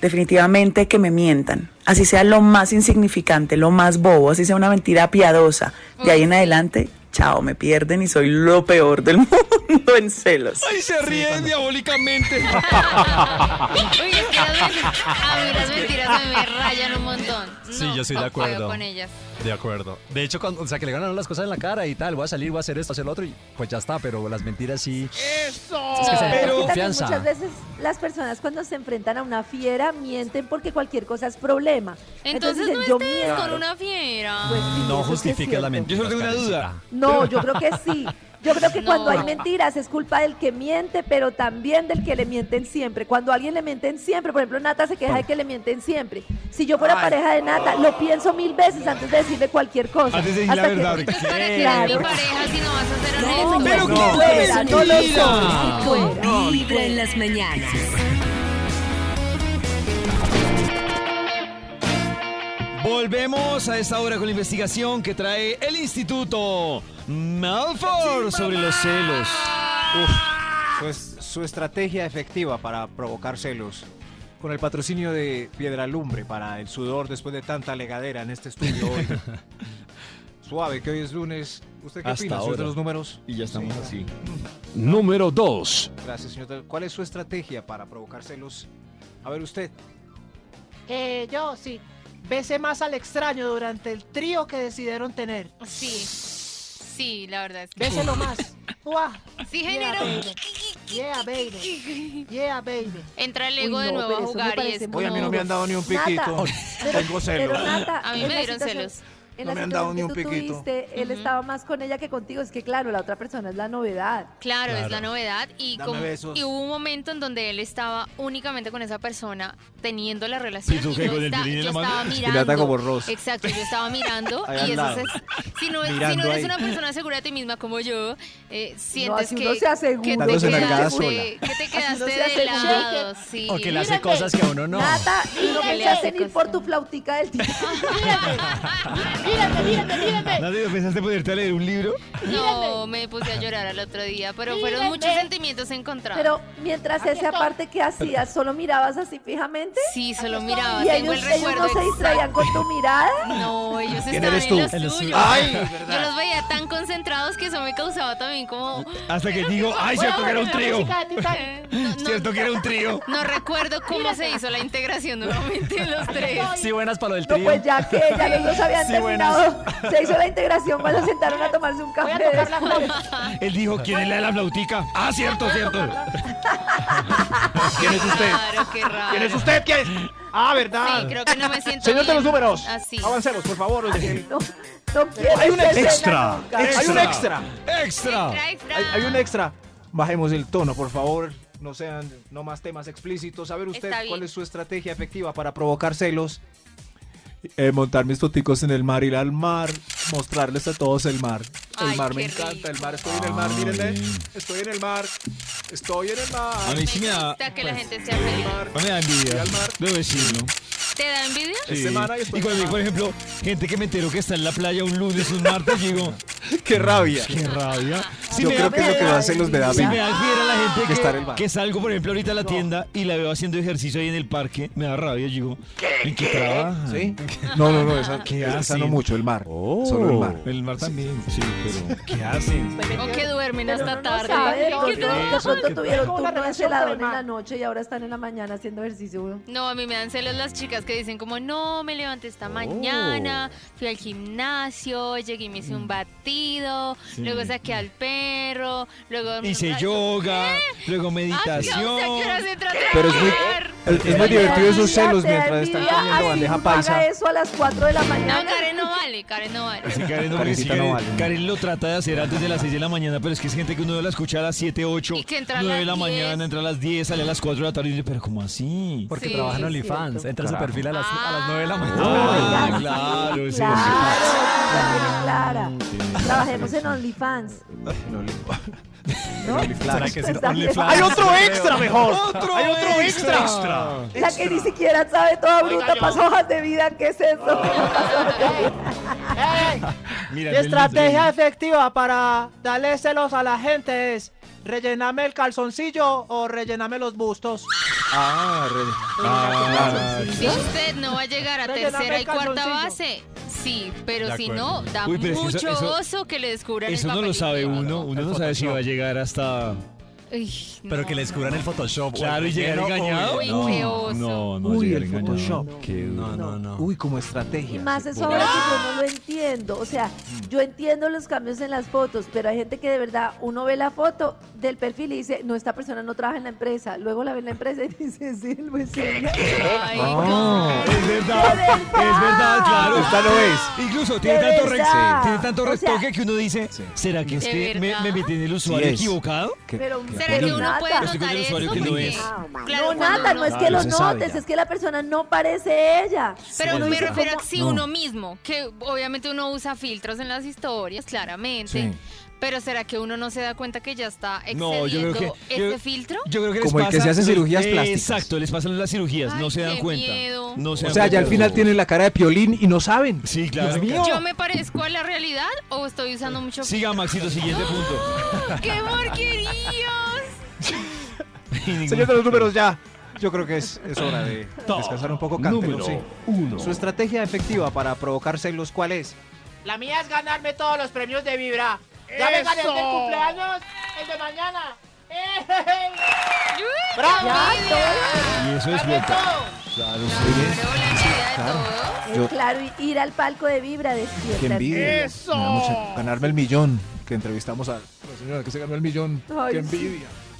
[SPEAKER 27] Definitivamente que me mientan, así sea lo más insignificante, lo más bobo, así sea una mentira piadosa. De ahí en adelante
[SPEAKER 15] Chao, me pierden y soy lo peor del mundo en celos.
[SPEAKER 2] ¡Ay, se ríen diabólicamente!
[SPEAKER 3] Uy, es que las mentiras, a mí las mentiras me, me rayan un montón.
[SPEAKER 12] Sí, yo estoy de
[SPEAKER 3] no puedo
[SPEAKER 12] acuerdo.
[SPEAKER 3] con ellas.
[SPEAKER 12] De acuerdo. De hecho, cuando, o sea, que le ganaron las cosas en la cara y tal, voy a salir, voy a hacer esto, hacer lo otro, y pues ya está, pero las mentiras sí.
[SPEAKER 5] Pues,
[SPEAKER 12] Es que
[SPEAKER 5] Pero
[SPEAKER 12] se pero...
[SPEAKER 5] también
[SPEAKER 12] confianza.
[SPEAKER 5] muchas veces las personas cuando se enfrentan a una fiera mienten porque cualquier cosa es problema.
[SPEAKER 3] Entonces,
[SPEAKER 5] dicen,
[SPEAKER 3] no
[SPEAKER 5] yo
[SPEAKER 3] estés
[SPEAKER 5] miento.
[SPEAKER 3] con una fiera.
[SPEAKER 9] Pues
[SPEAKER 12] No justifiques la mentira.
[SPEAKER 2] Yo solo tengo una duda.
[SPEAKER 5] No, yo creo que sí. Yo creo que cuando hay
[SPEAKER 3] No.
[SPEAKER 5] mentiras es culpa del que miente, pero también del que le mienten siempre. Cuando a alguien le mienten siempre, por ejemplo, Nata se queja de que le mienten siempre. Si yo fuera
[SPEAKER 2] Ay.
[SPEAKER 5] pareja de Nata, lo pienso mil veces antes de decirle cualquier cosa.
[SPEAKER 2] Antes de decir la
[SPEAKER 5] Hasta que-
[SPEAKER 2] verdad, ahorita. Entonces,
[SPEAKER 3] ¿Para qué
[SPEAKER 5] Claro.
[SPEAKER 3] eres mi pareja si no vas a ser
[SPEAKER 5] No,
[SPEAKER 3] honesto?
[SPEAKER 5] pero
[SPEAKER 3] Pues
[SPEAKER 5] qué
[SPEAKER 3] no.
[SPEAKER 5] fuera, no lo
[SPEAKER 1] mentira.
[SPEAKER 5] soy.
[SPEAKER 1] Con Vibra en las mañanas.
[SPEAKER 2] Volvemos a esta hora con la investigación que trae el Instituto Malfour sobre los celos.
[SPEAKER 28] Pues su estrategia efectiva para provocar celos. Con el patrocinio de Piedra Lumbre para el sudor después de tanta legadera en este estudio hoy. Suave, que hoy es lunes. ¿Usted qué opina? ¿Suelta los números?
[SPEAKER 2] Y ya estamos así.
[SPEAKER 22] Número 2.
[SPEAKER 28] Gracias, señor. Tal- ¿Cuál es su estrategia para provocar celos? A ver usted.
[SPEAKER 9] Eh, yo sí. Besé más al extraño durante el trío que decidieron tener.
[SPEAKER 3] Sí. Sí, la verdad es que.
[SPEAKER 9] Béselo más. Uah.
[SPEAKER 3] Sí,
[SPEAKER 9] Yeah,
[SPEAKER 3] genera un-
[SPEAKER 9] baby. Yeah, baby. Yeah, baby.
[SPEAKER 3] Entra el
[SPEAKER 9] Uy,
[SPEAKER 3] ego de
[SPEAKER 9] no,
[SPEAKER 3] nuevo
[SPEAKER 9] pero
[SPEAKER 3] a
[SPEAKER 9] eso me
[SPEAKER 3] jugar y
[SPEAKER 9] parece
[SPEAKER 3] es
[SPEAKER 9] muy
[SPEAKER 3] como-
[SPEAKER 4] Oye, a mí no me han dado ni un piquito. Tengo celos.
[SPEAKER 5] Pero Nata,
[SPEAKER 3] A mí
[SPEAKER 5] en
[SPEAKER 3] me
[SPEAKER 5] la
[SPEAKER 3] dieron
[SPEAKER 5] situación-
[SPEAKER 3] celos.
[SPEAKER 5] En
[SPEAKER 4] No
[SPEAKER 5] la
[SPEAKER 4] me han
[SPEAKER 5] situación
[SPEAKER 4] dado ni
[SPEAKER 5] que
[SPEAKER 4] un
[SPEAKER 5] tú
[SPEAKER 4] piquito.
[SPEAKER 5] Tuviste, él estaba más con ella que contigo. Es que claro, la otra persona es la novedad.
[SPEAKER 3] Claro, es la novedad y,
[SPEAKER 5] Dame
[SPEAKER 3] como-
[SPEAKER 5] besos.
[SPEAKER 3] y hubo un momento en donde él estaba únicamente con esa persona teniendo la relación
[SPEAKER 2] Pitu,
[SPEAKER 3] y
[SPEAKER 2] que
[SPEAKER 3] yo,
[SPEAKER 2] con el
[SPEAKER 3] esta-
[SPEAKER 2] violín en
[SPEAKER 3] yo
[SPEAKER 2] la mano.
[SPEAKER 3] estaba
[SPEAKER 2] Y la
[SPEAKER 3] mirando.
[SPEAKER 2] ata como Ross.
[SPEAKER 3] Exacto, yo estaba mirando
[SPEAKER 2] Ahí al
[SPEAKER 3] y eso
[SPEAKER 2] lado.
[SPEAKER 3] es, si no, si no
[SPEAKER 2] Mirando
[SPEAKER 3] eres
[SPEAKER 2] ahí.
[SPEAKER 3] una persona segura de ti misma como yo, eh, sientes
[SPEAKER 5] así
[SPEAKER 3] que,
[SPEAKER 5] uno se asegura.
[SPEAKER 3] que te
[SPEAKER 5] Dándose nalgadas
[SPEAKER 3] quedaste, que te
[SPEAKER 5] Así uno
[SPEAKER 3] quedaste
[SPEAKER 5] se
[SPEAKER 3] de
[SPEAKER 5] asegura.
[SPEAKER 3] lado, sí.
[SPEAKER 12] O que le hace cosas que a uno no.
[SPEAKER 5] Nata, y no
[SPEAKER 3] que le
[SPEAKER 5] pensaste
[SPEAKER 3] hace
[SPEAKER 5] en ir por tu flautica del tipo. mírame, mírame, mírame.
[SPEAKER 2] ¿Nadie pensaste ponerte a leer un libro?
[SPEAKER 3] No, me puse a llorar al otro día, pero fueron
[SPEAKER 5] Mírenme.
[SPEAKER 3] muchos sentimientos encontrados.
[SPEAKER 5] Pero mientras ese aparte que hacías, ¿solo mirabas así fijamente?
[SPEAKER 3] Sí, solo miraba,
[SPEAKER 5] ¿Y
[SPEAKER 3] tengo
[SPEAKER 5] ellos,
[SPEAKER 3] el
[SPEAKER 5] ellos
[SPEAKER 3] recuerdo
[SPEAKER 5] no se
[SPEAKER 3] exacto.
[SPEAKER 5] distraían con tu mirada?
[SPEAKER 3] No, ellos
[SPEAKER 2] ¿Quién
[SPEAKER 3] estaban
[SPEAKER 2] eres tú?
[SPEAKER 3] en
[SPEAKER 2] En lo
[SPEAKER 3] los
[SPEAKER 2] suyo.
[SPEAKER 3] suyos.
[SPEAKER 2] Ay,
[SPEAKER 3] Yo los veía tan concentrados que eso me causaba también como...
[SPEAKER 2] Hasta que digo, ay,
[SPEAKER 3] se
[SPEAKER 2] cierto que era un trío. Cierto que era un trío.
[SPEAKER 3] No recuerdo cómo se hizo la integración nuevamente de los tres.
[SPEAKER 12] Sí, buenas para lo del
[SPEAKER 5] No,
[SPEAKER 12] trío.
[SPEAKER 5] pues ya que ya los dos habían
[SPEAKER 12] Sí,
[SPEAKER 5] terminado, se hizo la integración cuando sentaron a tomarse un café. después.
[SPEAKER 2] Él dijo, ¿quién es la de la flautica? Ah, cierto, cierto.
[SPEAKER 4] ¿Quién es usted?
[SPEAKER 3] Claro, qué raro.
[SPEAKER 4] ¿Quién es usted? ¿Quién es? Ah, ¿verdad?
[SPEAKER 3] Sí, creo que no me siento
[SPEAKER 4] Señor de los
[SPEAKER 3] bien.
[SPEAKER 4] números.
[SPEAKER 3] Así.
[SPEAKER 4] Avancemos, por favor. oye.
[SPEAKER 5] No quiero
[SPEAKER 4] Hay un
[SPEAKER 5] ser
[SPEAKER 4] extra.
[SPEAKER 5] nena nunca.
[SPEAKER 4] Hay un extra.
[SPEAKER 3] Extra, extra.
[SPEAKER 4] Hay, hay un extra. Bajemos el tono, por favor. No sean no más temas explícitos. A ver usted
[SPEAKER 3] Está bien.
[SPEAKER 4] cuál es su estrategia efectiva para provocar celos. montar mis foticos en el mar, ir al mar, mostrarles a todos el mar. El
[SPEAKER 28] Ay,
[SPEAKER 4] mar
[SPEAKER 28] qué
[SPEAKER 4] me
[SPEAKER 28] rico.
[SPEAKER 4] encanta, el mar, estoy en el mar, mírenme. Estoy en el mar, estoy en el mar.
[SPEAKER 2] A mí sí me da,
[SPEAKER 3] Hasta que la gente sea feliz.
[SPEAKER 2] no me da envidia. Debo decirlo.
[SPEAKER 3] ¿Te da envidia?
[SPEAKER 2] Sí.
[SPEAKER 29] Este
[SPEAKER 2] Y cuando, por ejemplo, gente que me entero que está en la playa un lunes, un martes, digo,
[SPEAKER 4] qué rabia.
[SPEAKER 2] Qué rabia.
[SPEAKER 29] Yo
[SPEAKER 2] me
[SPEAKER 29] creo
[SPEAKER 2] da
[SPEAKER 29] que es lo que
[SPEAKER 2] fiera-
[SPEAKER 29] más se los me da
[SPEAKER 2] Si
[SPEAKER 29] a mí.
[SPEAKER 2] me da fiera la gente
[SPEAKER 29] Que
[SPEAKER 2] que,
[SPEAKER 29] estar en bar.
[SPEAKER 2] que salgo, por ejemplo, ahorita a la tienda y la veo haciendo ejercicio ahí en el parque, me da rabia. Yo digo, ¿en qué,
[SPEAKER 29] ¿Qué?
[SPEAKER 2] trabaja?
[SPEAKER 29] ¿Sí? No, no, no, esa- esa no mucho,
[SPEAKER 2] el mar.
[SPEAKER 4] Oh.
[SPEAKER 29] Solo el mar.
[SPEAKER 2] El mar también, sí, pero ¿qué hacen?
[SPEAKER 3] O que duermen
[SPEAKER 5] Pero
[SPEAKER 3] hasta
[SPEAKER 5] uno no
[SPEAKER 3] tarde.
[SPEAKER 5] sabe,
[SPEAKER 3] ¿Qué
[SPEAKER 5] de pronto-
[SPEAKER 3] tal?
[SPEAKER 5] de pronto tuvieron
[SPEAKER 9] Tengo una
[SPEAKER 5] turno de
[SPEAKER 9] relación
[SPEAKER 5] celadón en
[SPEAKER 9] problema.
[SPEAKER 5] la noche y ahora están en la mañana haciendo ejercicio.
[SPEAKER 3] No, a mí me dan celos las chicas que dicen como, no, me levanté esta mañana, fui al gimnasio, llegué y me hice un batido,
[SPEAKER 2] Sí.
[SPEAKER 3] luego saqué al perro, luego...
[SPEAKER 2] Hice
[SPEAKER 3] Ay,
[SPEAKER 2] yoga, luego
[SPEAKER 3] Ah, sí,
[SPEAKER 2] meditación.
[SPEAKER 3] o sea, ¿qué horas entra a
[SPEAKER 28] Pero es muy,
[SPEAKER 3] trabajar?
[SPEAKER 28] es- es muy
[SPEAKER 5] Oye,
[SPEAKER 28] divertido esos
[SPEAKER 5] envidia,
[SPEAKER 28] celos
[SPEAKER 5] te da
[SPEAKER 28] mientras están
[SPEAKER 5] envidia,
[SPEAKER 28] comiendo
[SPEAKER 5] así
[SPEAKER 28] bandeja
[SPEAKER 5] uno haga
[SPEAKER 28] paisa.
[SPEAKER 5] eso a las 4 de la mañana.
[SPEAKER 3] No, Karen no vale, Karen no vale.
[SPEAKER 2] Sí, Karen, no, porque sí,
[SPEAKER 28] Karencita no
[SPEAKER 2] Karen,
[SPEAKER 28] vale.
[SPEAKER 2] Karen lo trata de hacer antes de las 6 de la mañana, pero es que es gente que uno la escucha a las 7, 8,
[SPEAKER 3] Y que entra a
[SPEAKER 2] 9 de la
[SPEAKER 3] las
[SPEAKER 2] mañana,
[SPEAKER 3] 10.
[SPEAKER 2] entra a las 10, sale a las 4 de la tarde y dice, pero ¿cómo así?
[SPEAKER 12] Porque Sí, trabaja en es OnlyFans, cierto. entra a su perfil a las- a las
[SPEAKER 2] 9 de la mañana.
[SPEAKER 12] Ah, claro,
[SPEAKER 2] Ah, claro, sí,
[SPEAKER 5] Claro,
[SPEAKER 2] sí.
[SPEAKER 5] la tiene clara. Trabajemos en OnlyFans.
[SPEAKER 12] ¿Será que es
[SPEAKER 5] Exacto.
[SPEAKER 12] OnlyFans?
[SPEAKER 5] Hay otro
[SPEAKER 4] extra mejor. Hay otro extra.
[SPEAKER 5] La que ni siquiera sabe toda bruta, pasó hojas de vida, ¿qué es eso?
[SPEAKER 2] Mira,
[SPEAKER 9] Mi estrategia efectiva para darle celos a la gente es rellenarme el calzoncillo o rellenarme los bustos.
[SPEAKER 2] Ah, re- ah,
[SPEAKER 3] Si usted no va a llegar a
[SPEAKER 9] Rellename
[SPEAKER 3] tercera y cuarta
[SPEAKER 9] calzoncillo.
[SPEAKER 3] base, sí, pero
[SPEAKER 2] De
[SPEAKER 3] si
[SPEAKER 2] acuerdo.
[SPEAKER 3] no, da
[SPEAKER 2] Uy, pero es que
[SPEAKER 3] mucho
[SPEAKER 2] eso- eso-
[SPEAKER 3] oso que le descubran
[SPEAKER 2] Eso
[SPEAKER 3] el
[SPEAKER 2] no lo
[SPEAKER 3] papelito.
[SPEAKER 2] sabe uno. Uno no sabe si va a llegar hasta.
[SPEAKER 3] Uy,
[SPEAKER 12] Pero que les curan el Photoshop.
[SPEAKER 2] Claro, y llegar engañado.
[SPEAKER 3] Uy, qué oso.
[SPEAKER 2] no, no
[SPEAKER 4] Uy,
[SPEAKER 2] llegar
[SPEAKER 4] el
[SPEAKER 2] engañado.
[SPEAKER 4] Photoshop. No, no, no. Uy, como estrategia.
[SPEAKER 5] Y más eso ahora que yo no lo entiendo. O sea, yo entiendo los cambios en las fotos, pero hay gente que de verdad uno ve la foto del perfil y dice, no, esta persona no trabaja en la empresa. Luego la ve en la empresa y dice, sí, el vecino.
[SPEAKER 2] Es verdad, es verdad, claro.
[SPEAKER 15] Ah. Esta no es.
[SPEAKER 2] Incluso
[SPEAKER 5] De
[SPEAKER 2] tiene tanto, re-
[SPEAKER 5] verdad.
[SPEAKER 2] tiene tanto
[SPEAKER 5] O sea-
[SPEAKER 2] retoque que uno dice, ¿será que es
[SPEAKER 5] ¿De
[SPEAKER 2] que me,
[SPEAKER 5] verdad?
[SPEAKER 2] me metí en el usuario
[SPEAKER 15] es.
[SPEAKER 2] equivocado?
[SPEAKER 5] Pero,
[SPEAKER 3] ¿Será que uno puede
[SPEAKER 2] Estoy con
[SPEAKER 3] anotar
[SPEAKER 2] el
[SPEAKER 3] eso?
[SPEAKER 2] usuario que no
[SPEAKER 3] Porque-
[SPEAKER 2] es. Ah,
[SPEAKER 3] Claro,
[SPEAKER 5] no,
[SPEAKER 3] cuando
[SPEAKER 5] nada, no
[SPEAKER 3] uno-
[SPEAKER 5] es
[SPEAKER 15] no.
[SPEAKER 5] que
[SPEAKER 15] Claro,
[SPEAKER 5] lo
[SPEAKER 15] se sabe
[SPEAKER 5] notes,
[SPEAKER 15] ya.
[SPEAKER 5] es que la persona no parece ella.
[SPEAKER 3] Pero
[SPEAKER 5] Uno
[SPEAKER 3] me
[SPEAKER 5] dice
[SPEAKER 3] refiero a
[SPEAKER 5] como-
[SPEAKER 3] que si
[SPEAKER 15] No.
[SPEAKER 3] uno mismo, que obviamente uno usa filtros en las historias, claramente.
[SPEAKER 15] Sí.
[SPEAKER 3] Pero ¿será que uno no se da cuenta que ya está excediendo
[SPEAKER 2] No, yo creo que-
[SPEAKER 3] este
[SPEAKER 2] yo-
[SPEAKER 3] filtro?
[SPEAKER 2] Yo creo que les
[SPEAKER 15] Como el que
[SPEAKER 2] pasa-
[SPEAKER 15] se hace cirugías
[SPEAKER 2] eh,
[SPEAKER 15] plásticas.
[SPEAKER 2] Exacto, les pasan las cirugías, no se dan
[SPEAKER 3] qué
[SPEAKER 2] cuenta.
[SPEAKER 3] miedo.
[SPEAKER 2] No se
[SPEAKER 4] O
[SPEAKER 2] dan
[SPEAKER 4] sea, ya al
[SPEAKER 2] cuenta.
[SPEAKER 4] final tienen la cara de piolín y no saben.
[SPEAKER 2] Sí, claro.
[SPEAKER 3] ¿Yo me parezco a la realidad o estoy usando mucho
[SPEAKER 2] Siga, Maxito, siguiente punto.
[SPEAKER 3] filtro? ¡Qué porquerías!
[SPEAKER 4] Señor de los números, ya. Yo creo que es, es hora de
[SPEAKER 2] Top
[SPEAKER 4] descansar un poco. cántelo,
[SPEAKER 2] número
[SPEAKER 4] sí. Su estrategia efectiva para provocar celos, ¿cuál es?
[SPEAKER 9] La mía es ganarme todos los premios de Vibra. Ya me gané el del
[SPEAKER 30] ¡Eso!
[SPEAKER 9] cumpleaños, el de mañana. ¡Eh!
[SPEAKER 30] ¡Bravo!
[SPEAKER 2] Y eso es
[SPEAKER 9] ¡Gané
[SPEAKER 2] loco.
[SPEAKER 9] todo!
[SPEAKER 2] Claro, muy bien.
[SPEAKER 5] Eh,
[SPEAKER 4] Yo-
[SPEAKER 5] Claro, y ir al palco de Vibra despierta.
[SPEAKER 4] ¡Qué envidia!
[SPEAKER 5] Eso.
[SPEAKER 4] Me da mucha- ganarme el millón, que entrevistamos a la señora que se ganó el millón.
[SPEAKER 5] Ay,
[SPEAKER 4] ¡Qué
[SPEAKER 5] sí.
[SPEAKER 4] envidia!